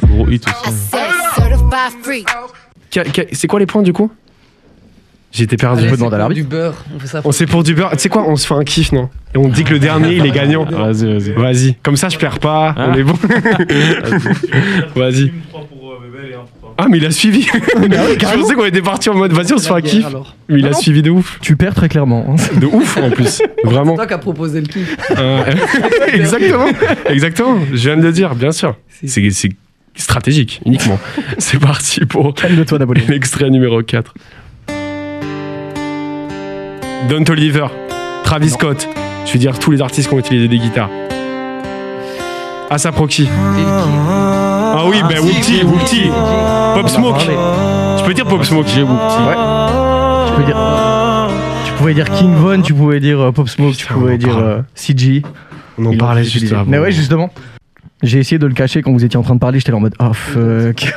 Speaker 4: Gros hit aussi.
Speaker 2: Ca- ca- C'est quoi les points, du coup J'étais perdu.
Speaker 5: Allez,
Speaker 3: peut
Speaker 5: c'est
Speaker 3: demander à
Speaker 5: pour
Speaker 3: l'arbitre.
Speaker 5: Du beurre, on fait ça.
Speaker 2: On sait pour du beurre. Tu sais quoi On se fait un kiff, non Et on dit que le dernier, il est gagnant.
Speaker 4: Vas-y, vas-y.
Speaker 2: Vas-y. Comme ça, je perds pas. On
Speaker 4: Ah.
Speaker 2: est bon. Vas-y. Ah, mais il a suivi. je pensais qu'on était parti en mode vas-y, on se fait un
Speaker 5: la
Speaker 2: kiff.
Speaker 5: guerre, alors.
Speaker 2: Mais il a
Speaker 3: Non, non.
Speaker 2: suivi de ouf.
Speaker 3: Tu perds très clairement. hein.
Speaker 2: De ouf, en plus. Vraiment.
Speaker 5: Toi qui as proposé le kiff.
Speaker 2: Euh, exactement, exactement. Je viens de le dire, bien sûr.
Speaker 5: Si.
Speaker 2: C'est c'est stratégique, uniquement. C'est parti pour
Speaker 3: Calme-toi, Napoléon.
Speaker 2: l'extrait numéro 4. Don Oliver, Travis Scott. Je veux dire tous les artistes qui ont utilisé des guitares. Asaproki. Ah oui, ben Whoopty, Whoopty. Pop Smoke. Je peux dire Pop Smoke. J'ai Whoopty.
Speaker 3: Tu peux dire. Tu pouvais dire King Von, tu pouvais dire euh, Pop Smoke, tu
Speaker 2: Putain, on en
Speaker 3: pouvais dire
Speaker 2: parle.
Speaker 3: euh, CG.
Speaker 2: On en
Speaker 3: Ils l'ont
Speaker 2: parlait
Speaker 3: utilisé.
Speaker 2: juste avant.
Speaker 3: Mais ouais, justement. J'ai essayé de le cacher quand vous étiez en train de parler, j'étais là en mode ah fuck.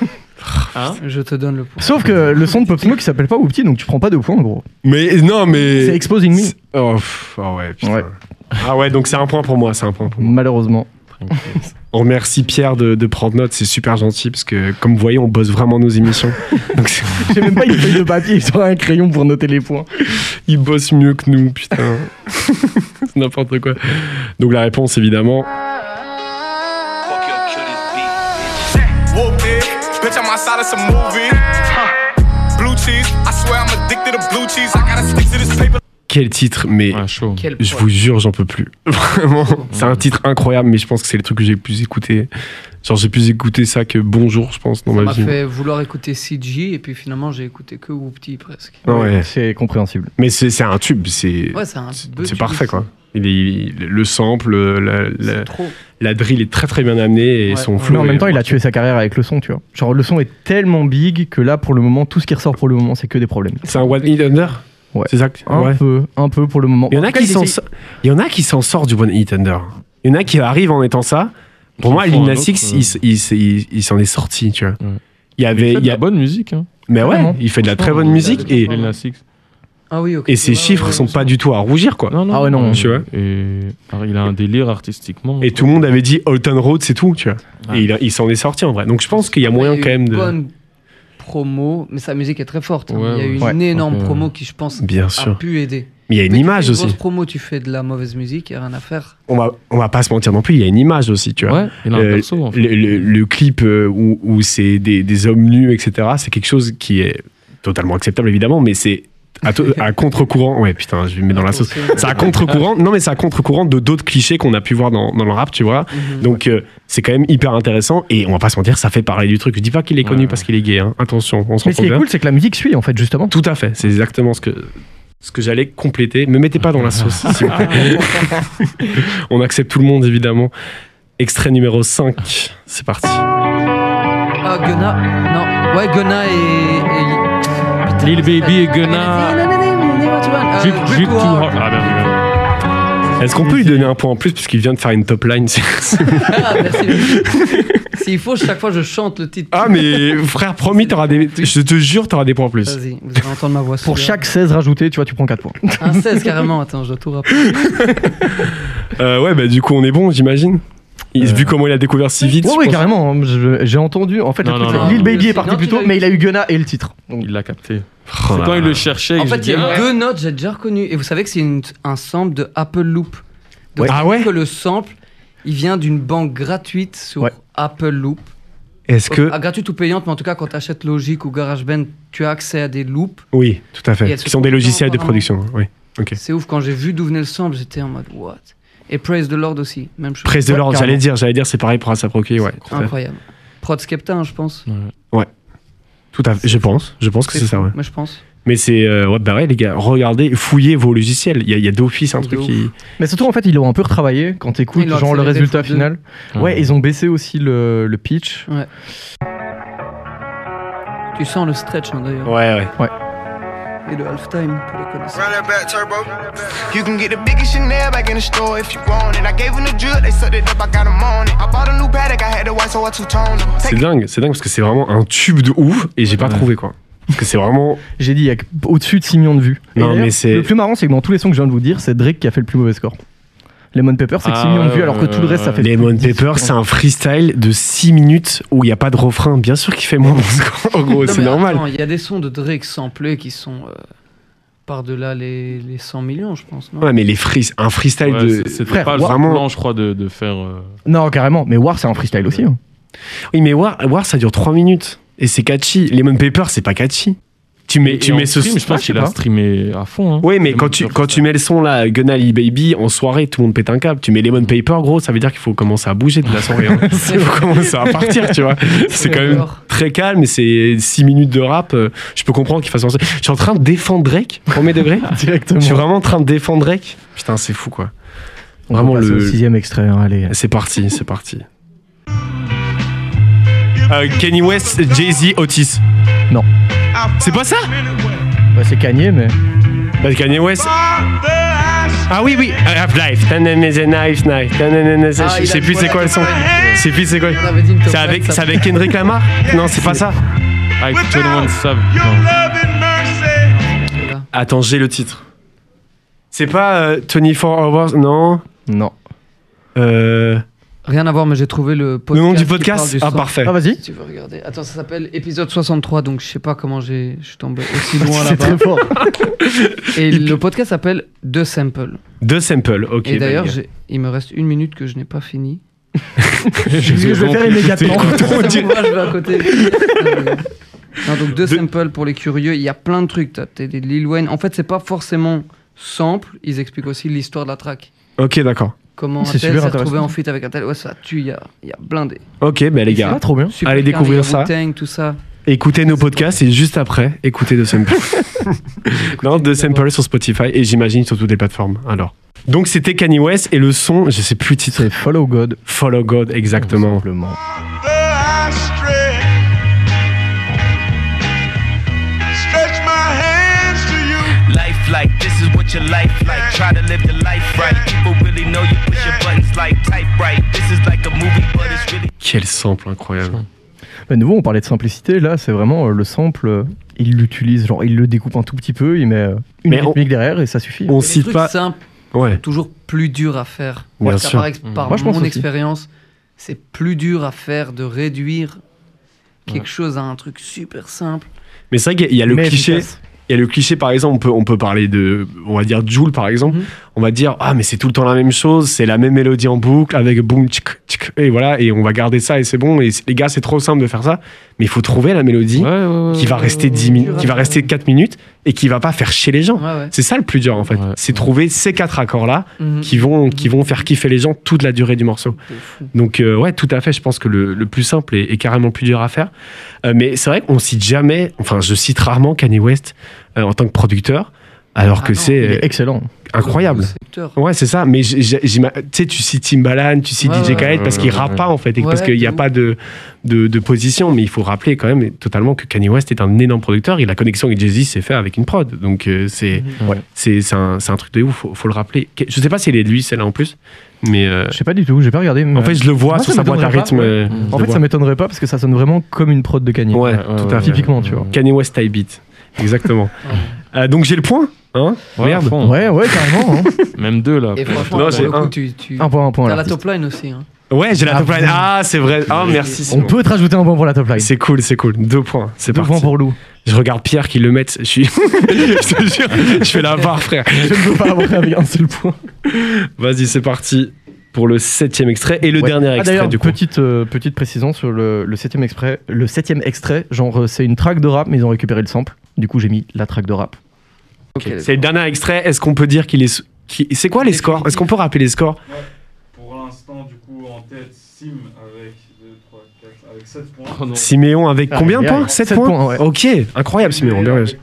Speaker 5: Je te donne le point.
Speaker 3: Sauf que le son de Pop Smoke il s'appelle pas Whoopty donc tu prends pas de points en gros.
Speaker 2: Mais non, mais.
Speaker 3: C'est Exposing Me,
Speaker 2: C'est- Oh, pff, ah ouais, putain.
Speaker 3: Ouais.
Speaker 2: Ah ouais, donc c'est un point pour moi, c'est un point pour moi.
Speaker 3: malheureusement.
Speaker 2: On remercie Pierre de, de prendre note, c'est super gentil parce que comme vous voyez, on bosse vraiment nos émissions. donc c'est-
Speaker 3: J'ai même pas une feuille de papier, il sort un crayon pour noter les points.
Speaker 2: il bosse mieux que nous, putain. c'est n'importe quoi. Donc la réponse évidemment,
Speaker 9: Whoop it. Bitch, I'm outside of some movie. Huh. Blue cheese. I swear I'm addicted to blue cheese. I gotta stick to this paper.
Speaker 2: quel titre, mais
Speaker 4: Ouais, chaud.
Speaker 5: Quel
Speaker 2: je
Speaker 5: point.
Speaker 2: vous jure, j'en peux plus. Vraiment, c'est un titre incroyable, mais je pense que c'est le truc que j'ai le plus écouté. Genre j'ai plus écouté ça que Bonjour, je pense, dans
Speaker 5: Ça
Speaker 2: ma
Speaker 5: m'a
Speaker 2: vie.
Speaker 5: fait vouloir écouter CG et puis finalement j'ai écouté que Whoopty presque.
Speaker 2: Ah ouais.
Speaker 3: C'est compréhensible.
Speaker 2: Mais c'est c'est un tube, c'est
Speaker 5: Ouais, c'est un
Speaker 2: c'est-
Speaker 5: peu
Speaker 2: c'est
Speaker 5: du-
Speaker 2: parfait quoi. Il est- il- le sample, euh, la, la-
Speaker 5: C'est trop.
Speaker 2: la drill est très très bien amenée et
Speaker 5: Ouais.
Speaker 2: son
Speaker 5: Mais
Speaker 2: flow.
Speaker 3: Mais en
Speaker 2: est-
Speaker 3: même temps, il a tué sa carrière avec le son, tu vois. Genre le son est tellement big que là pour le moment tout ce qui ressort pour le moment c'est que des problèmes.
Speaker 2: C'est un One Hit Under
Speaker 3: Ouais.
Speaker 2: C'est ça que-
Speaker 4: Hein
Speaker 3: Un
Speaker 2: Ah ouais.
Speaker 3: peu, un peu pour le moment.
Speaker 2: Il y en a
Speaker 3: tout cas,
Speaker 2: qui
Speaker 3: il
Speaker 2: s'en
Speaker 3: essaye-
Speaker 2: so- il y en a qui s'en sort du One Hit Under. Il y en a qui arrivent en étant ça. Pour
Speaker 4: Qui
Speaker 2: moi,
Speaker 4: font
Speaker 2: Lil
Speaker 4: un
Speaker 2: Nas
Speaker 4: autre,
Speaker 2: X,
Speaker 4: euh,
Speaker 2: il s- il s- il il s'en est sorti, tu vois.
Speaker 4: Ouais.
Speaker 2: Il y avait,
Speaker 4: Il fait
Speaker 2: il
Speaker 4: de
Speaker 2: y a-
Speaker 4: la bonne musique. Hein.
Speaker 2: mais ouais,
Speaker 3: Vraiment.
Speaker 2: il fait de la très bonne
Speaker 4: Franchement,
Speaker 2: musique et,
Speaker 4: Lil Nas X.
Speaker 5: Ah oui, ok.
Speaker 2: et ses
Speaker 5: Ouais,
Speaker 2: chiffres
Speaker 5: ouais,
Speaker 2: sont
Speaker 5: ouais.
Speaker 2: pas du tout à rougir, quoi.
Speaker 4: Non, non.
Speaker 3: Ah ouais, non.
Speaker 2: Tu vois
Speaker 4: Et alors, il a un délire artistiquement.
Speaker 2: Et tout le monde avait dit Holton Road, c'est tout, tu vois.
Speaker 4: Ouais.
Speaker 2: Et il, a- il s'en est sorti en vrai. Donc je pense qu'il y a moyen
Speaker 5: Il eu
Speaker 2: quand même
Speaker 5: une
Speaker 2: de.
Speaker 5: Bonne promo, mais sa musique est très forte. hein.
Speaker 4: Ouais,
Speaker 5: il y a
Speaker 4: ouais.
Speaker 5: eu une
Speaker 3: Ouais.
Speaker 5: énorme
Speaker 4: Ok.
Speaker 5: promo qui, je pense,
Speaker 2: euh, Bien
Speaker 5: a
Speaker 2: sûr.
Speaker 5: pu aider.
Speaker 2: Mais il y a une
Speaker 5: Mais tu
Speaker 2: image
Speaker 5: fais Ah. Une
Speaker 2: aussi.
Speaker 5: grosse promo, tu fais de la mauvaise musique, il a rien à faire.
Speaker 2: On va, on va pas se mentir non plus. Il y a une image aussi, tu vois.
Speaker 4: Ouais, il a un
Speaker 2: Euh,
Speaker 4: perso en fait.
Speaker 2: le, le- le clip euh, où, où c'est des, des hommes nus, etc., c'est quelque chose qui est totalement acceptable, évidemment, mais c'est À, to- à contre-courant, ouais, putain, je lui mets dans la sauce.
Speaker 5: Attention.
Speaker 2: C'est à contre-courant, non, mais c'est à contre-courant de d'autres clichés qu'on a pu voir dans, dans le rap, tu vois. Donc, euh, c'est quand même hyper intéressant et on va pas se mentir, ça fait parler du truc. Je dis pas qu'il est connu
Speaker 4: Ouais.
Speaker 2: parce qu'il est gay, hein. attention, on se
Speaker 3: Mais ce
Speaker 2: rend
Speaker 3: qui est
Speaker 2: bien.
Speaker 3: cool, c'est que la musique suit, en fait, justement.
Speaker 2: Tout à fait, c'est exactement ce que, ce que j'allais compléter. Me mettez pas dans la sauce, s'il vous plaît. On accepte tout le monde, évidemment. Extrait numéro 5, c'est parti.
Speaker 5: Ah, Gunna. Non. Ouais, Gunna et. et...
Speaker 4: Lil Baby et Gunna.
Speaker 5: Euh,
Speaker 4: Juke,
Speaker 5: Rip
Speaker 4: Juke
Speaker 5: War.
Speaker 4: Too Hard. Ah, bien, bien, bien.
Speaker 2: Est-ce qu'on peut lui donner un point en plus parce qu'il vient de faire une top line c'est- c'est-
Speaker 5: Ah, merci. S'il faut, chaque fois, je chante le titre.
Speaker 2: Ah, mais frère, promis, t'auras des. Je te jure, t'auras des points en plus.
Speaker 5: Vas-y, vous allez entendre ma voix.
Speaker 3: Pour
Speaker 5: sourde.
Speaker 3: chaque 16 rajoutés, tu vois, tu prends 4 points.
Speaker 2: Ah,
Speaker 5: Un 16 carrément, attends, je dois tout rappeler.
Speaker 2: Euh, ouais, bah du coup, on est bon, j'imagine. Il-
Speaker 3: Euh.
Speaker 2: Vu comment il a découvert si vite.
Speaker 3: Ouais,
Speaker 2: je
Speaker 3: ouais,
Speaker 2: pense-
Speaker 3: carrément. hein, je- J'ai entendu. En fait, le
Speaker 4: Non,
Speaker 3: truc,
Speaker 4: non,
Speaker 3: c'est
Speaker 4: non,
Speaker 3: que Lil
Speaker 4: non.
Speaker 3: Baby est
Speaker 5: Non,
Speaker 3: parti
Speaker 5: tu
Speaker 3: plus tôt,
Speaker 5: l'as eu.
Speaker 3: mais il a eu Gunna et le titre. Donc,
Speaker 4: Il l'a capté.
Speaker 2: Oh
Speaker 4: C'est
Speaker 2: là
Speaker 4: quand il
Speaker 2: là.
Speaker 4: le cherchait. que
Speaker 5: En
Speaker 4: je
Speaker 5: fait,
Speaker 4: dis,
Speaker 5: il y a
Speaker 4: ah,
Speaker 5: deux notes, j'ai déjà reconnu. Et vous savez que c'est une- un sample de Apple Loop. Donc,
Speaker 2: Ouais. Ah ouais
Speaker 5: que le sample, il vient d'une banque gratuite sur
Speaker 3: Ouais.
Speaker 5: Apple Loop.
Speaker 2: Est-ce que.
Speaker 5: Ah, gratuite ou payante, mais en tout cas, quand tu achètes Logic ou GarageBand, tu as accès à des loops.
Speaker 2: Oui, tout à
Speaker 5: Et
Speaker 2: fait.
Speaker 5: elles se
Speaker 2: Qui sont des
Speaker 5: font
Speaker 2: logiciels de
Speaker 5: apparemment.
Speaker 2: production. hein, Oui. Ok.
Speaker 5: C'est ouf, quand j'ai vu d'où venait le sample, j'étais en mode what Et Praise the Lord aussi, même chose.
Speaker 2: Presse de
Speaker 3: Ouais,
Speaker 2: l'ordre,
Speaker 3: carrément.
Speaker 2: j'allais dire, j'allais dire, c'est pareil pour Asaproki, ouais. tout à fait.
Speaker 5: Incroyable. Prod Skepta, hein, je pense.
Speaker 2: Tout à fait. Je pense, je pense que c'est ça, ouais.
Speaker 5: Moi, je pense.
Speaker 2: Mais c'est. euh, ouais, bah ouais, les gars, regardez, fouillez vos logiciels. Il y a, il y a d'office un
Speaker 5: De
Speaker 2: truc
Speaker 5: ouf.
Speaker 2: qui.
Speaker 3: Mais surtout, en fait, ils l'ont un peu retravaillé quand t'écoutes,
Speaker 5: Ils l'ont
Speaker 3: genre le
Speaker 5: accéléré
Speaker 3: résultat
Speaker 5: fois deux.
Speaker 3: final.
Speaker 4: Ah.
Speaker 3: Ouais, ils ont baissé aussi le, le pitch.
Speaker 5: Tu sens le stretch, hein, d'ailleurs.
Speaker 2: Ouais, ouais.
Speaker 5: Et le halftime, pour les connaisseurs.
Speaker 9: Run that back, turbo. You can get the biggest Chanel back in the store if you want it. I gave them the drill, they sucked it up, I got 'em on it. I bought a new paddock, I had the white, so I two-toned 'em.
Speaker 2: C'est
Speaker 9: Take
Speaker 2: dingue, c'est dingue parce que c'est vraiment un tube de ouf et j'ai pas
Speaker 4: Ouais.
Speaker 2: trouvé quoi. Parce que c'est vraiment.
Speaker 3: J'ai dit, il y a que- au-dessus de 6 millions de vues. Et
Speaker 2: Non, mais
Speaker 3: d'ailleurs,
Speaker 2: c'est-
Speaker 3: Le plus marrant, c'est que dans tous les sons que je viens de vous dire, c'est Drake qui a fait le plus mauvais score. Lemon Pepper, c'est que 6
Speaker 4: Ah,
Speaker 3: millions de
Speaker 4: ouais,
Speaker 3: vues, alors que
Speaker 4: ouais,
Speaker 3: tout le reste, ça
Speaker 4: ouais.
Speaker 3: fait.
Speaker 2: Lemon Pepper, c'est un freestyle de 6 minutes où il n'y a pas de refrain. Bien sûr qu'il fait moins de secondes, En gros,
Speaker 5: Non,
Speaker 2: c'est
Speaker 5: mais
Speaker 2: normal.
Speaker 5: attends, Il y a des sons de Drake samplés qui sont euh, par-delà les, les 100 millions, je pense. Non
Speaker 2: Ouais, mais les frees- un freestyle
Speaker 4: Ouais,
Speaker 2: de.
Speaker 4: c'est- C'était
Speaker 3: Frère,
Speaker 4: pas le
Speaker 2: vraiment-
Speaker 4: plan, je crois, de de faire. euh,
Speaker 3: Non, carrément. Mais War, c'est un freestyle aussi. hein.
Speaker 2: Oui, mais War, War, ça dure 3 minutes et c'est catchy. Lemon Pepper, c'est pas catchy. Tu mets,
Speaker 4: Et
Speaker 2: tu
Speaker 4: en
Speaker 2: mets ce
Speaker 4: stream, Je pense qu'il a streamé à fond. hein.
Speaker 2: Oui, mais
Speaker 4: Lemon
Speaker 2: quand tu,
Speaker 4: Pepper,
Speaker 2: quand
Speaker 4: ça.
Speaker 2: tu mets le son là, Gunali Baby, en soirée, tout le monde pète un câble. Tu mets Lemon Paper, gros, ça veut dire qu'il faut commencer à bouger de la soirée. hein. Il faut commencer à partir, tu vois. C'est quand même
Speaker 5: D'accord.
Speaker 2: très calme et c'est 6 minutes de rap. euh, Je peux comprendre qu'il fasse penser. Je suis en train de défendre Drake, premier degré.
Speaker 3: Directement.
Speaker 2: Je suis vraiment en train de défendre Drake. Putain, c'est fou quoi.
Speaker 3: On va
Speaker 2: Vraiment
Speaker 3: passer
Speaker 2: le-
Speaker 3: au sixième extrait. hein, allez.
Speaker 2: C'est parti, c'est parti. Euh, Kenny West, Jay-Z, Otis.
Speaker 3: Non.
Speaker 2: C'est pas ça
Speaker 3: Bah, c'est Kanye, mais.
Speaker 2: Bah, Kanye West. Ah oui, oui. I have life. Tananese knife, knife. Tananese-
Speaker 5: Ah,
Speaker 2: Je
Speaker 5: il a
Speaker 2: sais
Speaker 5: dit
Speaker 2: plus c'est
Speaker 5: voilà.
Speaker 2: quoi le son. Je sais plus c'est quoi.
Speaker 5: On avait dit une top
Speaker 2: C'est avec,
Speaker 5: five,
Speaker 2: c'est
Speaker 5: ça-
Speaker 2: avec Kendrick Lamar Non, c'est pas ça.
Speaker 4: Avec 21 Savage. Non.
Speaker 2: Attends, j'ai le titre. C'est pas euh, 24 Hours, non.
Speaker 3: Non.
Speaker 2: Euh,
Speaker 5: Rien à voir, mais j'ai trouvé le podcast.
Speaker 2: le nom du
Speaker 5: qui parle
Speaker 2: podcast Ah,
Speaker 5: son.
Speaker 2: parfait.
Speaker 3: Ah, vas-y.
Speaker 5: Si tu veux regarder. Attends, ça s'appelle épisode 63, donc je sais pas comment j'ai, je suis tombé aussi loin
Speaker 3: C'est
Speaker 5: là-bas.
Speaker 3: très fort.
Speaker 5: Et le podcast s'appelle The Sample.
Speaker 2: Deux samples, ok. bah,
Speaker 5: Et d'ailleurs,
Speaker 2: dingue.
Speaker 5: j'ai- il me reste une minute que je n'ai pas fini.
Speaker 3: ce que je vais faire immédiatement.
Speaker 5: Ça vous va, je vais à côté. non, donc deux samples pour les curieux. Il y a plein de trucs. T'as t'as des Lil Wayne. En fait, c'est pas forcément sample. Ils expliquent aussi l'histoire de la track.
Speaker 2: Ok, d'accord.
Speaker 5: Comment un
Speaker 3: C'est
Speaker 5: tel
Speaker 3: super
Speaker 5: s'est retrouvé
Speaker 3: intéressant.
Speaker 5: en feat avec un tel. Ouais, ça tue. Il y a, il y a blindé.
Speaker 2: Ok, bah les gars,
Speaker 3: Ah, trop bien.
Speaker 5: Super
Speaker 2: Allez découvrir ça.
Speaker 5: Wu-Tang, tout ça.
Speaker 2: écoutez nos podcasts et juste après, écoutez deux samples. non, deux samples sur Spotify et j'imagine sur toutes les plateformes. Alors. Donc c'était Kanye West et le son, je sais plus le titre.
Speaker 3: C'est Follow God.
Speaker 2: Follow God,
Speaker 3: tout
Speaker 2: exactement.
Speaker 3: simplement.
Speaker 9: the high stretch. Stretch my hands to you.
Speaker 6: Life like, this is what your life like. Try to live your life right. People really know you push your buttons like type right. This is like a movie, but it's really.
Speaker 2: Quel sample incroyable.
Speaker 3: Bah, de nouveau, on parlait de simplicité. Là, c'est vraiment euh, le sample. euh, il l'utilise, genre, il le découpe un tout petit peu, il met euh, une
Speaker 2: Mais on-
Speaker 3: rythmique derrière et ça suffit. hein.
Speaker 2: On
Speaker 5: Et les
Speaker 2: cite
Speaker 5: trucs
Speaker 2: pas.
Speaker 5: simples,
Speaker 2: Ouais.
Speaker 5: toujours plus dur à faire.
Speaker 2: Bien
Speaker 5: Parce que
Speaker 2: sûr.
Speaker 5: Par, ex- par
Speaker 3: Moi, je pense
Speaker 5: mon
Speaker 3: aussi.
Speaker 5: expérience, c'est plus dur à faire de réduire quelque
Speaker 4: Ouais.
Speaker 5: chose à un truc super simple.
Speaker 2: Mais c'est vrai qu'il y a le
Speaker 3: Mais
Speaker 2: cliché.
Speaker 3: efficace.
Speaker 2: Il y a le cliché, par exemple, on peut, on peut parler de, on va dire, Joule, par exemple.
Speaker 5: Mhm.
Speaker 2: on va dire ah mais c'est tout le temps la même chose, c'est la même mélodie en boucle avec boum tchic, tchic, et voilà et on va garder ça et c'est bon et c'est- les gars c'est trop simple de faire ça, mais il faut trouver la mélodie qui va rester 10 minutes, qui va rester 4 minutes et qui va pas faire chier les gens.
Speaker 5: Ouais, ouais.
Speaker 2: C'est ça le plus dur en fait, c'est trouver ces quatre accords là
Speaker 5: Mhm.
Speaker 2: qui vont qui vont faire kiffer les gens toute la durée du morceau.
Speaker 5: C'est fou.
Speaker 2: Donc euh, ouais, tout à fait. Je pense que le, le plus simple est, est carrément le plus dur à faire. Euh, mais c'est vrai qu'on cite jamais, enfin je cite rarement Kanye West euh, en tant que producteur, alors
Speaker 5: Ah
Speaker 2: que
Speaker 5: non,
Speaker 2: c'est
Speaker 3: Il
Speaker 2: euh,
Speaker 3: est excellent.
Speaker 2: incroyable.
Speaker 5: Secteur.
Speaker 2: Ouais, c'est ça. Mais j'ai- j'ai- j'ima- tu sais, tu cites Timbaland, tu cites
Speaker 5: Ouais,
Speaker 2: DJ
Speaker 5: ouais,
Speaker 2: Khaled parce
Speaker 4: ouais,
Speaker 2: qu'il
Speaker 4: ouais,
Speaker 2: rappe
Speaker 4: ouais.
Speaker 2: pas en fait et parce
Speaker 5: Ouais,
Speaker 2: qu'il n'y a
Speaker 5: de
Speaker 2: pas de, de, de position. Mais il faut rappeler quand même totalement que Kanye West est un énorme producteur et la connexion avec Jay-Z s'est faite avec une prod. Donc euh, c'est
Speaker 3: Mhm.
Speaker 4: Ouais.
Speaker 2: c'est c'est un, c'est un truc de ouf, faut, faut le rappeler. Que- Je sais pas si elle est de lui celle-là en plus, mais euh,
Speaker 3: Je sais pas du tout, j'ai pas regardé. mais-
Speaker 2: en fait je le vois
Speaker 3: Moi,
Speaker 2: sur
Speaker 3: ça
Speaker 2: sa boîte à
Speaker 3: m'étonnerait pas,
Speaker 2: rythme.
Speaker 3: ouais.
Speaker 2: euh,
Speaker 4: En
Speaker 2: je le
Speaker 3: En fait,
Speaker 2: vois.
Speaker 3: ça m'étonnerait pas parce que ça sonne vraiment comme une prod de Kanye.
Speaker 2: Ouais,
Speaker 4: Ouais,
Speaker 2: tout
Speaker 4: ouais,
Speaker 2: à
Speaker 4: ouais.
Speaker 2: fait.
Speaker 3: Typiquement, tu vois.
Speaker 2: Kanye West type beat. Exactement. Euh, donc j'ai le point. Hein
Speaker 4: Ouais, à
Speaker 2: Merde.
Speaker 4: fond.
Speaker 3: Ouais, ouais, carrément. hein.
Speaker 4: Même deux là.
Speaker 5: Et franchement,
Speaker 2: Non,
Speaker 5: pour
Speaker 2: j'ai
Speaker 5: le coup,
Speaker 2: un.
Speaker 5: tu, tu
Speaker 3: Un point, un point.
Speaker 5: as
Speaker 3: à
Speaker 5: la
Speaker 3: l'artiste.
Speaker 5: top line aussi. hein.
Speaker 2: Ouais, j'ai la
Speaker 3: Ah,
Speaker 2: top line.
Speaker 3: putain.
Speaker 2: Ah, c'est vrai. Ah, merci.
Speaker 3: On
Speaker 2: Simon.
Speaker 3: peut te rajouter un point pour la top line.
Speaker 2: C'est cool, c'est cool. Deux points. C'est
Speaker 3: Deux
Speaker 2: parti.
Speaker 3: points pour Lou.
Speaker 2: Je regarde Pierre qui le mette. Je suis. je te jure, je fais la barre, frère.
Speaker 3: Je ne peux pas aborder avec un seul point.
Speaker 2: Vas-y, c'est parti pour le septième extrait et le
Speaker 3: Ouais.
Speaker 2: dernier
Speaker 3: Ah,
Speaker 2: extrait
Speaker 3: d'ailleurs,
Speaker 2: du coup.
Speaker 3: Petite, euh, petite précision sur le, le septième extrait. Le septième extrait, genre, euh, c'est une track de rap, mais ils ont récupéré le sample. Du coup, j'ai mis la track de rap.
Speaker 2: Ok. C'est le dernier extrait. Est-ce qu'on peut dire qu'il est. sous- qui- C'est quoi les scores Est-ce qu'on peut rappeler les scores
Speaker 11: Pour l'instant, du coup, en tête, Sim avec 2, 3, 4, avec 7 points.
Speaker 4: Oh non.
Speaker 2: Siméon avec
Speaker 3: Ah,
Speaker 2: combien de
Speaker 3: ouais,
Speaker 2: points
Speaker 3: ouais.
Speaker 2: 7
Speaker 3: Sept
Speaker 2: points,
Speaker 3: points, ouais.
Speaker 2: Ok, incroyable Siméon.
Speaker 11: Bébé
Speaker 2: Bien
Speaker 11: avec-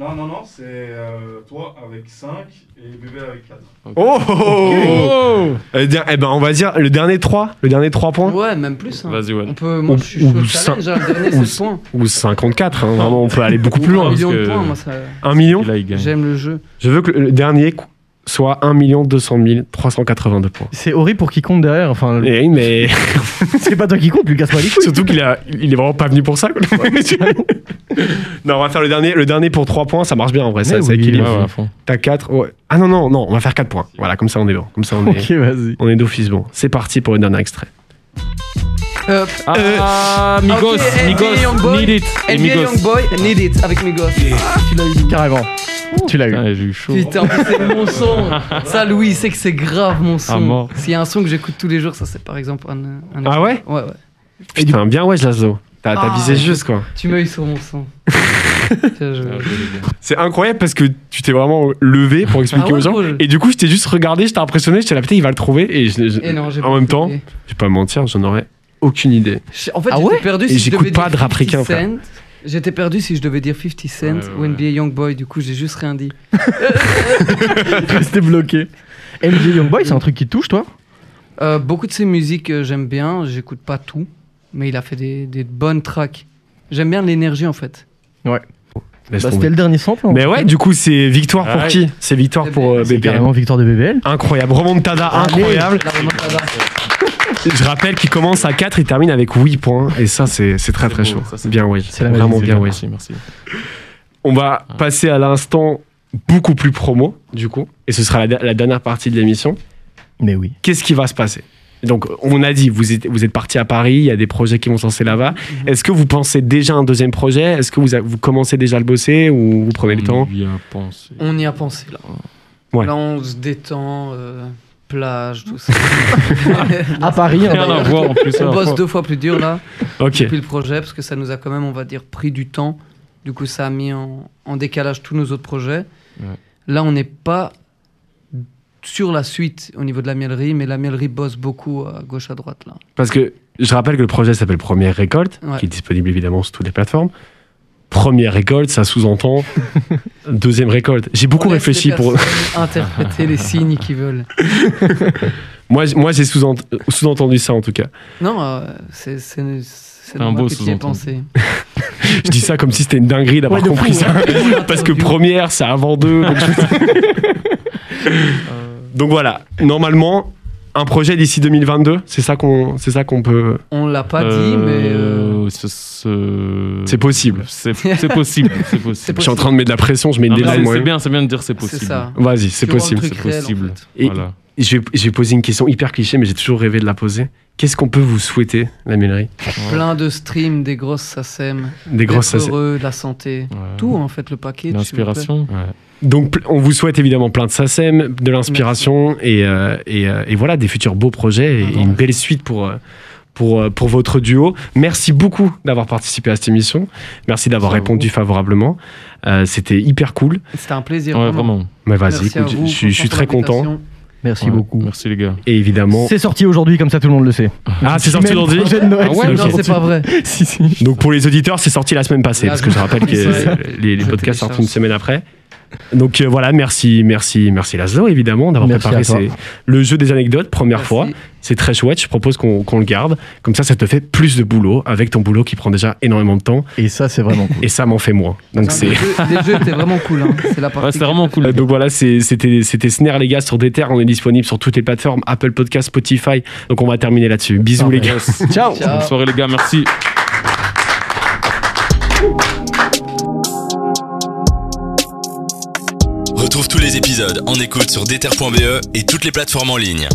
Speaker 11: Non, non, non, c'est euh, toi avec 5 et bébé avec 4.
Speaker 2: Oh, oh, oh, oh. Eh bien, eh ben, on va dire le dernier 3, le dernier 3 points.
Speaker 5: Ouais, même plus. hein.
Speaker 4: Vas-y, ouais.
Speaker 5: On peut. Moi,
Speaker 2: Ou-
Speaker 5: je suis chaud
Speaker 2: ou
Speaker 5: de
Speaker 2: cin-
Speaker 5: challenge. hein, Le dernier,
Speaker 2: ou
Speaker 5: c'est le point.
Speaker 2: Ou 54, hein, vraiment, on peut aller beaucoup plus
Speaker 5: Ou
Speaker 2: loin.
Speaker 5: Un million
Speaker 4: parce
Speaker 5: de
Speaker 4: que-
Speaker 5: points, moi, ça.
Speaker 2: 1 million
Speaker 4: Et là, il gagne.
Speaker 5: J'aime le jeu.
Speaker 2: Je veux que le dernier cou- soit 1 200 382 points.
Speaker 3: C'est horrible pour qui compte derrière. Enfin,
Speaker 2: Eh oui, mais
Speaker 3: c'est pas toi qui compte, Lucas Malik.
Speaker 2: surtout qu'il a, il est vraiment pas venu pour ça. quoi. non, on va faire le dernier, le dernier pour 3 points, ça marche bien en vrai, ça,
Speaker 3: Mais
Speaker 2: ça
Speaker 3: oui,
Speaker 4: Ouais,
Speaker 2: équilibre.
Speaker 4: ouais, à fond.
Speaker 2: T'as 4, Ah non, non, non, on va faire 4 points. Voilà, comme ça on est bon. Comme ça on est,
Speaker 3: Ok, vas-y.
Speaker 2: on est d'office bon. C'est parti pour le dernier extrait.
Speaker 5: Euh,
Speaker 4: Ah, Migos,
Speaker 5: ok, NBA
Speaker 4: Migos,
Speaker 5: Youngboy.
Speaker 4: Need It. Et
Speaker 5: NBA
Speaker 4: Migos.
Speaker 5: Youngboy, Need It avec Migos.
Speaker 3: Tu l'as eu. Carrément. Oh, Tu l'as eu.
Speaker 4: Putain, j'ai eu Ah, chaud.
Speaker 5: Putain, c'est mon son. Ça, Louis, il sait que c'est grave mon son.
Speaker 4: Ah, mort.
Speaker 5: S'il y a un son que j'écoute tous les jours, ça, c'est par exemple un. un-
Speaker 2: Ah ouais
Speaker 5: Ouais, ouais.
Speaker 2: Putain, bien ouais, Jazo. T'as t'as
Speaker 5: Ah.
Speaker 2: visé juste quoi.
Speaker 5: Tu m'as eu sur mon son. Tiens, je-
Speaker 4: Ah, joli, gars.
Speaker 2: C'est incroyable parce que tu t'es vraiment levé pour expliquer
Speaker 5: Ah ouais,
Speaker 2: aux gens.
Speaker 5: gros jeu.
Speaker 2: Et du coup, je t'ai juste regardé, j'étais impressionné, j'étais là, putain, il va le trouver. Et, je- je-
Speaker 5: Et non, j'ai
Speaker 2: en
Speaker 5: pas
Speaker 2: même temps,
Speaker 5: oublié.
Speaker 2: je vais pas mentir, j'en aurais aucune idée.
Speaker 5: J'ai- En fait,
Speaker 3: Ah
Speaker 5: j'étais
Speaker 3: ouais
Speaker 5: perdu
Speaker 2: Et
Speaker 5: si je
Speaker 2: j'écoute
Speaker 5: devais
Speaker 2: pas de
Speaker 5: dire
Speaker 2: rap
Speaker 5: 50
Speaker 2: ricain, frère.
Speaker 5: Cent. J'étais perdu si je devais dire 50 Cent
Speaker 4: Ouais, ouais,
Speaker 5: ou
Speaker 4: ouais.
Speaker 5: NBA Youngboy, du coup j'ai juste rien dit.
Speaker 3: Resté bloqué. MJ Youngboy, c'est un truc qui te touche, toi
Speaker 5: Euh, beaucoup de ses musiques euh, j'aime bien, j'écoute pas tout, mais il a fait des, des bonnes tracks. J'aime bien l'énergie en fait.
Speaker 2: Laisse
Speaker 3: Bah,
Speaker 2: tomber.
Speaker 3: C'était le dernier sample. en
Speaker 2: Mais
Speaker 3: fait.
Speaker 2: ouais, du coup, c'est victoire pour
Speaker 4: Ouais.
Speaker 2: qui C'est victoire pour euh,
Speaker 3: C'est
Speaker 2: BPM.
Speaker 3: carrément victoire de BBL.
Speaker 2: Incroyable, remontada
Speaker 3: Ah,
Speaker 2: incroyable.
Speaker 5: La remontada.
Speaker 2: Je rappelle qu'il commence à 4, il termine avec 8 points. Et ça, c'est c'est très
Speaker 4: C'est
Speaker 2: très
Speaker 4: beau,
Speaker 2: chaud.
Speaker 4: ça, c'est
Speaker 2: bien, oui.
Speaker 3: la
Speaker 2: Vraiment
Speaker 3: magie,
Speaker 2: bien, oui.
Speaker 4: Merci, merci.
Speaker 2: On va
Speaker 4: Ah.
Speaker 2: passer à l'instant beaucoup plus promo, du coup. Et ce sera la, la dernière partie de l'émission.
Speaker 3: Mais oui.
Speaker 2: Qu'est-ce qui va se passer Donc, on a dit, vous êtes, vous êtes parti à Paris, il y a des projets qui vont se lancer là-bas.
Speaker 4: Mm-hmm.
Speaker 2: Est-ce que vous pensez déjà à un deuxième projet Est-ce que vous, a- vous commencez déjà à le bosser ou vous prenez le temps
Speaker 4: On y a pensé.
Speaker 5: On y a pensé là.
Speaker 2: Ouais.
Speaker 5: Là on se détend, euh, plage, tout ça.
Speaker 3: À Paris, hein.
Speaker 4: Rien à voir en plus.
Speaker 5: on
Speaker 4: à
Speaker 5: bosse
Speaker 4: fond.
Speaker 5: deux fois plus dur là.
Speaker 2: Ok.
Speaker 5: depuis le projet parce que ça nous a quand même, on va dire, pris du temps. Du coup, ça a mis en, en décalage tous nos autres projets.
Speaker 4: Ouais.
Speaker 5: Là, on n'est pas sur la suite au niveau de la miellerie, mais la miellerie bosse beaucoup à gauche à droite là.
Speaker 2: Parce que je rappelle que le projet s'appelle Première Récolte,
Speaker 5: Ouais.
Speaker 2: qui est disponible évidemment sur toutes les plateformes. Première récolte, ça sous-entend deuxième récolte. J'ai beaucoup
Speaker 5: On laisse
Speaker 2: réfléchi
Speaker 5: les
Speaker 2: pour.
Speaker 5: personnes interpréter les signes qu'ils veulent.
Speaker 2: Moi, j- moi j'ai sous-ent- euh, sous-entendu ça en tout cas.
Speaker 5: Non, euh, c'est c'est c'est
Speaker 4: Un
Speaker 5: moi
Speaker 4: beau
Speaker 5: qui y ai
Speaker 4: sous-entendu.
Speaker 5: pensé.
Speaker 2: Je dis ça comme si c'était une dinguerie d'avoir
Speaker 3: Ouais, de
Speaker 2: compris
Speaker 3: fou,
Speaker 2: ça. Parce que première, c'est avant deux. donc je- Donc voilà, normalement, un projet d'ici 2022, c'est ça qu'on c'est ça qu'on peut.
Speaker 5: On l'a pas dit, mais euh,
Speaker 4: Euh, ce- ce-
Speaker 2: C'est possible. Ah,
Speaker 4: C'est c'est possible. C'est
Speaker 5: C'est
Speaker 4: possible.
Speaker 2: Je suis en train de mettre de la pression, je mets
Speaker 4: Non,
Speaker 2: une
Speaker 4: Ah, mais
Speaker 2: deadline.
Speaker 4: C'est
Speaker 2: moi.
Speaker 4: c'est bien, c'est bien de dire c'est
Speaker 5: c'est
Speaker 4: possible.
Speaker 5: ça.
Speaker 2: Vas-y, c'est
Speaker 5: Tu rends le
Speaker 2: possible.
Speaker 5: truc
Speaker 4: C'est
Speaker 5: réel, en
Speaker 4: possible.
Speaker 5: fait.
Speaker 2: Et
Speaker 4: Voilà.
Speaker 2: J'ai j'ai posé une question hyper cliché, mais j'ai toujours rêvé de la poser. Qu'est-ce qu'on peut vous souhaiter, la mêlerie
Speaker 5: Plein de streams, des grosses SACEM,
Speaker 2: Des grosses
Speaker 5: d'être
Speaker 2: SACEM.
Speaker 5: heureux, de la santé, tout en fait, le paquet.
Speaker 4: L'inspiration.
Speaker 2: Donc, pl- on vous souhaite évidemment plein de SACEM, de l'inspiration et, euh, et, euh, et voilà, des futurs beaux projets et, et une belle suite pour, euh, pour, euh, pour votre duo. Merci beaucoup d'avoir participé à cette émission. Merci d'avoir répondu favorablement. Euh, C'était hyper cool.
Speaker 5: C'était un plaisir.
Speaker 2: Mais vas-y,
Speaker 5: Merci à
Speaker 2: écoute, je,
Speaker 5: vous,
Speaker 2: suis- je suis
Speaker 5: pour
Speaker 2: très content.
Speaker 5: l'invitation.
Speaker 3: Merci
Speaker 4: Ouais,
Speaker 3: beaucoup.
Speaker 4: Merci les gars.
Speaker 2: Et évidemment.
Speaker 3: C'est sorti aujourd'hui, comme ça tout le monde le sait.
Speaker 2: Ah, c'est sorti
Speaker 3: Même
Speaker 2: aujourd'hui
Speaker 3: projet de Noël,
Speaker 2: Ah ouais,
Speaker 3: c'est
Speaker 2: ok.
Speaker 5: Non,
Speaker 3: sorti.
Speaker 5: c'est pas vrai.
Speaker 3: Si, si.
Speaker 2: Donc pour les auditeurs, c'est sorti la semaine passée,
Speaker 5: Là,
Speaker 2: parce que je rappelle que
Speaker 5: c'est
Speaker 2: euh,
Speaker 5: vrai.
Speaker 2: les, les
Speaker 5: Je
Speaker 2: podcasts sortent une
Speaker 5: télécharge.
Speaker 2: semaine après. Donc euh, voilà, merci, merci, merci Laszlo, évidemment, d'avoir
Speaker 3: Merci
Speaker 2: préparé
Speaker 3: à toi.
Speaker 2: ces- le jeu des anecdotes, première
Speaker 5: Merci.
Speaker 2: fois. C'est très chouette, je propose qu'on qu'on le garde. Comme ça, ça te fait plus de boulot, avec ton boulot qui prend déjà énormément de temps,
Speaker 3: Et ça, c'est vraiment cool.
Speaker 2: et ça m'en fait moins. Donc c'est...
Speaker 5: Les jeux- les jeux étaient vraiment cool. hein. C'est la
Speaker 4: Ouais,
Speaker 5: partie.
Speaker 4: c'était vraiment cool.
Speaker 2: Euh, Donc voilà, c'est- c'était c'était Snare les gars sur des terres. On est disponible sur toutes les plateformes, Apple Podcast, Spotify. Donc on va terminer là-dessus. Bisous les gars.
Speaker 3: Ciao.
Speaker 5: Ciao.
Speaker 4: Bonne soirée les gars, merci.
Speaker 1: Retrouve tous les épisodes en écoute sur DTR.be et E toutes les plateformes en ligne.